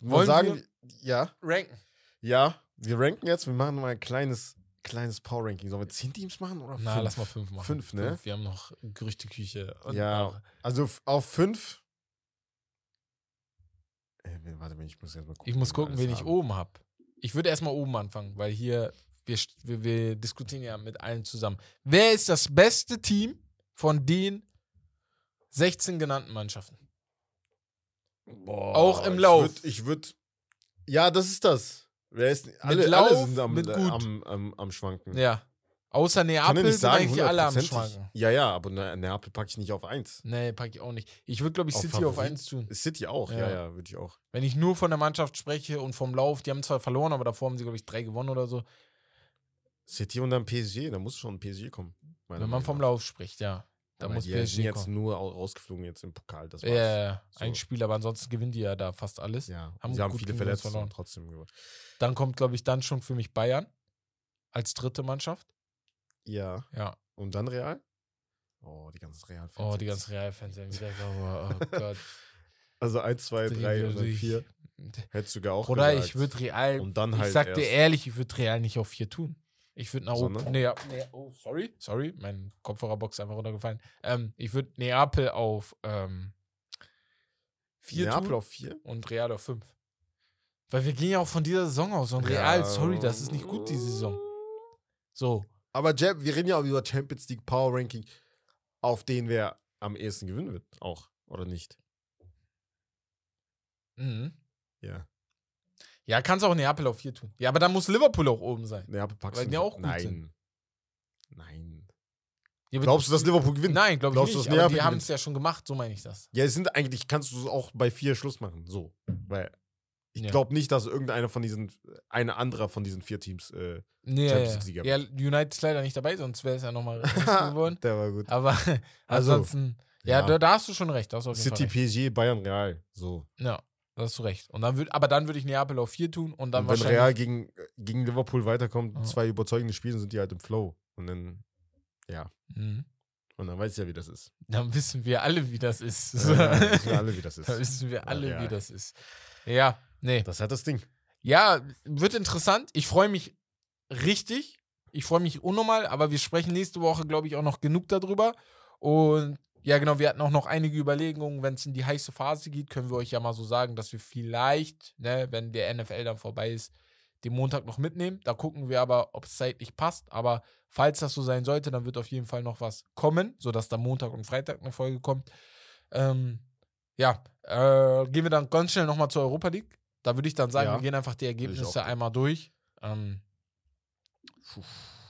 Wollen
Wollen sagen,
wir-
ja,
Ranken.
ja, wir ranken jetzt, wir machen mal ein kleines, kleines Power Ranking. Sollen wir 10 Teams machen oder
Na,
Oh, fünf?
lass mal fünf machen.
Fünf, ne?
wir haben noch Gerüchteküche. und
Ja.
auch-
Also f- auf 5. Äh, Warte, ich muss erst mal gucken.
Ich muss
wir
gucken,
alles
wen ich
haben.
oben habe. Ich würde erstmal oben anfangen, weil hier, wir, st- wir, wir diskutieren ja mit allen zusammen. Wer ist das beste Team von den 16 genannten Mannschaften?
Boah,
Auch im Lauf.
Ich würd- Ich würde. Ja, das ist das. Wer ist, alle,
Lauf,
alle sind am,
mit
äh,
gut.
Am, am, am Schwanken.
Ja. Außer
Hm. Kann ja
Neapel
nicht
sind
sagen,
eigentlich alle am
hundertprozentig.
Schwanken.
Ja, ja, aber Ne- Neapel packe ich nicht auf eins.
Nee, pack ich auch nicht. Ich würde, glaube ich,
Auf
City auf
Favorit?
eins tun.
City auch, ja,
Ja.
ja, würde ich auch.
Wenn ich nur von der Mannschaft spreche und vom Lauf, die haben zwar verloren, aber davor haben sie, glaube ich, drei gewonnen oder so.
City und dann PSG, da muss schon PSG kommen. meiner
Wenn man
Meinung
vom
nach.
Lauf spricht, ja. Da
Aber
muss
die sind
PSG
jetzt
kommen.
nur au- rausgeflogen jetzt im Pokal, das
Ja,
war's.
ja, ja. ein
So.
Spiel, aber ansonsten gewinnt die ja da fast alles.
Ja,
Haben
haben sie haben
gut
viele
gegen uns
verletzt
verloren.
und trotzdem gewonnen.
Dann kommt, glaube ich, dann schon für mich Bayern als dritte Mannschaft.
Ja,
Ja.
und dann Real? Oh, die ganzen Real-Fans.
Oh, die
jetzt.
ganzen Real-Fans werden wieder sauer. Oh Gott.
Also 1, 2,
Die
3
wieder
und dann
durch.
4. Hättest du gar auch
Oder
gesagt.
ich würde Real.
Und dann
ich
halt
sag dir
erst.
ehrlich, ich würde Real nicht auf 4 tun. Ich würde Neapel.
Sondern?
Nea Nea oh, sorry. Sorry, mein Kopfhörerbox ist einfach runtergefallen. Ähm, ich würde Neapel auf 4
Neapel
tun
auf 4?
und Real auf 5. Weil wir gehen ja auch von dieser Saison aus. Und Real, sorry, das ist nicht gut, die Saison. So.
Aber Jab, wir reden ja auch über Champions League Power Ranking, auf den wer am ehesten gewinnen wird, auch, oder nicht?
Mhm.
Ja.
Ja, kannst auch Neapel auf 4 tun. Ja, aber dann muss Liverpool auch oben sein.
Neapel packst
Weil
du
die
nicht.
auch gut
Nein.
sind.
Nein.
Ja, aber-
Glaubst du, dass Liverpool gewinnt?
Nein, glaube ich
Glaubst du,
nicht.
dass
Aber
Neapel
die haben es ja
gewinnt?
schon gemacht, so meine ich das.
Ja, es sind eigentlich, kannst du es auch bei vier Schluss machen, so. Weil ich
Ja.
glaube nicht, dass irgendeiner von diesen, eine anderer von diesen vier Teams, äh,
Nee,
Champions
ja,
League-Sieger
ja. ja, United ist leider nicht dabei, sonst wäre es ja nochmal geworden.
der war gut.
Aber
Also,
ansonsten, ja,
ja.
Da, da hast du schon recht. Da hast du auf jeden
City,
Fall recht.
PSG, Bayern, Real, so.
Ja, da hast du recht. Und dann würd, aber dann würde ich Neapel auf 4 tun und dann
und wenn
wahrscheinlich.
Real gegen, gegen Liverpool weiterkommt,
Ja.
zwei überzeugende Spiele, sind die halt im Flow. Und dann,
Mhm.
und dann weiß ich ja, wie das ist.
Dann wissen wir alle, wie das ist.
Ja, ja, wissen wir alle, wie das
dann
ist.
wissen wir alle,
Ja,
wie
ja.
das ist. Ja, nee.
Das ist halt das Ding.
Ja, wird interessant. Ich freue mich richtig. Ich freue mich unnormal, aber wir sprechen nächste Woche, glaube ich, auch noch genug darüber. Und ja, genau, wir hatten auch noch einige Überlegungen. Wenn es in die heiße Phase geht, können wir euch ja mal so sagen, dass wir vielleicht, ne, wenn der NFL dann vorbei ist, den Montag noch mitnehmen. Da gucken wir aber, ob es zeitlich passt. Aber falls das so sein sollte, dann wird auf jeden Fall noch was kommen, sodass da Montag und Freitag eine Folge kommt. Ähm, ja, äh, gehen wir dann ganz schnell nochmal zur Europa League. Da würde ich dann sagen,
Ja.
wir gehen einfach die
ich auch
Ergebnisse
tun.
einmal durch. Ähm,
Puh,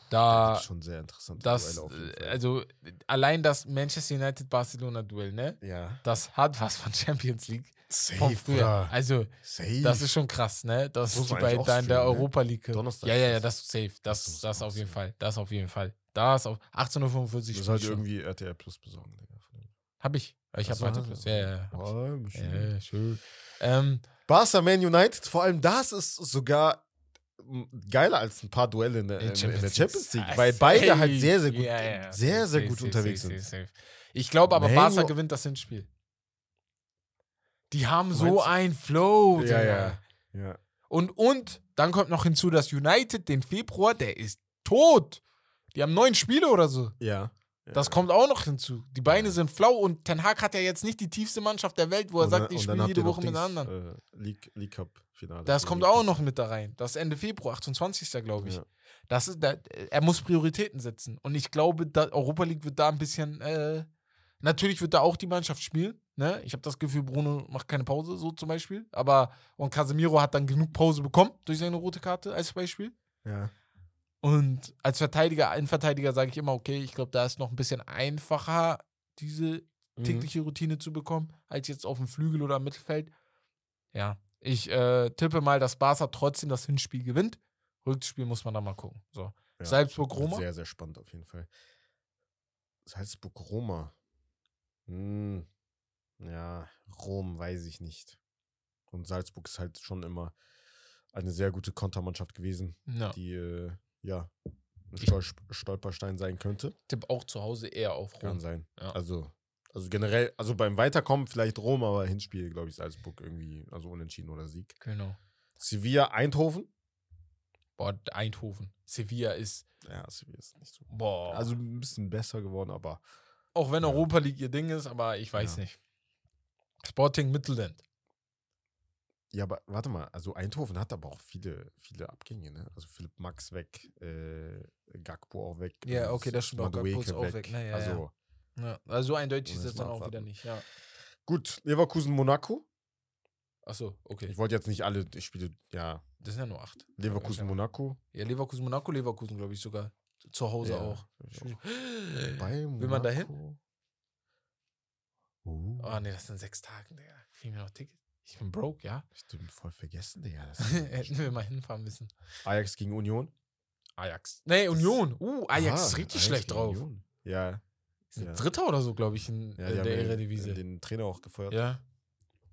da
das ist schon sehr interessant.
Ah, das, äh, also äh, allein das Manchester United-Barcelona-Duell, ne?
ja.
Das hat was von Champions League. Von
Safe,
früher.
bruh.
Also,
Safe.
das ist schon krass, ne? Das
Muss
ist die
man eigentlich
beiden da in der
auch streamen, ne?
Europa League.
Donnerstag
Ja,
ist
ja, ja,
das.
das ist safe. Das,
Das muss
das,
man
auf
auch
jeden
sehen.
Fall. Das auf jeden Fall. Das auf 18.45
das
Uhr.
ist halt irgendwie RTL Plus besorgen. Digga.
Hab ich. Ich hab
Ach so,
heute
hast du.
Plus. Ja, ja, ja. hab
Oh,
ich.
bestimmt.
Ja, schön. Ähm,
Barca Man United, vor allem das ist sogar m, geiler als ein paar Duelle in der,
Ähm,
in, in der Champions League, weil beide halt sehr, sehr gut,
Ah, Ja, ja.
sehr, sehr
Safe,
gut
safe,
unterwegs
safe,
sind.
safe, safe. Ich glaube aber,
Man
Barca
U-
gewinnt das Hinspiel. Die haben so
Meinst du?
ein Flow.
Ja,
Digga.
ja. Ja.
Und, und dann kommt noch hinzu, dass United den Februar, der ist tot. Die haben neun Spiele oder so.
ja.
Das kommt auch noch hinzu. Die Beine sind flau und Ten Hag hat ja jetzt nicht die tiefste Mannschaft der Welt, wo er sagt, ich spiele jede Woche mit anderen.
Äh, League, League Cup Finale.
Das
Oder
kommt
League
auch
Cup.
noch mit da rein. Das ist Ende Februar, 28. glaube ich.
Ja.
Das ist, da, er muss Prioritäten setzen. Und ich glaube, da Europa League wird da ein bisschen. Äh, natürlich wird da auch die Mannschaft spielen. Ne? Ich habe das Gefühl, Bruno macht keine Pause, so zum Beispiel. Aber und Casemiro hat dann genug Pause bekommen durch seine rote Karte als Beispiel.
Ja.
Und als Verteidiger, Innenverteidiger sage ich immer, okay, ich glaube, da ist noch ein bisschen einfacher, diese
Mhm.
tägliche Routine zu bekommen, als jetzt auf dem Flügel oder im Mittelfeld. Ja, ich äh, tippe mal, dass Barca trotzdem das Hinspiel gewinnt. Rückspiel muss man da mal gucken. So.
Ja.
Salzburg-Roma?
Sehr, sehr spannend auf jeden Fall. Salzburg-Roma. Hm. Ja, Rom weiß ich nicht. Und Salzburg ist halt schon immer eine sehr gute Kontermannschaft gewesen.
Ja.
die äh, ja ein
Ich-
Stolp Stolperstein sein könnte.
tippe auch zu Hause eher auf
Kann
Rom.
sein.
Ja.
Also, also generell, also beim Weiterkommen vielleicht Rom, aber Hinspiel, glaube ich, Salzburg irgendwie, also unentschieden oder Sieg.
Genau.
Sevilla, Eindhoven.
Boah, Eindhoven. Sevilla ist,
Ja, Sevilla ist nicht so.
boah,
Also ein bisschen besser geworden, aber
auch wenn
ja.
Europa League ihr Ding ist, aber ich weiß
Ja.
nicht. Sporting Mittelland.
ja, aber warte mal, also Eindhoven hat aber auch viele, viele Abgänge, ne? Also Philipp Max weg, äh, Gakpo auch weg.
Ja,
also
okay, das stimmt auch,
Madueke
Gakpo ist auch weg, ne, ja,
also
ja. Ja. Also so eindeutig ist das
Müssen
dann
wir
auch wieder
abwarten.
nicht. Ja.
gut, Leverkusen, Monaco.
Achso, okay.
Ich wollte jetzt nicht alle Spiele, ja,
Das sind ja nur acht.
Leverkusen, Monaco.
Ja, Leverkusen, Monaco, Leverkusen, glaube ich sogar. Zu Hause
Ja,
auch.
ich auch. Bei
Will man da hin?
Monaco? Oh,
Oh nee, das sind sechs Tage, Digga. Kriegen wir noch Ticket? Ich bin broke, ja.
ich hab voll vergessen, Digga. Das ist-
Hätten wir mal hinfahren müssen.
Ajax gegen Union?
Ajax. Nee, Union. Uh, Ajax
Ah,
ist richtig
Ajax
schlecht
gegen
drauf.
Union. Ja,
Sind
Ja.
Dritter oder so, glaube ich, in
ja
äh,
die haben
der
ja
Eredivisie.
Den Trainer auch gefeuert.
ja.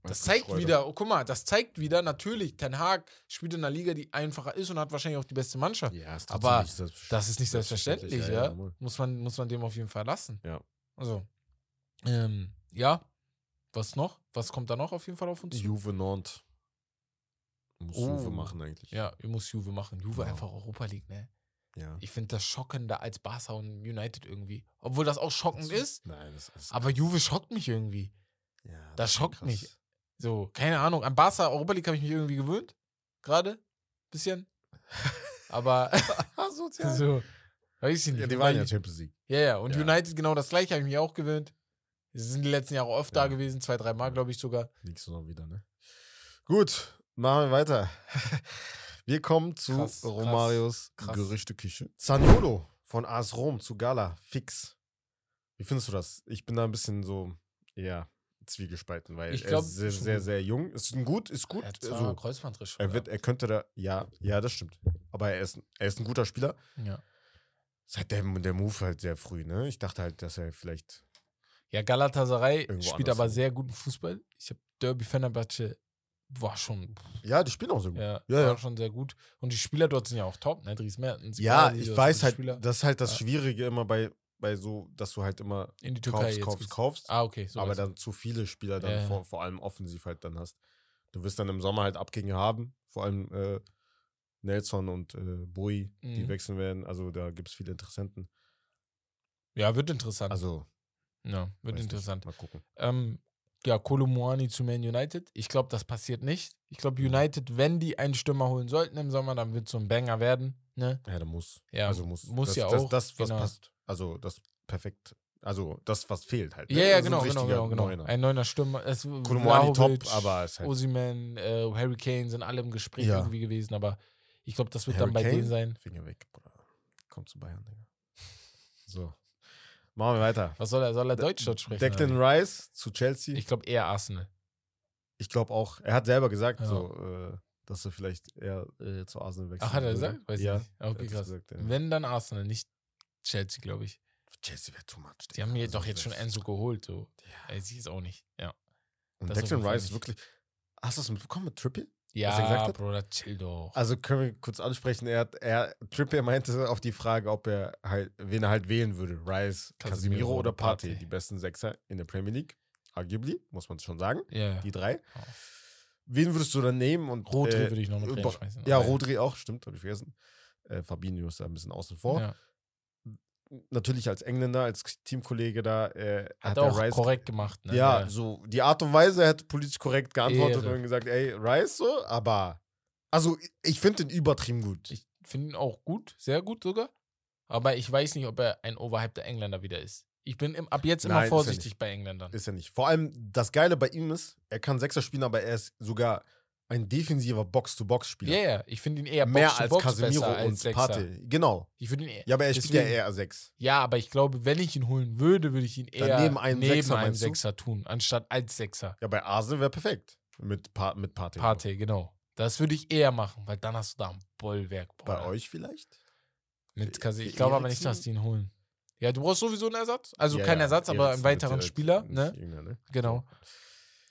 Das
Manfred
zeigt
Schreuder.
wieder, oh, guck mal, das zeigt wieder, natürlich, Ten Haag spielt in einer Liga, die einfacher ist und hat wahrscheinlich auch die beste Mannschaft.
Ja, ist
Aber
trotzdem nicht
Das ist nicht selbstverständlich, ja.
normal.
Muss, man, muss man dem auf jeden Fall lassen.
Ja.
Also, ähm, ja. Was noch? Was kommt da noch auf jeden Fall auf uns zu?
Juve Nantes. Muss
Oh.
Juve machen eigentlich.
Ja, ihr muss Juve machen. Juve
Ja.
einfach Europa League, ne?
Ja.
Ich finde das schockender als Barca und United irgendwie. Obwohl das auch schockend ist,
Nein, das ist.
aber Juve schockt mich irgendwie.
ja,
das
ist
schockt
krass.
mich. So, keine Ahnung. An Barca Europa League habe ich mich irgendwie gewöhnt. Gerade. Bisschen. Aber
Also,
so, weiß ich nicht.
ja, die waren ja
Weil-
Champions League.
ja, ja. Und
Ja.
United genau das gleiche, habe ich mich auch gewöhnt. Sie sind die letzten Jahre oft da
Ja.
gewesen, zwei, dreimal, glaube ich sogar.
Nächste Saison wieder, ne? Gut, machen wir weiter. Wir kommen zu
Krass, krass,
Romarios
krass.
Gerüchteküche. Zaniolo von AS Rom zu Gala, fix. Wie findest du das? Ich bin da ein bisschen so, ja, zwiegespalten, weil
Ich
er
glaub,
ist sehr,
ist schon
sehr,
gut.
sehr jung. Ist ein gut, ist gut.
er hat
äh,
zweimal
so.
Kreuzbandriss schon
Er, wird,
gehabt.
er könnte da, ja, ja, das stimmt. Aber er ist, er ist ein guter Spieler.
ja.
Seit der, der Move halt sehr früh, ne? Ich dachte halt, dass er vielleicht.
ja, Galatasaray
Irgendwo
spielt
anders
aber
hin.
sehr guten Fußball. Ich habe Derby Fenerbahce war schon
Ja, die spielen auch so gut.
Ja,
Ja,
war
ja.
schon sehr gut. Und die Spieler dort sind ja auch top, ne? Dries Mertens.
Ja,
Icardi,
ich
das
weiß
sind
halt,
Spieler.
das ist halt das
Ja.
Schwierige immer bei, bei so, dass du halt immer
In die Türkei
kaufst,
jetzt
kaufst,
geht's.
kaufst,
Ah, okay. So
aber
war's.
dann zu viele Spieler dann
Ja, ja.
vor, vor allem offensiv halt dann hast. Du wirst dann im Sommer halt Abgänge haben, vor allem äh, Nelson und äh, Bowie, die
Mhm.
wechseln werden. Also da gibt es viele Interessenten.
ja, wird interessant.
Also
ja, wird
weiß nicht,
interessant.
Mal gucken.
Ähm, ja, Kolomoani zu Man United. Ich glaube, das passiert nicht. Ich glaube,
Mhm.
United, wenn die einen Stürmer holen sollten im Sommer, dann wird so ein Banger werden. Ne?
Ja, da muss.
Ja,
also muss.
muss
das,
ja
das,
auch,
Das, was
genau.
passt. Also das perfekt. Also das, was fehlt halt. ne?
Ja, ja,
Also ein
genau, genau,
richtiger
genau, genau.
Neuner.
Ein neuner Stürmer. Es,
Kolumani top,
Vlahovic,
aber ist halt.
Osimhen, äh, Harry Kane sind alle im Gespräch
Ja.
irgendwie gewesen, aber ich glaube, das wird
Harry
dann bei denen
Kane?
sein.
Finger weg, Bruder. Komm zu Bayern, Digga. So. Machen wir weiter.
Was soll er? Soll er Deutsch dort sprechen? oder
Declan
wie?
Rice zu Chelsea.
Ich
Ich,
glaube eher Arsenal.
glaube auch, er hat selber gesagt,
Ja.
so, äh, dass er vielleicht eher äh, zu Arsenal wechselt.
Ach, hat er gesagt? Weiß
Weiß ja.
ich nicht. Ah, Okay,
hat
krass.
gesagt, ja.
Wenn dann Arsenal, nicht Chelsea, glaube ich.
Chelsea wäre too much.
Die
Digga.
haben ja
Also,
doch jetzt
das-
schon Enzo geholt, so.
Ja.
Weiß ich jetzt auch nicht. Ja.
Und
das auf
Declan
jeden Fall
Rice ist
nicht.
wirklich. Hast du das mitbekommen mit Triple?
Ja,
gesagt hat?
Bruder, chill doch.
Also können wir kurz ansprechen. Er, hat, er Trippier meinte auf die Frage, ob er halt, wen er halt wählen würde: Rice, Casemiro, oder Partey, die besten Sechser in der Premier League. Arguably, muss man schon sagen.
ja.
Die drei.
Ja.
Wen würdest du dann nehmen? Und,
Rodri
äh,
würde ich noch mit
über-
reinschmeißen.
Ja,
aber-
Rodri auch, stimmt, habe ich vergessen. Äh, Fabinho ist da ein bisschen außen vor.
Ja.
Natürlich als Engländer, als K- Teamkollege da. Äh,
Hat,
der
er auch
Rice-
korrekt gemacht, ne?
Ja, so die Art und Weise, er hat politisch korrekt geantwortet
Ehre.
und gesagt, ey, Rice so, aber. Also, ich- ich finde den übertrieben gut.
Ich finde ihn auch gut, sehr gut sogar. Aber ich weiß nicht, ob er ein overhypter Engländer wieder ist. Ich bin im, ab jetzt immer
Nein, ist er
vorsichtig bei Engländern.
Ist er nicht. Vor allem, das Geile bei ihm ist, er kann Sechser spielen, aber er ist sogar ein defensiver
Ja,
Box-to-Box-Spieler.
ja, ich finde ihn eher
Mehr
Box
als
Box
Casemiro
besser als
und
Sechser.
Pate. Genau.
Ich finde ihn e- eher.
Ja, aber er spielt ja
Deswegen-
eher Sechs.
Ja, aber ich glaube, wenn ich ihn holen würde, würde ich ihn
Dann
eher
neben einem Sechser,
einem
meinst du?
Sechser tun, anstatt als Sechser.
Ja, bei Arsenal wäre perfekt. Mit, pa mit Party.
Pate, genau. Das würde ich eher machen, weil dann hast du da ein Bollwerk.
Bei
Bruder.
euch vielleicht?
Mit Kase. Ich
Für
glaube aber nicht, dass
Eriksen?
die ihn holen. Ja, du brauchst sowieso einen Ersatz. Also
Ja,
keinen
ja,
Ersatz, aber
Eriksen
einen weiteren
mit, äh,
Spieler,
nicht
ne?
jünger, ne?
Genau.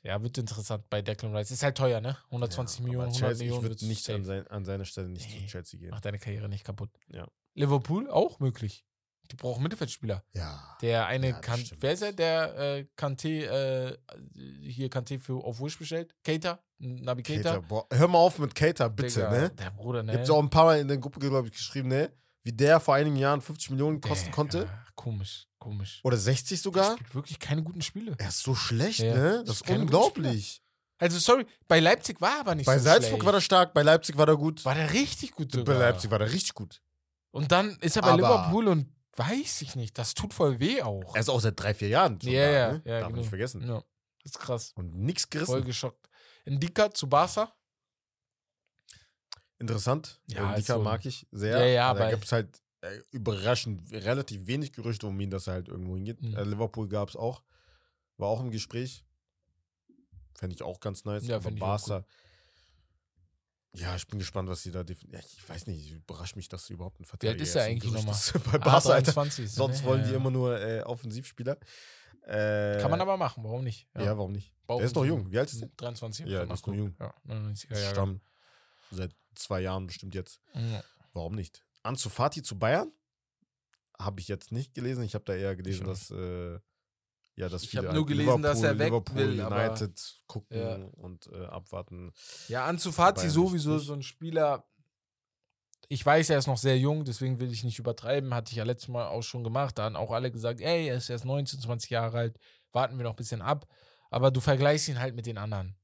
Ja, wird interessant bei Declan Rice. Ist halt teuer, ne?
Ja,
120
aber
Millionen, 100
Chelsea,
Millionen
Ich würde nicht
safe.
an, sein, an seiner Stelle nicht
Nee.
zu Chelsea gehen.
Mach deine Karriere nicht kaputt.
Ja.
Liverpool auch möglich. Die brauchen Mittelfeldspieler.
Ja.
Der eine
Ja, das
kan
stimmt.
wer ist er? Der äh, Kanté, äh, hier Kanté für auf Wish bestellt? Kater? Nabi
Cater,
Kater?
boah, hör mal auf mit Cater, bitte,
Digga,
ne?
Der Bruder, ne?
Gibt's auch ein paar Mal in der Gruppe, glaube ich, geschrieben, ne? Wie der vor einigen Jahren 50 Millionen kosten
Digga,
konnte.
Komisch, komisch.
Oder 60
Der
sogar.
spielt wirklich keine guten Spiele.
Er ist so schlecht,
Ja.
ne?
Das
Das
ist
ist
kein
unglaublich.
Also, sorry, bei Leipzig war er aber nicht
Bei
so
Salzburg
schlecht.
war der stark, bei Leipzig war der gut.
War der richtig gut
bei
sogar.
Leipzig war der richtig gut.
Und dann ist er bei
Aber-
Liverpool und weiß ich nicht, das tut voll weh auch.
Er ist auch seit drei, vier Jahren schon
Ja,
da,
ja,
ne?
ja,
Darf man
genau.
nicht vergessen.
ja, ist krass.
Und nichts gerissen.
Voll geschockt. Indika zu Barca?
Interessant.
Ja,
Ja,
ist
Dika
so-
mag ich sehr.
Ja, ja,
aber da
aber-
gibt es halt äh, überraschend relativ wenig Gerüchte um ihn, dass er halt irgendwo hingeht.
Mhm.
Äh, Liverpool gab es auch, war auch im Gespräch. Fände ich auch ganz nice.
Ja,
aber
fänd ich auch
Barca. Ja, ich bin gespannt, was sie da. def- Ja, ich weiß nicht, überrascht mich, dass sie überhaupt ein
Wie
Verteidiger
alt ist er
Ein
eigentlich
Gerücht
nochmal?
ist Bei Barca, Alter.
23,
Sonst
ne?
wollen
Ja,
die
ja.
immer nur äh, Offensivspieler. Äh,
Kann man aber machen, warum nicht?
Ja. warum nicht?
Bauch-
Der ist doch jung. Wie alt ist der?
23.
Ja,
kann
der ist
man
noch
gucken. Ja, genau. 99er Jahre.
Stamm. Seit zwei Jahren bestimmt jetzt.
Ja.
Warum nicht? Ansu Fati zu Bayern? Habe ich jetzt nicht gelesen. Ich habe da eher gelesen,
auch
dass äh, ja, dass
Ich
viele
hab
halt
nur gelesen, dass er weg
Liverpool,
will, aber-
United gucken
Ja.
und äh, abwarten.
Ja, Ansu Fati
Bayern
sowieso
nicht.
so ein Spieler. Ich weiß, er ist noch sehr jung, deswegen will ich nicht übertreiben. Hatte ich ja letztes Mal auch schon gemacht. Da haben auch alle gesagt, ey, er ist erst 19, 20 Jahre alt, warten wir noch ein bisschen ab. Aber du vergleichst ihn halt mit den anderen.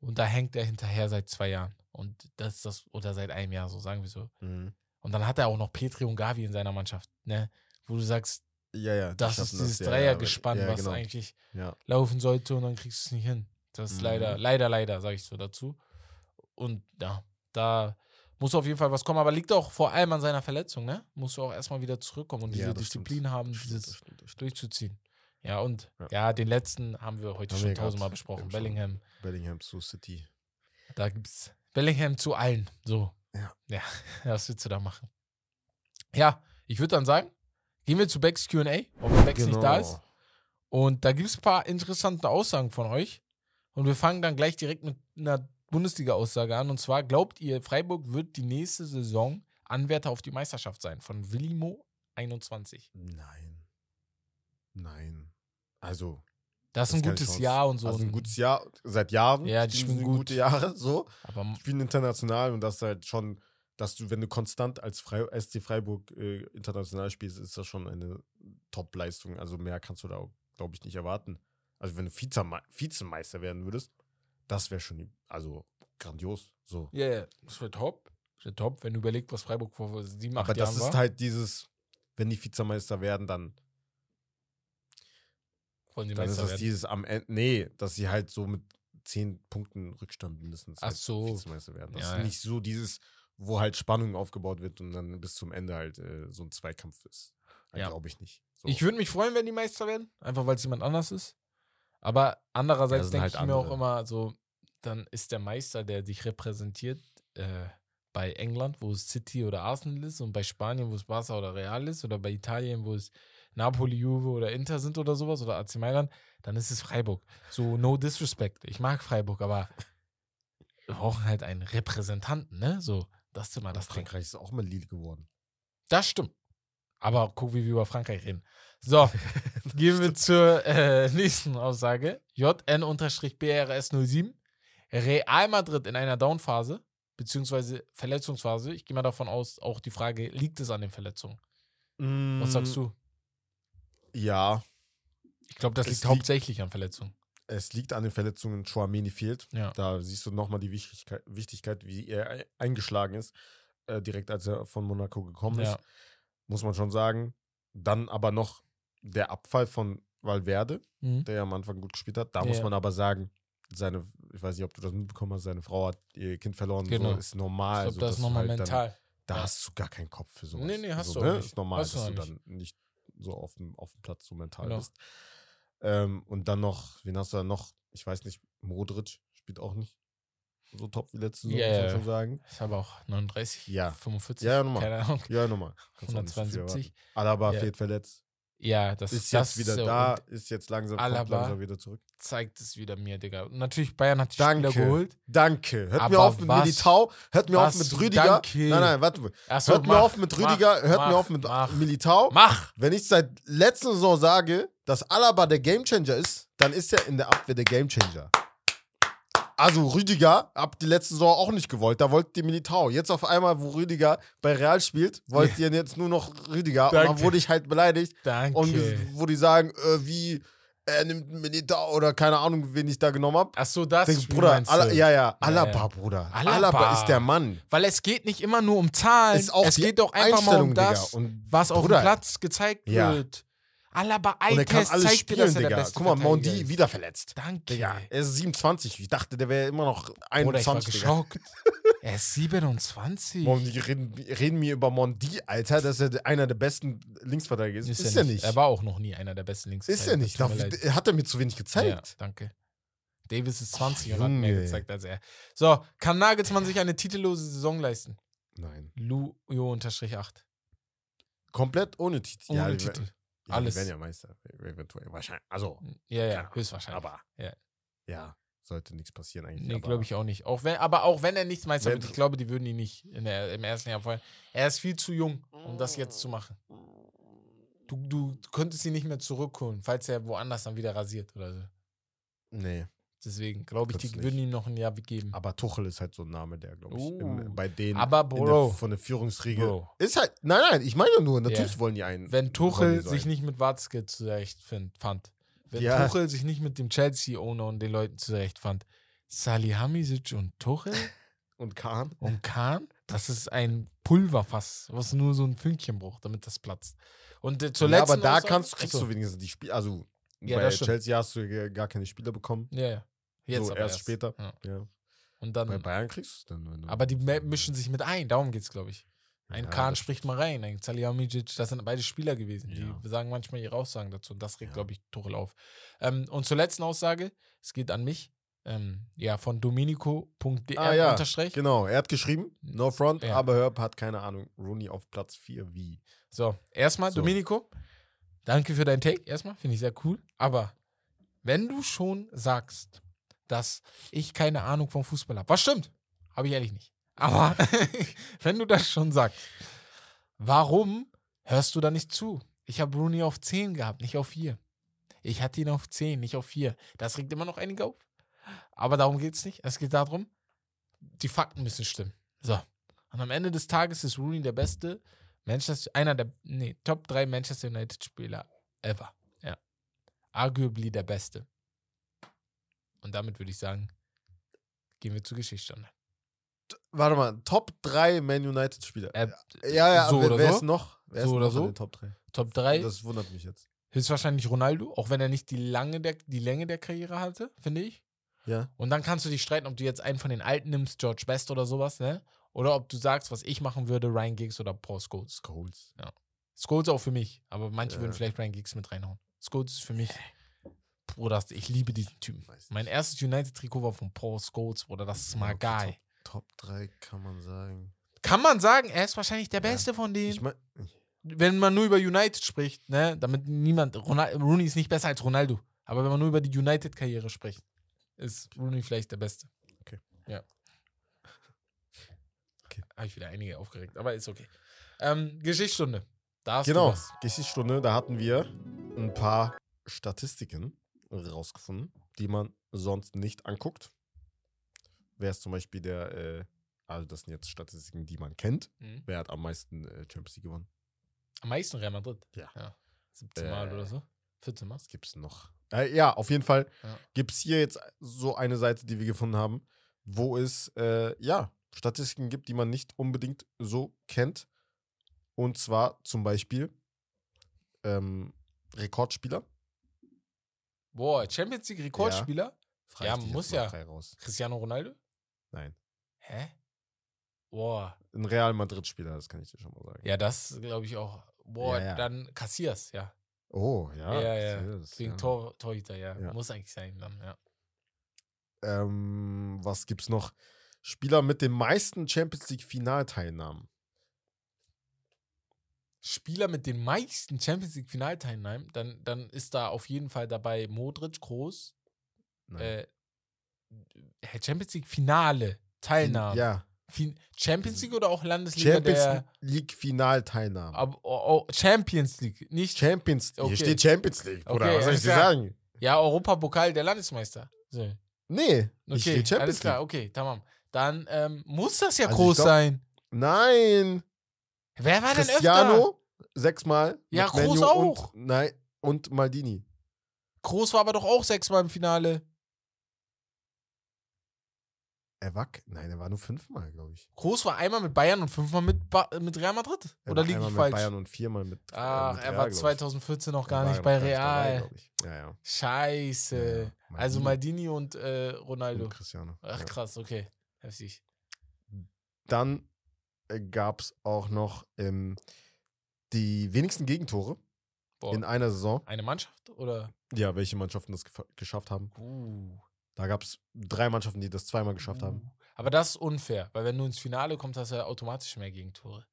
Und da hängt er hinterher seit zwei Jahren. Und das ist das, oder seit einem Jahr, so sagen wir so.
Mhm.
Und dann hat er auch noch Petri und Gavi in seiner Mannschaft, ne? Wo du sagst,
Ja, ja. die
das ist
schaffen
dieses
ja,
Dreiergespann,
ja, aber- ja,
was
genau.
eigentlich
Ja.
laufen sollte und dann kriegst du es nicht hin. Das ist
Mhm.
leider, leider, leider, sage ich so dazu. Und ja, da muss auf jeden Fall was kommen, aber liegt auch vor allem an seiner Verletzung, ne? Musst du auch erstmal wieder zurückkommen und
Ja,
diese
das
Disziplin
stimmt.
haben,
Das stimmt, das
dieses
stimmt, das stimmt.
durchzuziehen. Ja, und
Ja.
ja. den letzten haben wir heute
Haben wir
schon
grad
tausendmal besprochen.
eben schon.
Bellingham.
Bellingham zu City.
Da gibt's Bellingham zu allen. So.
Ja.
Ja, was willst du da machen? Ja, ich würde dann sagen, gehen wir zu Becks QA, ob Becks
Genau.
nicht da ist. Und da gibt es ein paar interessante Aussagen von euch. Und wir fangen dann gleich direkt mit einer Bundesliga-Aussage an. Und zwar, glaubt ihr, Freiburg wird die nächste Saison Anwärter auf die Meisterschaft sein? Von Willimo 21.
Nein. Nein. Also,
Das ist ein
keine
gutes
Chance.
Jahr und so.
Also ein
Und-
gutes Jahr, seit Jahren.
Ja, die
sie
spielen gut.
gute Jahre, so.
Aber
Spielen international und das ist halt schon, dass du, wenn du konstant als Frei SC Freiburg äh, international spielst, ist das schon eine Top-Leistung. Also mehr kannst du da, glaube ich, nicht erwarten. Also wenn du Vizeme Vizemeister werden würdest, das wäre schon, also grandios, so.
ja, ja, das wäre top. Das wäre top, wenn du überlegst, was Freiburg vor sieben, acht
Aber das
Jahren
ist
war.
halt dieses, wenn die Vizemeister werden, dann
Wollen sie
Dann ist
Meister
das
werden.
dieses am Ende, nee, dass sie halt so mit zehn Punkten Rückstand mindestens
Ach
halt
so.
Vizemeister werden. Das
Ja, ja.
ist nicht so dieses, wo halt Spannung aufgebaut wird und dann bis zum Ende halt äh, so ein Zweikampf ist. Halt,
Ja.
Glaube ich nicht. So.
Ich würde mich freuen, wenn die Meister werden, einfach weil es jemand anders ist. Aber andererseits
Ja, sind
denke
halt
ich mir auch
andere.
immer so, dann ist der Meister, der dich repräsentiert, äh, bei England, wo es City oder Arsenal ist und bei Spanien, wo es Barca oder Real ist oder bei Italien, wo es Napoli, Juve oder Inter sind oder sowas oder AC Mailand, dann ist es Freiburg. So no disrespect. Ich mag Freiburg, aber wir brauchen halt einen Repräsentanten, ne? So, das ist immer
Aber
das Ding.
Frankreich ist auch mal Lille geworden.
Das stimmt. Aber guck, wie wir über Frankreich reden. So, gehen wir zur äh, nächsten Aussage. JN-BRS07. Real Madrid in einer Downphase, beziehungsweise Verletzungsphase. Ich gehe mal davon aus, auch die Frage, liegt es an den Verletzungen?
Mm,
Was sagst du?
Ja,
Ich glaube, das
es
liegt
liegt-
hauptsächlich an Verletzungen.
es liegt an den Verletzungen. Chouameni fehlt.
Ja.
Da siehst du nochmal die Wichtigkeit, Wichtigkeit, wie er ei- eingeschlagen ist, äh, direkt als er von Monaco gekommen ist.
Ja.
Muss man schon sagen. Dann aber noch der Abfall von Valverde.
Mhm.
der ja am Anfang gut gespielt hat. Da
Ja.
muss man aber sagen, seine, ich weiß nicht, ob du das mitbekommen hast, seine Frau hat ihr Kind verloren.
Genau.
So, ist
Ich
normal.
glaube,
so,
das ist
dass du
nochmal
halt
mental.
Dann, da
Ja.
hast du gar keinen Kopf für sowas.
Nee, nee, hast du
so,
auch
ne?
nicht.
Ist normal,
Hast du
dass du
auch
dann nicht so auf dem, auf dem Platz so mental
Genau.
bist. Ähm, und dann noch, wen hast du da noch? Ich weiß nicht, Modric spielt auch nicht so top wie letzte Saison,
Ja,
muss man
ja.
schon sagen.
Ich habe auch 39,
Ja.
45,
Ja, nochmal.
keine Ahnung,
Ja, nochmal. Kannst auch nicht so viel
172.
erwarten. Alaba
Ja.
fehlt verletzt.
Ja, das
Ist
das
jetzt wieder
so.
da,
Und
ist jetzt langsam, kommt
Alaba.
langsam wieder zurück.
zeigt es wieder mir, Digga. Und natürlich, Bayern hat die
Danke.
Spieler geholt.
Danke. Hört mir
Aber
auf mit
was-
Militao, hört mir auf
was
mit
für
Rüdiger.
Danke.
Nein, nein, warte. mal.
Achso,
Hört mir auf mit Rüdiger, hört mir auf mit
mach,
Militao.
Mach!
Wenn ich seit letzter Saison sage, dass Alaba der Gamechanger ist, dann ist er in der Abwehr der Gamechanger. Also Rüdiger habt die letzte Saison auch nicht gewollt, da wollt ihr Militao. Jetzt auf einmal, wo Rüdiger bei Real spielt, wollt ihr jetzt nur noch Rüdiger und dann
Danke.
wurde ich halt beleidigt
Danke.
und ges- wo die sagen, äh, wie er nimmt Militao oder keine Ahnung, wen ich da genommen hab.
Achso, das
Denk,
Spiel
Bruder,
meinst du.
Ala, ja, ja, Alaba,
ja.
Bruder. Alaba.
Alaba.
ist der Mann.
Weil es geht nicht immer nur um Zahlen.
Ist auch
es
die
geht doch einfach mal
Einstellung,
um das,
Digga. Und,
was auf
Bruder.
dem Platz gezeigt
Ja.
wird. Alaba
und er kann
Eitest
alles
zeigt dir,
spielen,
dass er der
Digga.
beste
Guck mal,
Verteidiger
Mondi
ist.
wieder verletzt.
Danke.
Digga, er ist 27. Ich dachte, der wäre immer noch
Bruder, ich war
21. Digga.
geschockt. Er ist 27.
Warum die reden, reden mir über Mondi, Alter, dass er einer der besten Linksverteidiger ist? Ist, er nicht.
Er war auch noch nie einer der besten Links.
ist er nicht. Darf, hat er mir zu wenig gezeigt?
Ja, danke. Davis ist 20 und hat
Junge,
mehr
ey.
gezeigt als er. So, kann Nagelsmann sich eine titellose Saison leisten?
Nein.
Lujo-8.
Komplett ohne Titel.
Ohne
ja, die-
Titel.
Ja,
Alles.
Die werden ja Meister. Eventuell. Wahrscheinlich. Also,
Ja, ja,
Keine
höchstwahrscheinlich.
aber.
Ja.
Ja, sollte nichts passieren eigentlich.
Nee,
aber-
glaube ich auch nicht. Auch wenn, aber auch wenn er nichts Meister
Wenn-
wird, ich glaube, die würden ihn nicht in der, im ersten Jahr feuern. Er ist viel zu jung, um das jetzt zu machen. Du, du könntest ihn nicht mehr zurückholen, falls er woanders dann wieder rasiert oder so.
Nee.
Deswegen glaube ich, die
Könntest
würden ihm noch ein Jahr geben.
Aber Tuchel ist halt so ein Name, der, glaube ich,
Uh.
im, bei denen
Aber
in
Bro,
der, von der Führungsriege.
Bro,
Ist halt. Nein, nein, ich meine nur, natürlich
Ja.
wollen die einen.
wenn
wollen die
Tuchel
so
sich
einen.
nicht mit Watzke zurechtfand, fand, wenn
Ja.
Tuchel sich nicht mit dem Chelsea-Owner und den Leuten zurechtfand, Salihamidzic und Tuchel
Und Kahn?
und Kahn, das ist ein Pulverfass, was nur so ein Fünkchen braucht, damit das platzt. Und äh,
ja,
zuletzt.
aber da kannst, kriegst
Achso.
du wenigstens die Spiele. Also,
Ja,
bei
das stimmt.
Chelsea hast du ja gar keine Spieler bekommen.
Ja, ja. Jetzt
So,
aber
erst
erst,
später.
Ja.
Ja.
Und
Bei
dann.
Bayern kriegst du es dann. Wenn du
Ähm. Aber die me- mischen sich mit ein, darum geht's, glaube ich. Ein
Ja,
Kahn
das-
spricht mal rein, ein Salihamidzic, das sind beide Spieler gewesen.
Ja.
Die sagen manchmal ihre Aussagen dazu und das regt,
Ja.
glaube ich, Tuchel auf. Ähm, und zur letzten Aussage, es geht an mich, ähm, ja, von domenico.dr
Ah, ja.
unterstrich.
Genau, er hat geschrieben, no front,
Ja.
aber Herb hat keine Ahnung. Rooney auf Platz 4 wie.
So, erstmal,
So.
Domenico, danke für deinen Take. Erstmal, finde ich sehr cool. Aber wenn du schon sagst, dass ich keine Ahnung vom Fußball habe, was stimmt, habe ich ehrlich nicht. Aber wenn du das schon sagst, warum hörst du da nicht zu? Ich habe Rooney auf 10 gehabt, nicht auf 4. Ich hatte ihn auf 10, nicht auf 4. Das regt immer noch einige auf. Aber darum geht es nicht. Es geht darum, die Fakten müssen stimmen. So. Und am Ende des Tages ist Rooney der beste Manchester, einer der, nee, Top 3 Manchester United Spieler ever. Ja. Arguably der beste. Und damit würde ich sagen, gehen wir zur Geschichtsstunde.
Warte mal, Top 3 Man United Spieler.
Äh,
ja, ja,
so
wer,
oder
wer
so?
ist noch? Wer
So
ist
oder
noch
so?
in den Top 3?
Top 3
Das wundert mich jetzt.
höchstwahrscheinlich Ronaldo, auch wenn er nicht die, lange der, die Länge der Karriere hatte, finde ich.
Ja.
Und dann kannst du dich streiten, ob du jetzt einen von den Alten nimmst, George Best oder sowas, ne? Oder ob du sagst, was ich machen würde, Ryan Giggs oder Paul Scholes.
Scholes.
Scholes auch für mich, aber manche
Ja.
würden vielleicht Ryan Giggs mit reinhauen. Scholes ist für mich, Bruder, ich liebe diesen Typen.
Weiß
Mein
nicht.
erstes United-Trikot war von Paul Scholes, Bruder, das ist mal
Ja, okay,
geil.
Top, Top 3 kann man sagen.
Kann man sagen, er ist wahrscheinlich der
Ja.
Beste von denen.
Ich meine,
wenn man nur über United spricht, ne, damit niemand, Ronal- Rooney ist nicht besser als Ronaldo, aber wenn man nur über die United-Karriere spricht, ist Rooney vielleicht der Beste.
Okay.
Ja.
Okay.
Habe ich wieder einige aufgeregt, aber ist okay. Ähm, Geschichtsstunde. Da hast du
genau,
was.
Geschichtsstunde, da hatten wir ein paar Statistiken rausgefunden, die man sonst nicht anguckt. Wer ist zum Beispiel der, äh, also das sind jetzt Statistiken, die man kennt.
Mhm.
Wer hat am meisten äh, Champions League gewonnen?
Am meisten Real Madrid.
Ja.
17 Mal
Äh.
oder so. 14 Mal.
Was gibt's denn noch? Äh, ja, auf jeden Fall
Ja.
gibt's hier jetzt so eine Seite, die wir gefunden haben, wo es äh, ja Statistiken gibt, die man nicht unbedingt so kennt. Und zwar zum Beispiel ähm, Rekordspieler.
Boah, Champions League Rekordspieler?
Frag
Ja,
ich dich jetzt
muss
mal
ja.
Frei raus.
Cristiano Ronaldo?
Nein.
Hä? Boah.
Ein Real Madrid-Spieler, das kann ich dir schon mal sagen.
Ja, das glaube ich auch. Boah,
Ja, ja.
dann Cassias, ja.
Oh, ja.
ja, ja.
serious,
Wegen
ja.
Tor, Torhüter, ja.
Ja.
Muss eigentlich sein dann, ja.
Ähm, was gibt's noch? Spieler mit den meisten Champions League-Finalteilnahmen.
Spieler mit den meisten Champions League Finalteilnahmen, dann, dann ist da auf jeden Fall dabei Modric groß.
Nein.
Äh, Herr Champions League Finale Teilnahmen.
Ja.
Fin Champions League oder auch Landesliga
Champions
der
League-Finalteilnahmen.
Ab, oh, oh, Champions League, nicht
Champions League.
Okay.
Hier steht Champions League, oder?
Okay,
was soll ich
alles
dir
klar.
sagen?
ja Europapokal der Landesmeister. So. Okay,
Nee, ich stehe Champions
alles klar,
League.
okay, tamam. Dann ähm, muss das ja
Also ich
groß
glaub-
sein.
Nein.
Wer war denn öfter?
Cristiano, sechsmal.
Ja,
mit
Kroos
Manu
auch.
Und, nein, und Maldini.
Groß war aber doch auch sechsmal im Finale.
Er war, k- nein, er war nur fünfmal, glaube ich.
Groß war einmal mit Bayern und fünfmal mit, ba mit Real Madrid.
Er
Oder
war
liege
einmal
ich
mit
falsch?
Bayern und viermal mit. äh,
Ach,
mit
er
Real,
war
glaub ich.
2014 noch
Er
gar
war
nicht bei
gar nicht dabei,
Real.
glaub ich. ja, ja.
Scheiße.
Ja, ja.
Also
Maldini
Maldini und äh,
und
Ronaldo.
Cristiano.
Ach
ja.
krass, okay. Heftig.
Dann gab es auch noch ähm, die wenigsten Gegentore
Boah.
in einer Saison.
Eine Mannschaft oder?
Ja, welche Mannschaften das gefa- geschafft haben.
Uh.
Da gab es drei Mannschaften, die das zweimal geschafft haben.
Oh. Aber das ist unfair, weil wenn du ins Finale kommst, hast du ja automatisch mehr Gegentore.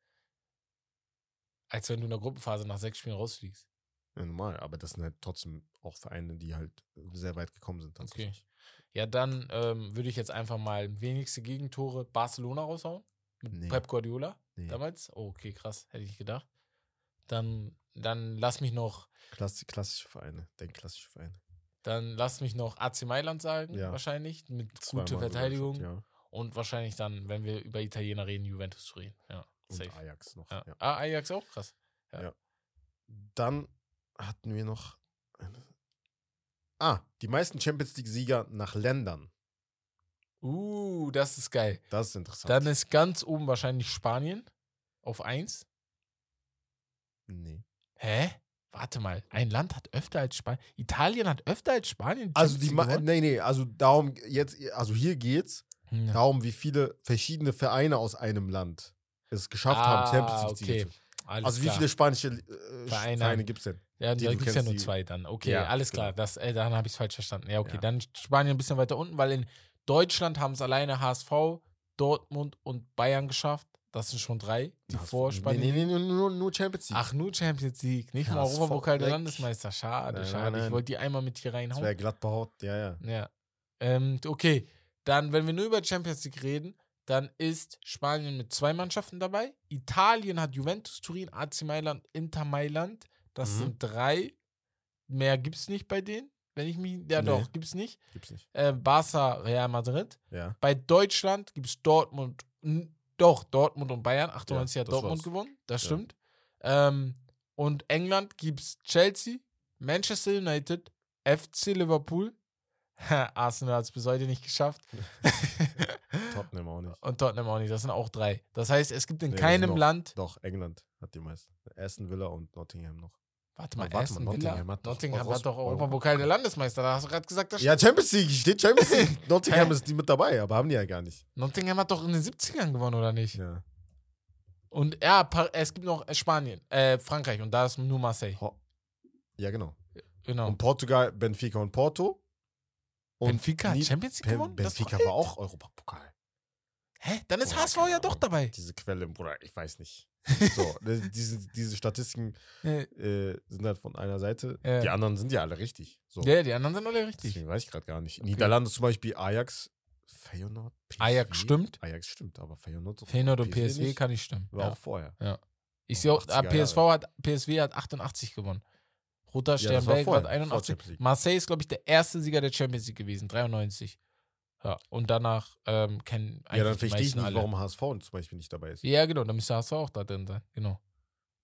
Als wenn du in der Gruppenphase nach sechs Spielen rausfliegst.
Ja, normal, aber das sind halt trotzdem auch Vereine, die halt sehr weit gekommen sind.
Okay.
Tatsächlich.
Ja, dann ähm, würde ich jetzt einfach mal wenigste Gegentore Barcelona raushauen. Mit
Nee.
Pep Guardiola
Nee.
damals. Oh, okay, krass, hätte ich nicht gedacht. Dann, dann lass mich noch,
Klassi klassische Vereine, denk klassische Vereine.
dann lass mich noch AC Mailand sagen,
Ja.
wahrscheinlich. Mit
Zweimal
guter
sogar
Verteidigung.
geschafft, ja.
Und wahrscheinlich dann, wenn wir über Italiener reden, Juventus zu reden. Ja,
Und
safe.
Ajax noch.
ja.
Ja.
Ah, Ajax auch krass.
Dann hatten wir noch. Eine ah, die meisten Champions League-Sieger nach Ländern.
Uh, das ist geil.
Das ist interessant.
Dann ist ganz oben wahrscheinlich Spanien auf 1.
nee.
Hä? Warte mal, ein Land hat öfter als Spanien. Italien hat öfter als Spanien.
Also die
Champions
ma-
League
nee, nee, also darum jetzt, also hier geht's
gewonnen? Hm. Ja.
darum, wie viele verschiedene Vereine aus einem Land es geschafft
Ah,
haben, Champions League
okay.
zu
Alles
Also wie
klar.
viele spanische äh,
Vereine.
Vereine, gibt's denn?
Ja,
die
da
du
gibt es ja
kennst,
nur
die-
zwei dann. Okay,
Ja,
alles klar.
genau.
Das, äh, dann habe ich es falsch verstanden. Ja, okay.
Ja.
Dann Spanien ein bisschen weiter unten, weil in Deutschland haben es alleine HSV, Dortmund und Bayern geschafft. Das sind schon drei, die
Na,
vor Spanien.
Nee, nee, nee, nur- nur, nur Champions League.
Ach, nur Champions League, nicht mal
HSV
Europapokal der
weg.
Landesmeister. Schade,
Nein, nein,
schade. Ich
nein.
wollte die einmal mit hier
das
reinhauen.
wäre glatt behaut, ja, ja.
Ja. Ähm, okay, dann, wenn wir nur über Champions League reden, dann ist Spanien mit zwei Mannschaften dabei. Italien hat Juventus Turin, AC Mailand, Inter Mailand. Das
Mhm.
sind drei. Mehr gibt es nicht bei denen. Wenn ich mich. Ja,
Nee.
doch, gibt es nicht.
Gibt's nicht.
Äh, Barca, Real Madrid.
Ja.
Bei Deutschland gibt es Dortmund. n- Doch, Dortmund und Bayern. 98
Ja,
hat
das
Dortmund
war's.
gewonnen. Das
Ja.
stimmt. Ähm, und England gibt es Chelsea, Manchester United, FC Liverpool. Arsenal hat es bis heute nicht geschafft.
Tottenham auch nicht.
und Tottenham auch nicht. Das sind auch drei. Das heißt, es gibt in
Nee, das sind
keinem
noch-
Land.
Doch, England hat die meisten. Aston Villa und Nottingham noch.
Warte mal,
warte mal,
Aston Villa.
Nottingham hat doch
Nottingham
Euros-
hat doch
Euro-
Europapokal der Landesmeister. Da hast du gerade gesagt, das
Ja,
stimmt.
Champions League, steht Champions League. Nottingham ist die mit dabei, aber haben die ja gar nicht.
Nottingham hat doch in den 70ern gewonnen, oder nicht?
Ja.
Und ja, Pa- es gibt noch Spanien, äh, Frankreich und da ist nur Marseille.
Ho- ja, genau.
Genau.
Und Portugal, Benfica und Porto. Und
Benfica hat
nie-
Champions League
Ben-
gewonnen? Das
Benfica
war-
war auch Europapokal.
Hä? Dann ist
Oder
HSV
keine
ja doch
Ahnung.
dabei.
Diese Quelle, Bruder, ich weiß nicht. So, ne, diese, diese Statistiken
Äh,
äh, sind halt von einer Seite.
Ja.
Die anderen sind ja alle richtig. So.
Äh, Ja, die anderen sind alle richtig.
Deswegen weiß ich gerade gar nicht. Niederlande zum Beispiel Ajax, Feyenoord, PSV.
Ajax stimmt.
Ajax stimmt, aber Feyenoord,
Feyenoord und
PSV
PSW
nicht.
kann nicht stimmen.
war
Ja.
auch vorher.
Ich sehe auch, ah,
80er
PSV hat, PSW hat 88 gewonnen. Roter
Ja, das war
Sternberg hat
vorher, vor
81.
Champions League.
Marseille ist, glaube ich, der erste Sieger der Champions League gewesen, 93. Ja, und danach ähm, kennen eigentlich
Ja, dann
die
verstehe ich
meisten
nicht,
alle.
warum HSV zum Beispiel nicht dabei ist.
Ja, genau, dann müsste HSV auch da drin sein. Genau.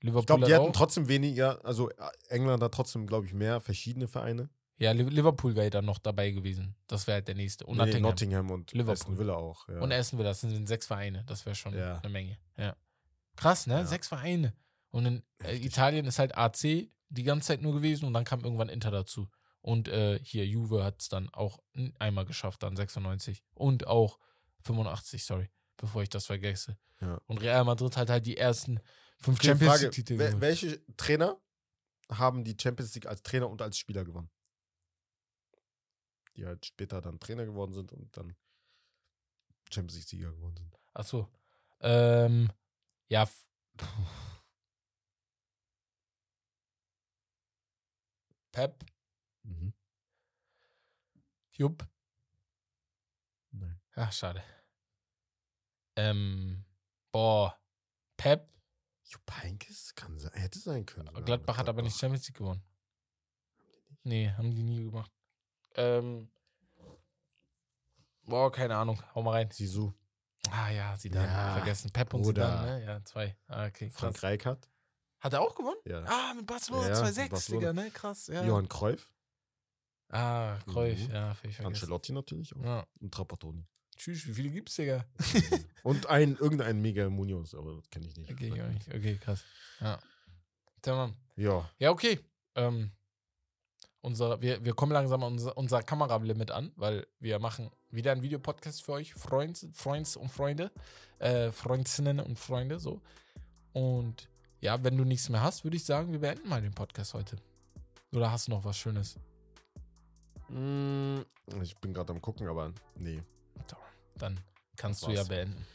Liverpool
Ich glaube, die
hat
hatten
auch-
trotzdem weniger, also äh, England hat trotzdem, glaube ich, mehr verschiedene Vereine.
Ja, Liv- Liverpool wäre dann noch dabei gewesen. Das wäre halt der nächste. Und
Nee,
Nottingham.
Nottingham und
Liverpool.
Aston Villa auch. Ja.
Und Essen wir das sind sechs Vereine. Das wäre schon
Ja.
eine Menge. Ja. Krass, ne?
Ja.
Sechs Vereine. Und in äh, Italien ist halt AC die ganze Zeit nur gewesen und dann kam irgendwann Inter dazu. Und äh, hier Juve hat es dann auch n- einmal geschafft, dann 96 und auch 85, sorry, bevor ich das vergesse.
Ja.
Und Real Madrid hat halt die ersten fünf
Okay,
Champions
Frage,
League-Titel
wel-
geholt.
welche Trainer haben die Champions League als Trainer und als Spieler gewonnen? Die halt später dann Trainer geworden sind und dann Champions League Sieger geworden sind.
Ach so. Ähm, ja. f- Pep, Mhm. Jupp.
Nein.
Ach, schade. Ähm, boah. Pep.
Jupp Heynckes kann se- hätte sein können. sogar mit
Gladbach hat aber nicht
Gladbach.
Champions League gewonnen. Nee, haben die nie gemacht. Ähm, boah, keine Ahnung. Hau mal rein.
Sisu,
Ah ja, Zidane.
Ja,
Vergessen. Pep und
Bruder.
Zidane, ne? Ja, zwei. Ah, okay, krass.
Frank Rijkaard,
Hat er auch gewonnen?
ja.
Ah, mit Barcelona
Ja,
2-6,
Barcelona.
Digga, ne? Krass, ja.
Johann Cruyff,
Ah, Cruyff,
Mhm.
ja, hab ich vergessen.
Ancelotti natürlich auch
Ja.
und Trapattoni.
Tschüss, wie viele gibt's, Digga?
und ein, irgendein Mega Munoz, aber das kenne ich nicht.
Okay, ich auch nicht. Okay, krass. Ja. Tamam.
Ja,
Ja, okay. Ähm, Unser, wir, wir kommen langsam an unser, unser Kameralimit an, weil wir machen wieder einen Videopodcast für euch, Freunds, Freunds und Freunde, äh, Freundinnen und Freunde, so. Und ja, wenn du nichts mehr hast, würde ich sagen, wir beenden mal den Podcast heute. Oder hast du noch was Schönes?
Mm, Ich bin gerade am gucken, aber nee.
Dann kannst du
War's.
ja beenden.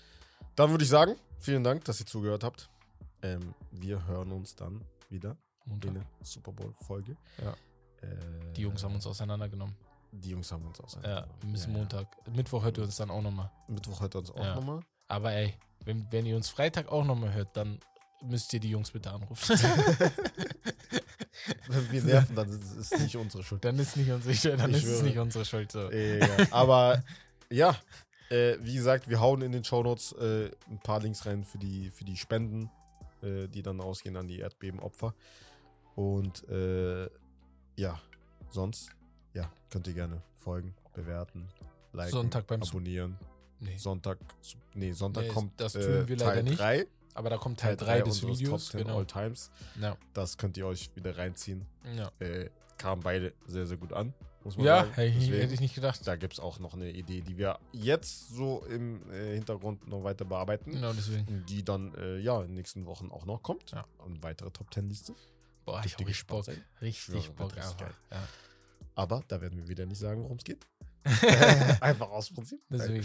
Dann würde ich sagen, vielen Dank, dass ihr zugehört habt. Ähm, wir hören uns dann wieder in
Montag.
der Super Bowl-Folge.
Ja.
Äh,
Die Jungs haben uns auseinandergenommen.
Die Jungs haben uns aus.
Äh, Ja, wir müssen Montag. Mittwoch hört ihr uns dann auch nochmal.
Mittwoch hört uns auch
Ja.
nochmal.
Aber ey, wenn, wenn ihr uns Freitag auch nochmal hört, dann müsst ihr die Jungs bitte anrufen.
Wenn wir nerven, dann ist ist nicht unsere Schuld.
dann ist, nicht unsere, Schuld- dann
Ich
ist es
schwöre.
nicht unsere Schuld. So.
Egal. Äh, Aber ja, äh, wie gesagt, wir hauen in den Shownotes äh, ein paar Links rein für die, für die Spenden, äh, die dann ausgehen an die Erdbebenopfer. Und äh, ja, sonst, ja, könnt ihr gerne folgen, bewerten, liken,
Sonntag beim Sup-
abonnieren.
Nee.
Sonntag, Sup- nee, Sonntag
Nee,
kommt
das
äh,
tun wir
Teil
leider nicht.
3,
Aber da kommt Teil 3 des
unseres
Videos.
Top 10
Genau.
All Times.
Ja.
Das könnt ihr euch wieder reinziehen.
Ja,
Äh, kamen beide sehr, sehr gut an, muss man
ja
sagen.
hätte ich- hätte
Deswegen-
ich nicht gedacht.
da gibt es auch noch eine Idee, die wir jetzt so im äh, Hintergrund noch weiter bearbeiten.
Genau deswegen.
Die dann äh, ja in den nächsten Wochen auch noch kommt.
Ja.
Und weitere Top Ten Liste.
Boah, ich
Dürft
hab
ihr
richtig Bock.
gespannt sein?
Richtig
Schwöre, wird
Bock
richtig
einfach. Ja.
Aber da werden wir wieder nicht sagen, worum es geht. Äh, Einfach aus Prinzip. Nein.
Deswegen.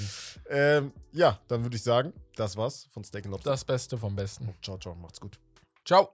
Ähm, ja, dann würde ich sagen, das war's von Steak and Lobster.
Das Beste vom Besten.
Ciao, ciao, macht's gut.
Ciao.